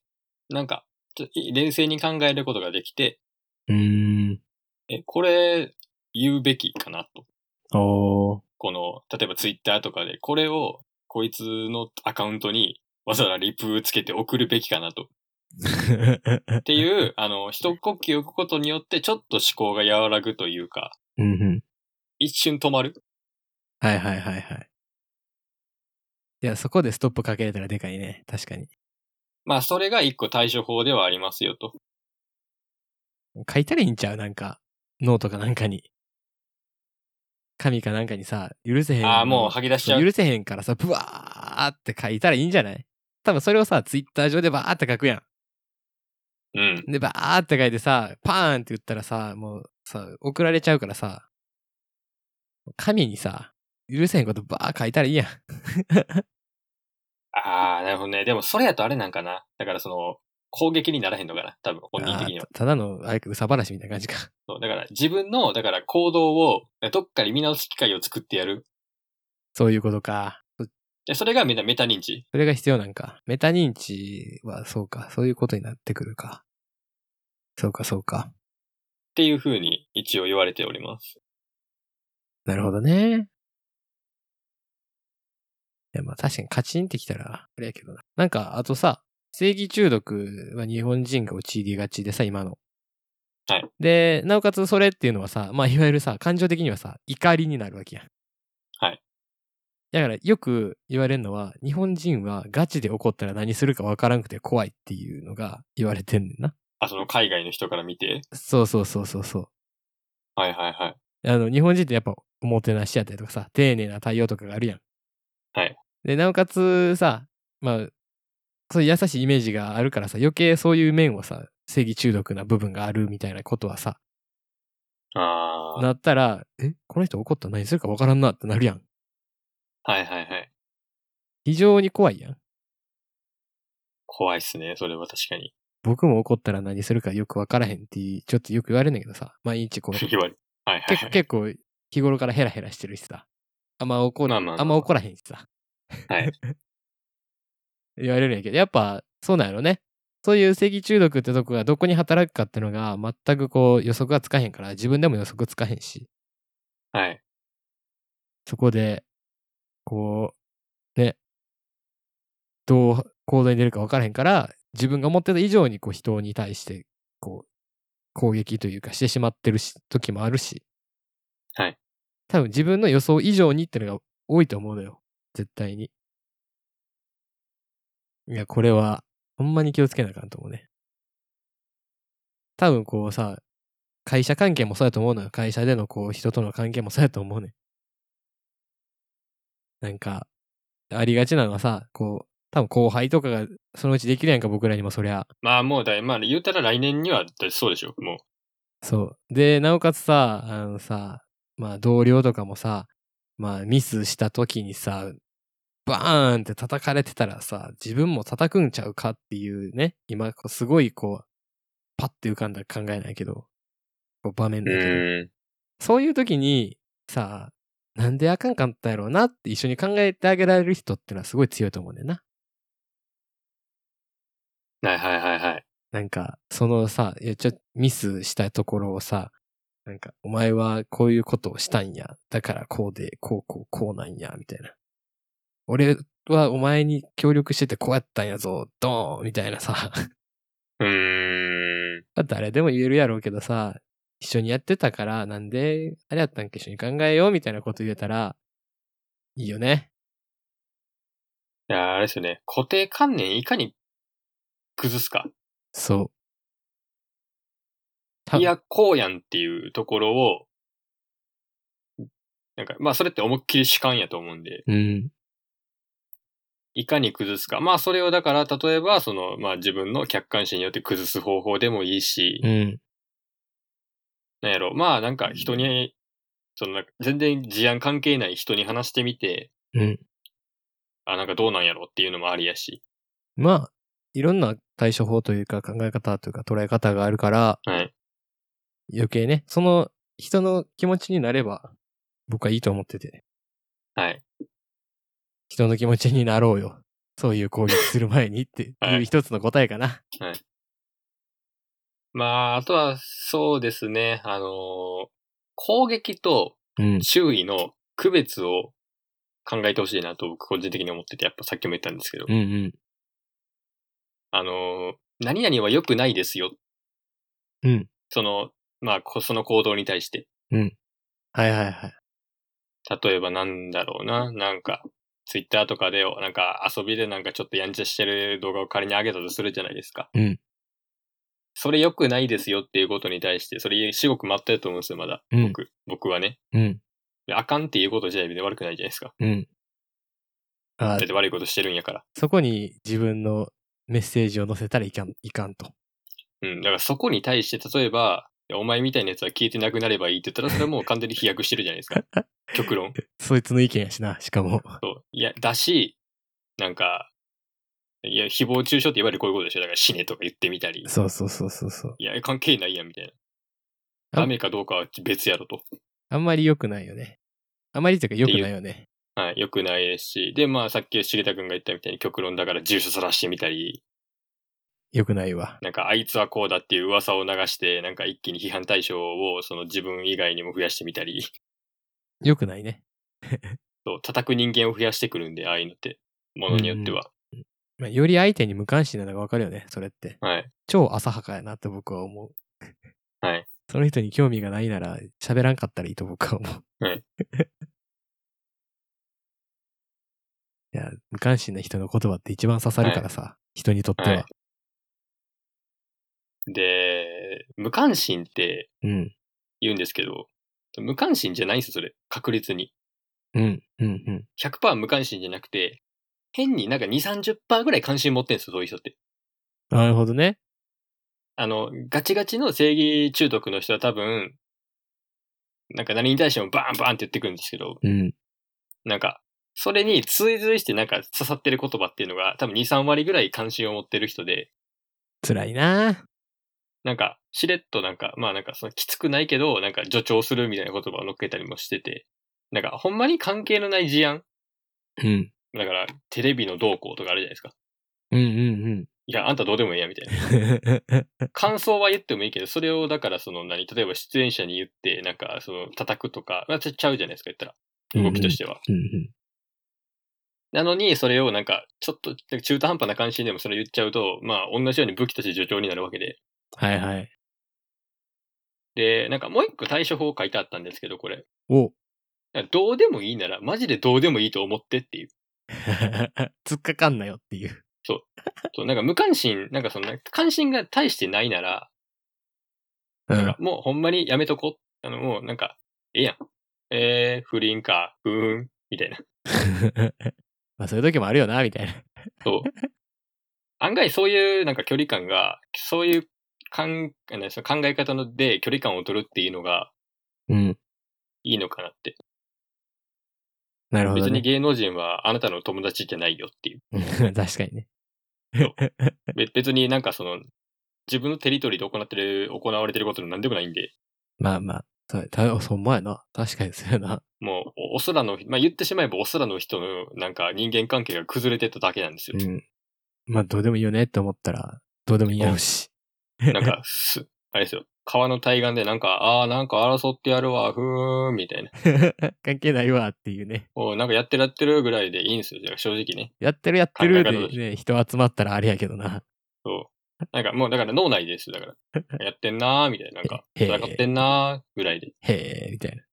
Speaker 3: なんか、ちょ冷静に考えることができて、
Speaker 2: うーん。
Speaker 3: え、これ、言うべきかなと。
Speaker 2: おー。
Speaker 3: この、例えばツイッターとかで、これを、こいつのアカウントに、わざわざリプつけて送るべきかなと。っていう、あの、一呼吸置くことによって、ちょっと思考が和らぐというか、
Speaker 2: うんうん。
Speaker 3: 一瞬止まる。
Speaker 2: はいはいはいはい。いや、そこでストップかけれたらでかいね。確かに。
Speaker 3: まあ、それが一個対処法ではありますよと。
Speaker 2: 書いたらいいんちゃうなんか、ノートかなんかに。紙かなんかにさ、許せへん。
Speaker 3: ああ、もう吐き出しちゃ
Speaker 2: そう
Speaker 3: う。
Speaker 2: 許せへんからさ、ブワーって書いたらいいんじゃない多分それをさ、ツイッター上でバーって書くや
Speaker 3: うん。
Speaker 2: ん。で、バーって書いてさ、パーンって言ったらさ、もうさ、送られちゃうからさ、紙にさ、許せへんことバー書いたらいいやん。
Speaker 3: ああ、なるほどね。でも、それやとあれなんかな。だから、その、攻撃にならへんのかな。多分、本人的には
Speaker 2: あー。たただの、あれか、うさばらしみたいな感じか。
Speaker 3: そうだから、自分の、だから、行動を、どっかで見直す機会を作ってやる。
Speaker 2: そういうことか。そ
Speaker 3: でそれがメタメタ認知。
Speaker 2: それが必要なんか。メタ認知はそうか。そういうことになってくるか。そうか、そうか。
Speaker 3: っていう風に一応言われております。
Speaker 2: なるほどね。いや、まあ確かにカチンってきたら、あれやけどな。なんか、あとさ、正義中毒は日本人が陥りがちでさ、今の。
Speaker 3: はい。
Speaker 2: で、なおかつそれっていうのはさ、まあいわゆるさ、感情的にはさ、怒りになるわけやん。
Speaker 3: はい。
Speaker 2: だからよく言われるのは、日本人はガチで怒ったら何するかわからんくて怖いっていうのが言われてんねんな。
Speaker 3: あ、その海外の人から見て。
Speaker 2: そうそうそうそうそう。
Speaker 3: はいはいはい。
Speaker 2: あの、日本人ってやっぱおもてなしやったりとかさ、丁寧な対応とかがあるやん。
Speaker 3: はい。
Speaker 2: で、なおかつさ、まあ、そういう優しいイメージがあるからさ、余計そういう面をさ、正義中毒な部分があるみたいなことはさ、
Speaker 3: あ
Speaker 2: なったら、え、この人怒ったら何するか分からんなってなるやん。
Speaker 3: あ。はいはいはい。
Speaker 2: 非常に怖いやん。
Speaker 3: 怖いっすね。それは確か に。
Speaker 2: 僕も怒ったら何するかよく分からへんっていう、ちょっとよく言われるんだけどさ、毎日 こう、
Speaker 3: 言われはいはい
Speaker 2: 結構
Speaker 3: はい。
Speaker 2: 結構日頃からヘラヘラしてるしさ。あんま怒ら、
Speaker 3: ま
Speaker 2: あ
Speaker 3: あまあまあ
Speaker 2: んま怒らへんしさ。
Speaker 3: はい。
Speaker 2: 言われるんやけど、やっぱそうなんやろね。そういう正義中毒ってとこがどこに働くかってのが全くこう予測がつかへんから、自分でも予測つかへんし、
Speaker 3: はい。
Speaker 2: そこで、こう、ね、どう行動に出るか分からへんから、自分が思ってた以上にこう人に対して、こう、攻撃というかしてしまってるし時もあるし、
Speaker 3: はい。
Speaker 2: 多分自分の予想以上にってのが多いと思うのよ。絶対に。いや、これは、ほんまに気をつけなあかんと思うね。多分こうさ、会社関係もそうやと思うのよ。会社でのこう、人との関係もそうやと思うね。なんか、ありがちなのはさ、こう、多分後輩とかがそのうちできるやんか、僕らにもそりゃ。
Speaker 3: まあもうだい、まあ言うたら来年にはだそうでしょ。もう。
Speaker 2: そう。で、なおかつさ、あのさ、まあ同僚とかもさ、まあミスした時にさ、バーンって叩かれてたらさ、自分も叩くんちゃうかっていうね、今、こうすごいこう、パッて浮かんだ考えないけど、こう場面
Speaker 3: う
Speaker 2: だけど、
Speaker 3: ーん。
Speaker 2: そういう時にさ、なんであかんかったやろうなって一緒に考えてあげられる人ってのはすごい強いと思うねんだよな。
Speaker 3: はいはいはいはい。
Speaker 2: なんか、そのさ、いやちょ、ミスしたところをさ、なんか、お前はこういうことをしたんや。だからこうで、こうこうこうなんや、みたいな。俺はお前に協力しててこうやったんやぞ、ドーンみたいなさ。
Speaker 3: うーん。
Speaker 2: 誰でも言えるやろうけどさ、一緒にやってたから、なんで、あれやったんか一緒に考えよう、みたいなこと言えたら、いいよね。
Speaker 3: いや、あれですよね。固定観念いかに崩すか。
Speaker 2: そう。多分
Speaker 3: いや、こうやんっていうところを、なんか、まあそれって思いっきり主観やと思うんで、
Speaker 2: うん。
Speaker 3: いかに崩すか。まあそれをだから、例えば、その、まあ自分の客観視によって崩す方法でもいいし、
Speaker 2: うん。
Speaker 3: なんやろ、まあなんか人に、そのなんか全然事案関係ない人に話してみて、
Speaker 2: うん。
Speaker 3: あ、なんかどうなんやろっていうのもありやし。
Speaker 2: まあ、いろんな対処法というか考え方というか捉え方があるから、
Speaker 3: はい。
Speaker 2: 余計ね、その人の気持ちになれば、僕はいいと思ってて。
Speaker 3: はい。
Speaker 2: 人の気持ちになろうよ。そういう攻撃する前に って
Speaker 3: はいいう
Speaker 2: 一つの答えかな。
Speaker 3: まあ、あとは、そうですね、あのー攻撃と
Speaker 2: うん。
Speaker 3: 注意の区別を考えてほしいなと僕個人的に思ってて、やっぱさっきも言ったんですけど、
Speaker 2: うんうん。
Speaker 3: あのー何々は良くないですよ。
Speaker 2: うん。
Speaker 3: その、まあ、こその行動に対して、
Speaker 2: はいはいはい。
Speaker 3: 例えばなんだろうな、なんか、ツイッターとかで、なんか遊びでなんかちょっとやんちゃしてる動画を仮に上げたとするじゃないですか。
Speaker 2: うん。
Speaker 3: それ良くないですよっていうことに対して、それ至極待ってると思うんですよ、まだ。
Speaker 2: うん
Speaker 3: 僕、僕はね。
Speaker 2: うん。
Speaker 3: であかんっていうこと自体で悪くないじゃないですか。
Speaker 2: うん。あ
Speaker 3: だって悪いことしてるんやから。
Speaker 2: そこに自分のメッセージを載せたらいかん、いかんと。
Speaker 3: うん。だからそこに対して、例えば、いやお前みたいなやつは消えてなくなればいいって言ったら、それはもう完全に飛躍してるじゃないです か。極論。
Speaker 2: そいつの意見やしな、しかも。
Speaker 3: そう。いや、だし、なんか、いや、誹謗中傷っていわゆるこういうことでしょ。だから死ねとか言ってみたり。
Speaker 2: そうそうそうそうそう。
Speaker 3: いや、関係ないやん、みたい
Speaker 2: あ
Speaker 3: な。ダメかどうかは別やろと。
Speaker 2: あんまり良くないよね。あんまりというか良くないよね。
Speaker 3: はい、良くないですし。で、まあ、さっき重田くんが言ったみたいに極論だから住所さらしてみたり、
Speaker 2: 良くないわ。
Speaker 3: なんかあいつはこうだっていう噂を流して、なんか一気に批判対象をその自分以外にも増やしてみたり、
Speaker 2: 良くないね。
Speaker 3: そう、叩く人間を増やしてくるんで、ああいうのって、ものによっては。
Speaker 2: まあ、より相手に無関心なのがわかるよね、それって。
Speaker 3: はい。
Speaker 2: 超浅はかやなって僕は思う。
Speaker 3: はい。
Speaker 2: その人に興味がないなら喋らんかったらいいと僕は思う。
Speaker 3: はい。
Speaker 2: いや、無関心な人の言葉って一番刺さるからさ、人にとっては。
Speaker 3: はいで、無関心って
Speaker 2: うん。
Speaker 3: 言うんですけど、無関心じゃないんですよ、それ。確率に。
Speaker 2: うん。うん。うん。
Speaker 3: 100%無関心じゃなくて、変になんか2、30%ぐらい関心持ってんですよ、そういう人って。
Speaker 2: なるほどね。
Speaker 3: あの、ガチガチの正義中毒の人は多分、なんか何に対してもバーンバーンって言ってくるんですけど、
Speaker 4: うん。
Speaker 3: なんか、それに追随してなんか刺さってる言葉っていうのが多分2、3割ぐらい関心を持ってる人で、
Speaker 2: 辛いな
Speaker 3: なんか、しれっとなんか、まあなんかそのきつくないけど、なんか助長するみたいな言葉を乗っけたりもしてて、なんかほんまに関係のない事案、
Speaker 4: うん。
Speaker 3: だからテレビの動向とかあるじゃないですか。
Speaker 4: うん うん
Speaker 3: いや、あんたどうでもいいや、みたいな。
Speaker 2: ぁ。
Speaker 3: 感想は言ってもいいけど、それをだからその何、例えば出演者に言って、なんかその叩くとか、まあちょちゃうじゃないですか、言ったら。
Speaker 4: うん。
Speaker 3: 動きとしては。
Speaker 4: うんうん。
Speaker 3: なのに、それをなんか、ちょっとなんか中途半端な関心でもそれ言っちゃうと、まあ同じように武器として助長になるわけで。
Speaker 2: はいはい。
Speaker 3: で、なんかもう一個対処法書いてあったんですけど、これ。
Speaker 2: お
Speaker 3: なんかどうでもいいなら、マジでどうでもいいと思ってっていう。
Speaker 2: 突っかかんなよっていう。
Speaker 3: そう、なんか無関心、なんかその、関心が大してないなら、
Speaker 2: う
Speaker 3: なんか。もうほんまにやめとこう。あの、もうなんか、ええやん。えー、不倫か、うーん、みたいな。
Speaker 2: まあそういう時もあるよな、みたいな。
Speaker 3: そう。案外そういうなんか距離感が、そういうかんなんその考え方ので距離感を取るっていうのが
Speaker 4: うん。
Speaker 3: いいのかなって。
Speaker 2: なるほど、
Speaker 3: 別に
Speaker 2: ね。
Speaker 3: 芸能人はあなたの友達じゃないよっていう。
Speaker 2: 確かにね。
Speaker 3: べ別になんかその、自分のテリトリーで行ってる、行われてることなん何でもないんで、
Speaker 2: まあまあ、そうたそんまやな。確かにそうやな。
Speaker 3: もうお、お空の、まあ、言ってしまえばお空の人のなんか人間関係が崩れてっただけなんですよ。
Speaker 4: うん。
Speaker 2: まあどうでもいいよねって思ったら、どうでもいいやろうし。
Speaker 3: なんか、 す、あれですよ。川の対岸でなんか、ああ、なんか争ってやるわ、ふーん、みたいな。
Speaker 2: 関係ないわっていうね。
Speaker 3: おうなんかやってるやってるぐらいでいいんですよ、正直ね。
Speaker 2: やってるやってる
Speaker 3: 考え方とし
Speaker 2: でね、人集まったらあれやけどな。
Speaker 3: そう。なんかもうだから脳内ですよだ から。やってんなーみたいな。なんか、
Speaker 2: へー
Speaker 3: 戦ってんなーぐらいで。
Speaker 2: へえ、みたいな。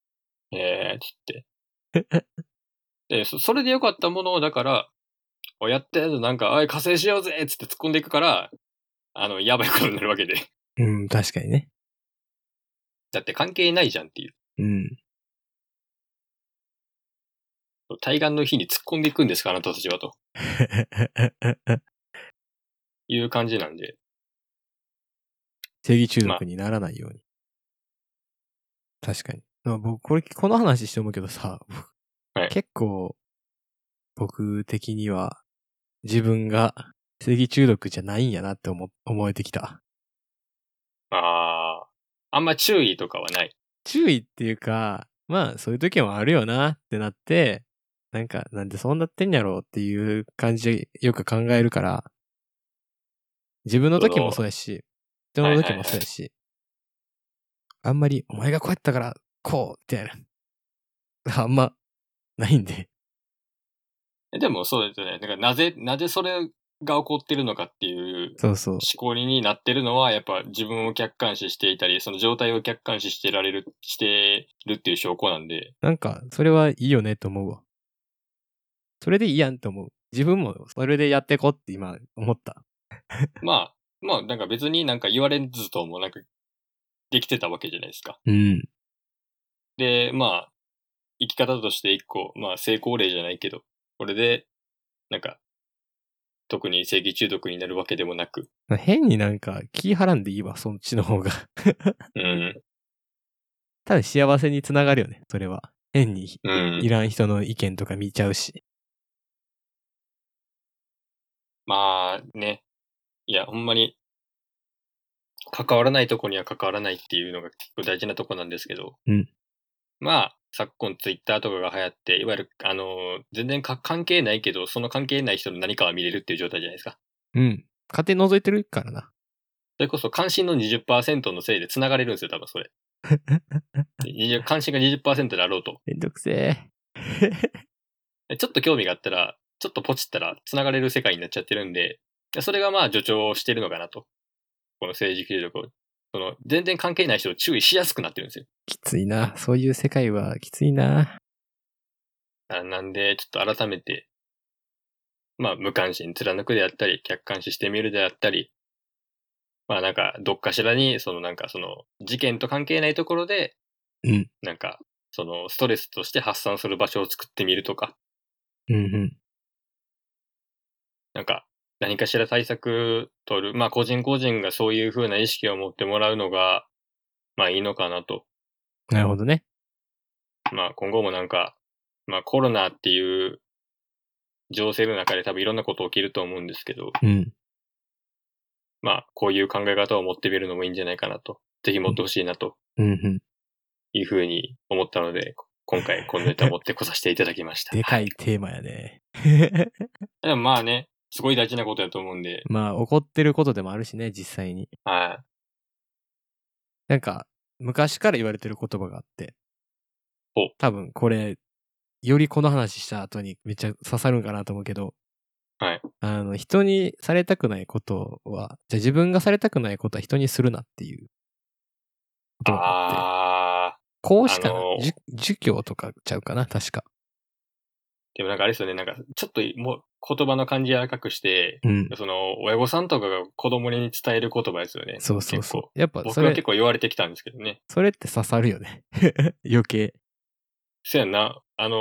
Speaker 3: えー、つって。 でそ、それで良かったものを、だから、おやってるなんか、あい、加勢しようぜっつって突っ込んでいくから、あの、やばいことになるわけで。
Speaker 4: うん、確かにね。
Speaker 3: だって関係ないじゃんっていう。
Speaker 4: うん。
Speaker 3: 対岸の日に突っ込んでいくんですか、あなたたちは、という感じなんで。
Speaker 2: 正義中毒にならないように。確かに。まあ僕、これ、この話して思うけどさ、
Speaker 3: はい
Speaker 2: 結構、僕的には、自分が正義中毒じゃないんやなって思、思えてきた。
Speaker 3: あー、あんま注意とかはない。
Speaker 2: 注意っていうか、まあ、そういう時もあるよなってなって、なんか、なんでそうなってんやろうっていう感じでよく考えるから、自分の時もそうやし、人の時もそうやし、あんまり、お前がこうやったから、こう、みたい な、あんま、ないんで。
Speaker 3: えでもそうですよね。だからなぜ、なぜそれが起こってるのかっていう
Speaker 2: そうそう
Speaker 3: 思。考になってるのは、やっぱ自分を客観視していたり、その状態を客観視してられる、してるっていう証拠なんで、
Speaker 2: なんか、それはいいよねと思うわ。それでいいやんと思う。自分もそれでやってこって今思った。
Speaker 3: まあ、まあ、なんか別になんか言われずともなんか、できてたわけじゃないですか。
Speaker 4: うん。
Speaker 3: で、まあ、生き方として一個、まあ成功例じゃないけど、これで、なんか、特に正義中毒になるわけでもなく、
Speaker 2: 変になんか気張らんでいいわ、そっちの方が。
Speaker 3: うん、
Speaker 2: ただ幸せにつながるよね、それは。変に
Speaker 3: うん
Speaker 2: い。らん人の意見とか見ちゃうし。
Speaker 3: まあね、いや、ほんまに、関わらないとこには関わらないっていうのが結構大事なとこなんですけど、
Speaker 4: うん
Speaker 3: まあ、昨今ツイッターとかが流行って、いわゆる、あの、全然か関係ないけど、その関係ない人の何かは見れるっていう状態じゃないですか。
Speaker 2: うん。勝手に覗いてるからな。
Speaker 3: それこそ関心の20%のせいで繋がれるんですよ、多分それ。20関心が20%であろうと。
Speaker 2: めんどくせ
Speaker 3: でちょっと興味があったら、ちょっとポチったら繋がれる世界になっちゃってるんで、でそれがまあ助長してるのかなと。この政治権力を。その、全然関係ない人を注意しやすくなってるんですよ。
Speaker 2: きついな。そういう世界はきついな。
Speaker 3: あなんで、ちょっと改めて、まあ、無関心貫くであったり、客観視してみるであったり、まあなんか、どっかしらに、そのなんかその、事件と関係ないところで、
Speaker 4: うん。
Speaker 3: なんか、その、ストレスとして発散する場所を作ってみるとか、
Speaker 4: うんうん。
Speaker 3: なんか、何かしら対策取る。まあ、個人個人がそういうふうな意識を持ってもらうのが、まあいいのかなと。
Speaker 2: なるほどね。
Speaker 3: まあ、今後もなんか、まあ、コロナっていう情勢の中で多分いろんなこと起きると思うんですけど、
Speaker 4: うん。
Speaker 3: まあ、こういう考え方を持ってみるのもいいんじゃないかなと。ぜひ持ってほしいなと
Speaker 4: うん。うん。
Speaker 3: いうふうに思ったので、今回このネタを持ってこさせていただきました。
Speaker 4: でかいテーマやね。
Speaker 3: でもまあね、すごい大事なことだと思うんで、
Speaker 4: まあ、怒ってることでもあるしね、実際に。
Speaker 3: はい。
Speaker 4: なんか、
Speaker 2: 昔から言われてる言葉があって
Speaker 3: お、
Speaker 2: 多分これ、よりこの話した後にめっちゃ刺さるんかなと思うけど、
Speaker 3: はい。
Speaker 2: あの、人にされたくないことは、じゃあ自分がされたくないことは人にするなっていう言葉があって、
Speaker 3: あ
Speaker 2: こうした
Speaker 3: あ
Speaker 2: ら
Speaker 3: のー、
Speaker 2: じゅ儒教とかちゃうかな、確か。
Speaker 3: ー、でもなんかあれですよね、なんかちょっともう言葉の感じ柔らかくして、
Speaker 4: うん。
Speaker 3: その、親御さんとかが子供に伝える言葉ですよね。
Speaker 2: そうそうそ
Speaker 3: 結
Speaker 2: う。やっぱ
Speaker 3: 構
Speaker 2: そ
Speaker 3: 僕は
Speaker 2: れ
Speaker 3: 結、構言われてきたんですけどね。
Speaker 2: それって刺さるよね。 余計。
Speaker 3: そやんな。あのー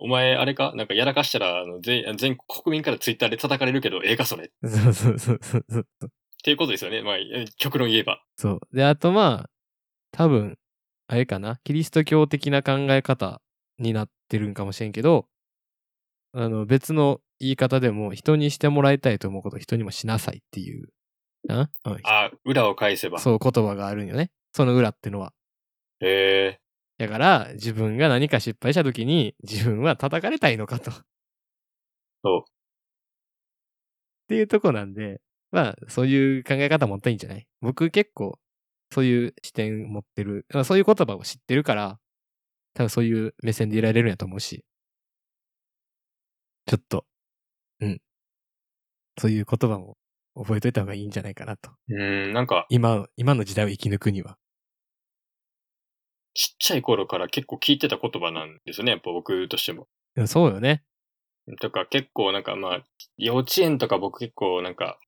Speaker 3: お前、あれかなんかやらかしたら、あの全、全国民からツイッターで叩かれるけど、ええかそれ。っ
Speaker 2: そうそうそうそうそう。
Speaker 3: ていうことですよね。まあ、え極論言えば。
Speaker 2: そう。で、あとまあ、多分、あれかな、キリスト教的な考え方になってるんかもしれんけど、あの、別の言い方でも、人にしてもらいたいと思うことを人にもしなさいっていう、なうん
Speaker 3: あ、裏を返せば。
Speaker 2: そう言葉があるんよね。その裏ってのは。
Speaker 3: え
Speaker 2: だから、自分が何か失敗した時に、自分は叩かれたいのかと。
Speaker 3: そう
Speaker 2: っていうとこなんで、まあ、そういう考え方持ったらいいんじゃない僕結構、そういう視点持ってる、まあ、そういう言葉を知ってるから、多分そういう目線でいられるんやと思うし。ちょっと、うん。そういう言葉も覚えといた方がいいんじゃないかなと。
Speaker 3: うーん、なんか、
Speaker 2: 今、今の時代を生き抜くには。
Speaker 3: ちっちゃい頃から結構聞いてた言葉なんですよね。やっぱ僕としても。
Speaker 2: でもそうよね。
Speaker 3: とか、結構なんかまあ、幼稚園とか僕結構なんか、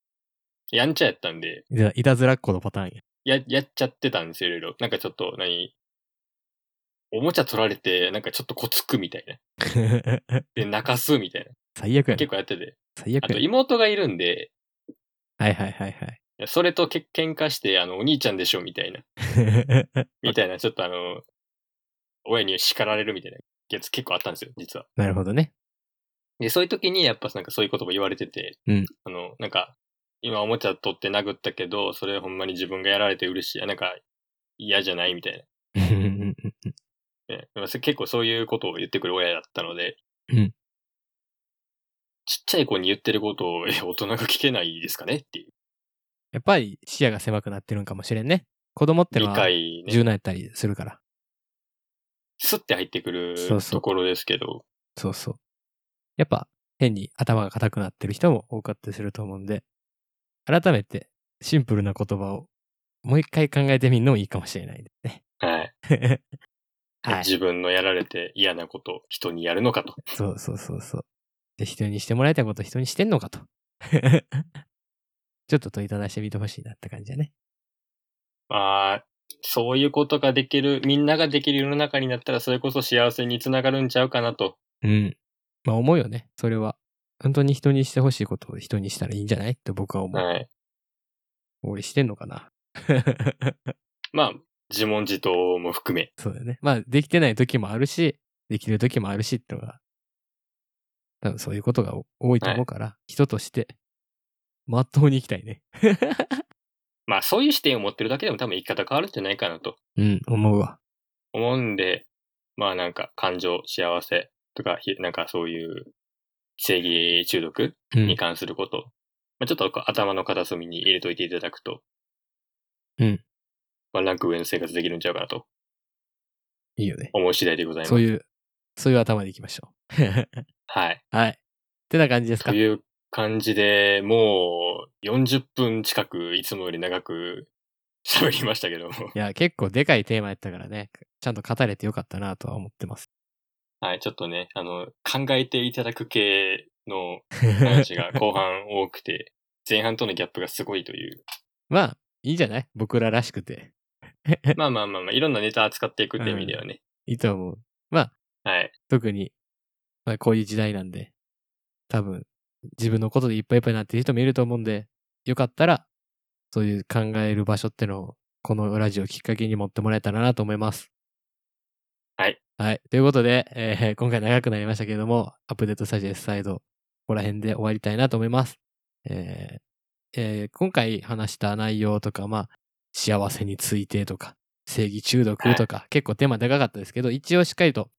Speaker 3: やんちゃやったんで、
Speaker 2: いたいたずらっ子のパターンや。
Speaker 3: や、やっちゃってたんですよ、いろいろ。なんかちょっと、何おもちゃ取られて、なんかちょっとこつくみたいな。で、泣かすみたい
Speaker 2: 最悪
Speaker 3: な。
Speaker 2: や
Speaker 3: 結
Speaker 2: な。
Speaker 3: 構やってて。
Speaker 2: 最
Speaker 3: あ
Speaker 2: 悪
Speaker 3: と、
Speaker 2: やな。
Speaker 3: 妹がいるんで、
Speaker 2: はいはいはいはい。
Speaker 3: それとけ喧嘩して、あの、お兄ちゃんでしょ、みたいな。 みたいな、ちょっとあの、親に叱られるみたいなやつ結構あったんですよ、実は。
Speaker 2: なるほど ね。
Speaker 3: で、そういう時に、やっぱなんかそういう言葉言われてて、
Speaker 4: うん
Speaker 3: あの、なんか、今おもちゃ取って殴ったけど、それほんまに自分がやられて嬉しい。あなんか、嫌じゃないみたいな。
Speaker 4: うん。
Speaker 3: ね、まあそ結構そういうことを言ってくる親だったので、
Speaker 4: うん
Speaker 3: ちっちゃい子に言ってることを、え、大人が聞けないですかねっていう
Speaker 2: やっぱり視野が狭くなってるんかもしれんね。子供っての
Speaker 3: 理
Speaker 2: は
Speaker 3: 解ね、
Speaker 2: 柔軟やったりするから。
Speaker 3: スッて入ってくる
Speaker 2: そうそう
Speaker 3: ところですけど、
Speaker 2: そうそう。やっぱ変に頭が固くなってる人も多かったりすると思うんで、改めてシンプルな言葉をもう一回考えてみるのもいいかもしれないですね。
Speaker 3: はい
Speaker 2: はい。
Speaker 3: 自分のやられて嫌なことを人にやるのかと。
Speaker 2: そうそうそうそう。で、人にしてもらいたいこと人にしてんのかと。 ちょっと問いただしてみてほしいなって感じだね。
Speaker 3: まあ、そういうことができる、みんなができる世の中になったら、それこそ幸せにつながるんちゃうかなと。
Speaker 4: うん。
Speaker 2: まあ思うよね。それは。本当に人にしてほしいことを人にしたらいいんじゃないって僕は思う。
Speaker 3: はい。
Speaker 2: 俺してんのかな
Speaker 3: まあ、自問自答も含め。
Speaker 2: そうだよね。まあ、できてない時もあるし、できてる時もあるしってのが、多分そういうことがお多いと思うから、人として、まっとうに生きたいね。
Speaker 3: まあ、そういう視点を持ってるだけでも多分生き方変わるんじゃないかなと。
Speaker 4: うん。
Speaker 2: 思うわ。
Speaker 3: 思うんで、まあなんか感情、幸せとか、ひなんかそういう正義中毒
Speaker 4: う
Speaker 3: に
Speaker 4: ん。
Speaker 3: 関すること、まあちょっとこう頭の片隅に入れといていただくと、
Speaker 4: うん。
Speaker 3: ワンランク上の生活できるんちゃうかなと
Speaker 2: いいよね。
Speaker 3: 思う次第でございます。
Speaker 2: そういう、そういう 頭でいきましょ
Speaker 3: はい。
Speaker 2: う。はい。ってな感じですか
Speaker 3: という感じで、もう40分近くいつもより長く喋りましたけども、
Speaker 2: いや、結構でかいテーマやったからね、ちゃんと語れてよかったなとは思ってます。
Speaker 3: はい、ちょっとね、あの、考えていただく系の話が後半多くて、前半とのギャップがすごいという
Speaker 2: まあ、いいんじゃない僕ららしくて。
Speaker 3: まあまあまあまあ、いろんなネタ扱っていくって意味ではね。
Speaker 2: いいと思う。まあ、
Speaker 3: はい。
Speaker 2: 特に、まあ、こういう時代なんで、多分、自分のことでいっぱいいっぱいになってる人もいると思うんで、よかったら、そういう考える場所ってのを、このラジオをきっかけに持ってもらえたらなと思います。
Speaker 3: はい。
Speaker 2: はい。ということで、えー今回長くなりましたけれども、アップデートスタジオ S サイド、ここら辺で終わりたいなと思います。えーえー今回話した内容とか、まあ、幸せについてとか、正義中毒とか、結構テーマでかかったですけど、一応しっかりと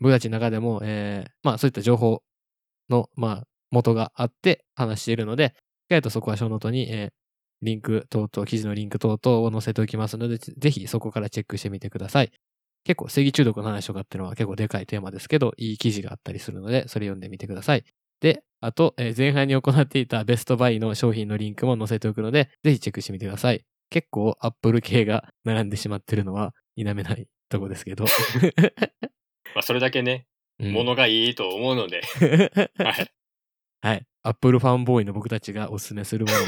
Speaker 2: 僕たちの中でも、えーまあそういった情報の、まあ、元があって話しているので、しっかりとそこは小ノートに、えーリンク等々、記事のリンク等々を載せておきますので、ぜぜひそこからチェックしてみてください。結構、正義中毒の話とかっていうのは結構でかいテーマですけど、いい記事があったりするので、それ読んでみてください。で、あと、えー前半に行っていたベストバイの商品のリンクも載せておくので、ぜひチェックしてみてください。結構、アップル系が並んでしまってるのは否めないとこですけど。
Speaker 3: まあ、それだけね、
Speaker 2: うん
Speaker 3: 物がいいと思うので、 はい。
Speaker 2: はい。アップルファンボーイの僕たちがおすすめす るもの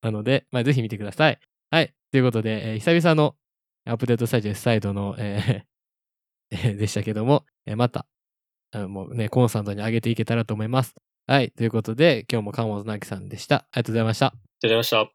Speaker 2: なので、まあ、ぜひ見てください。はい。ということで、えー久々のアップデートスタジオ S サイドの、えー えーでしたけども、えーまた、あのもうね、コンスタントに上げていけたらと思います。はい。ということで、今日もカモズナキさんでした。ありがとうございました。
Speaker 3: ありがとうございました。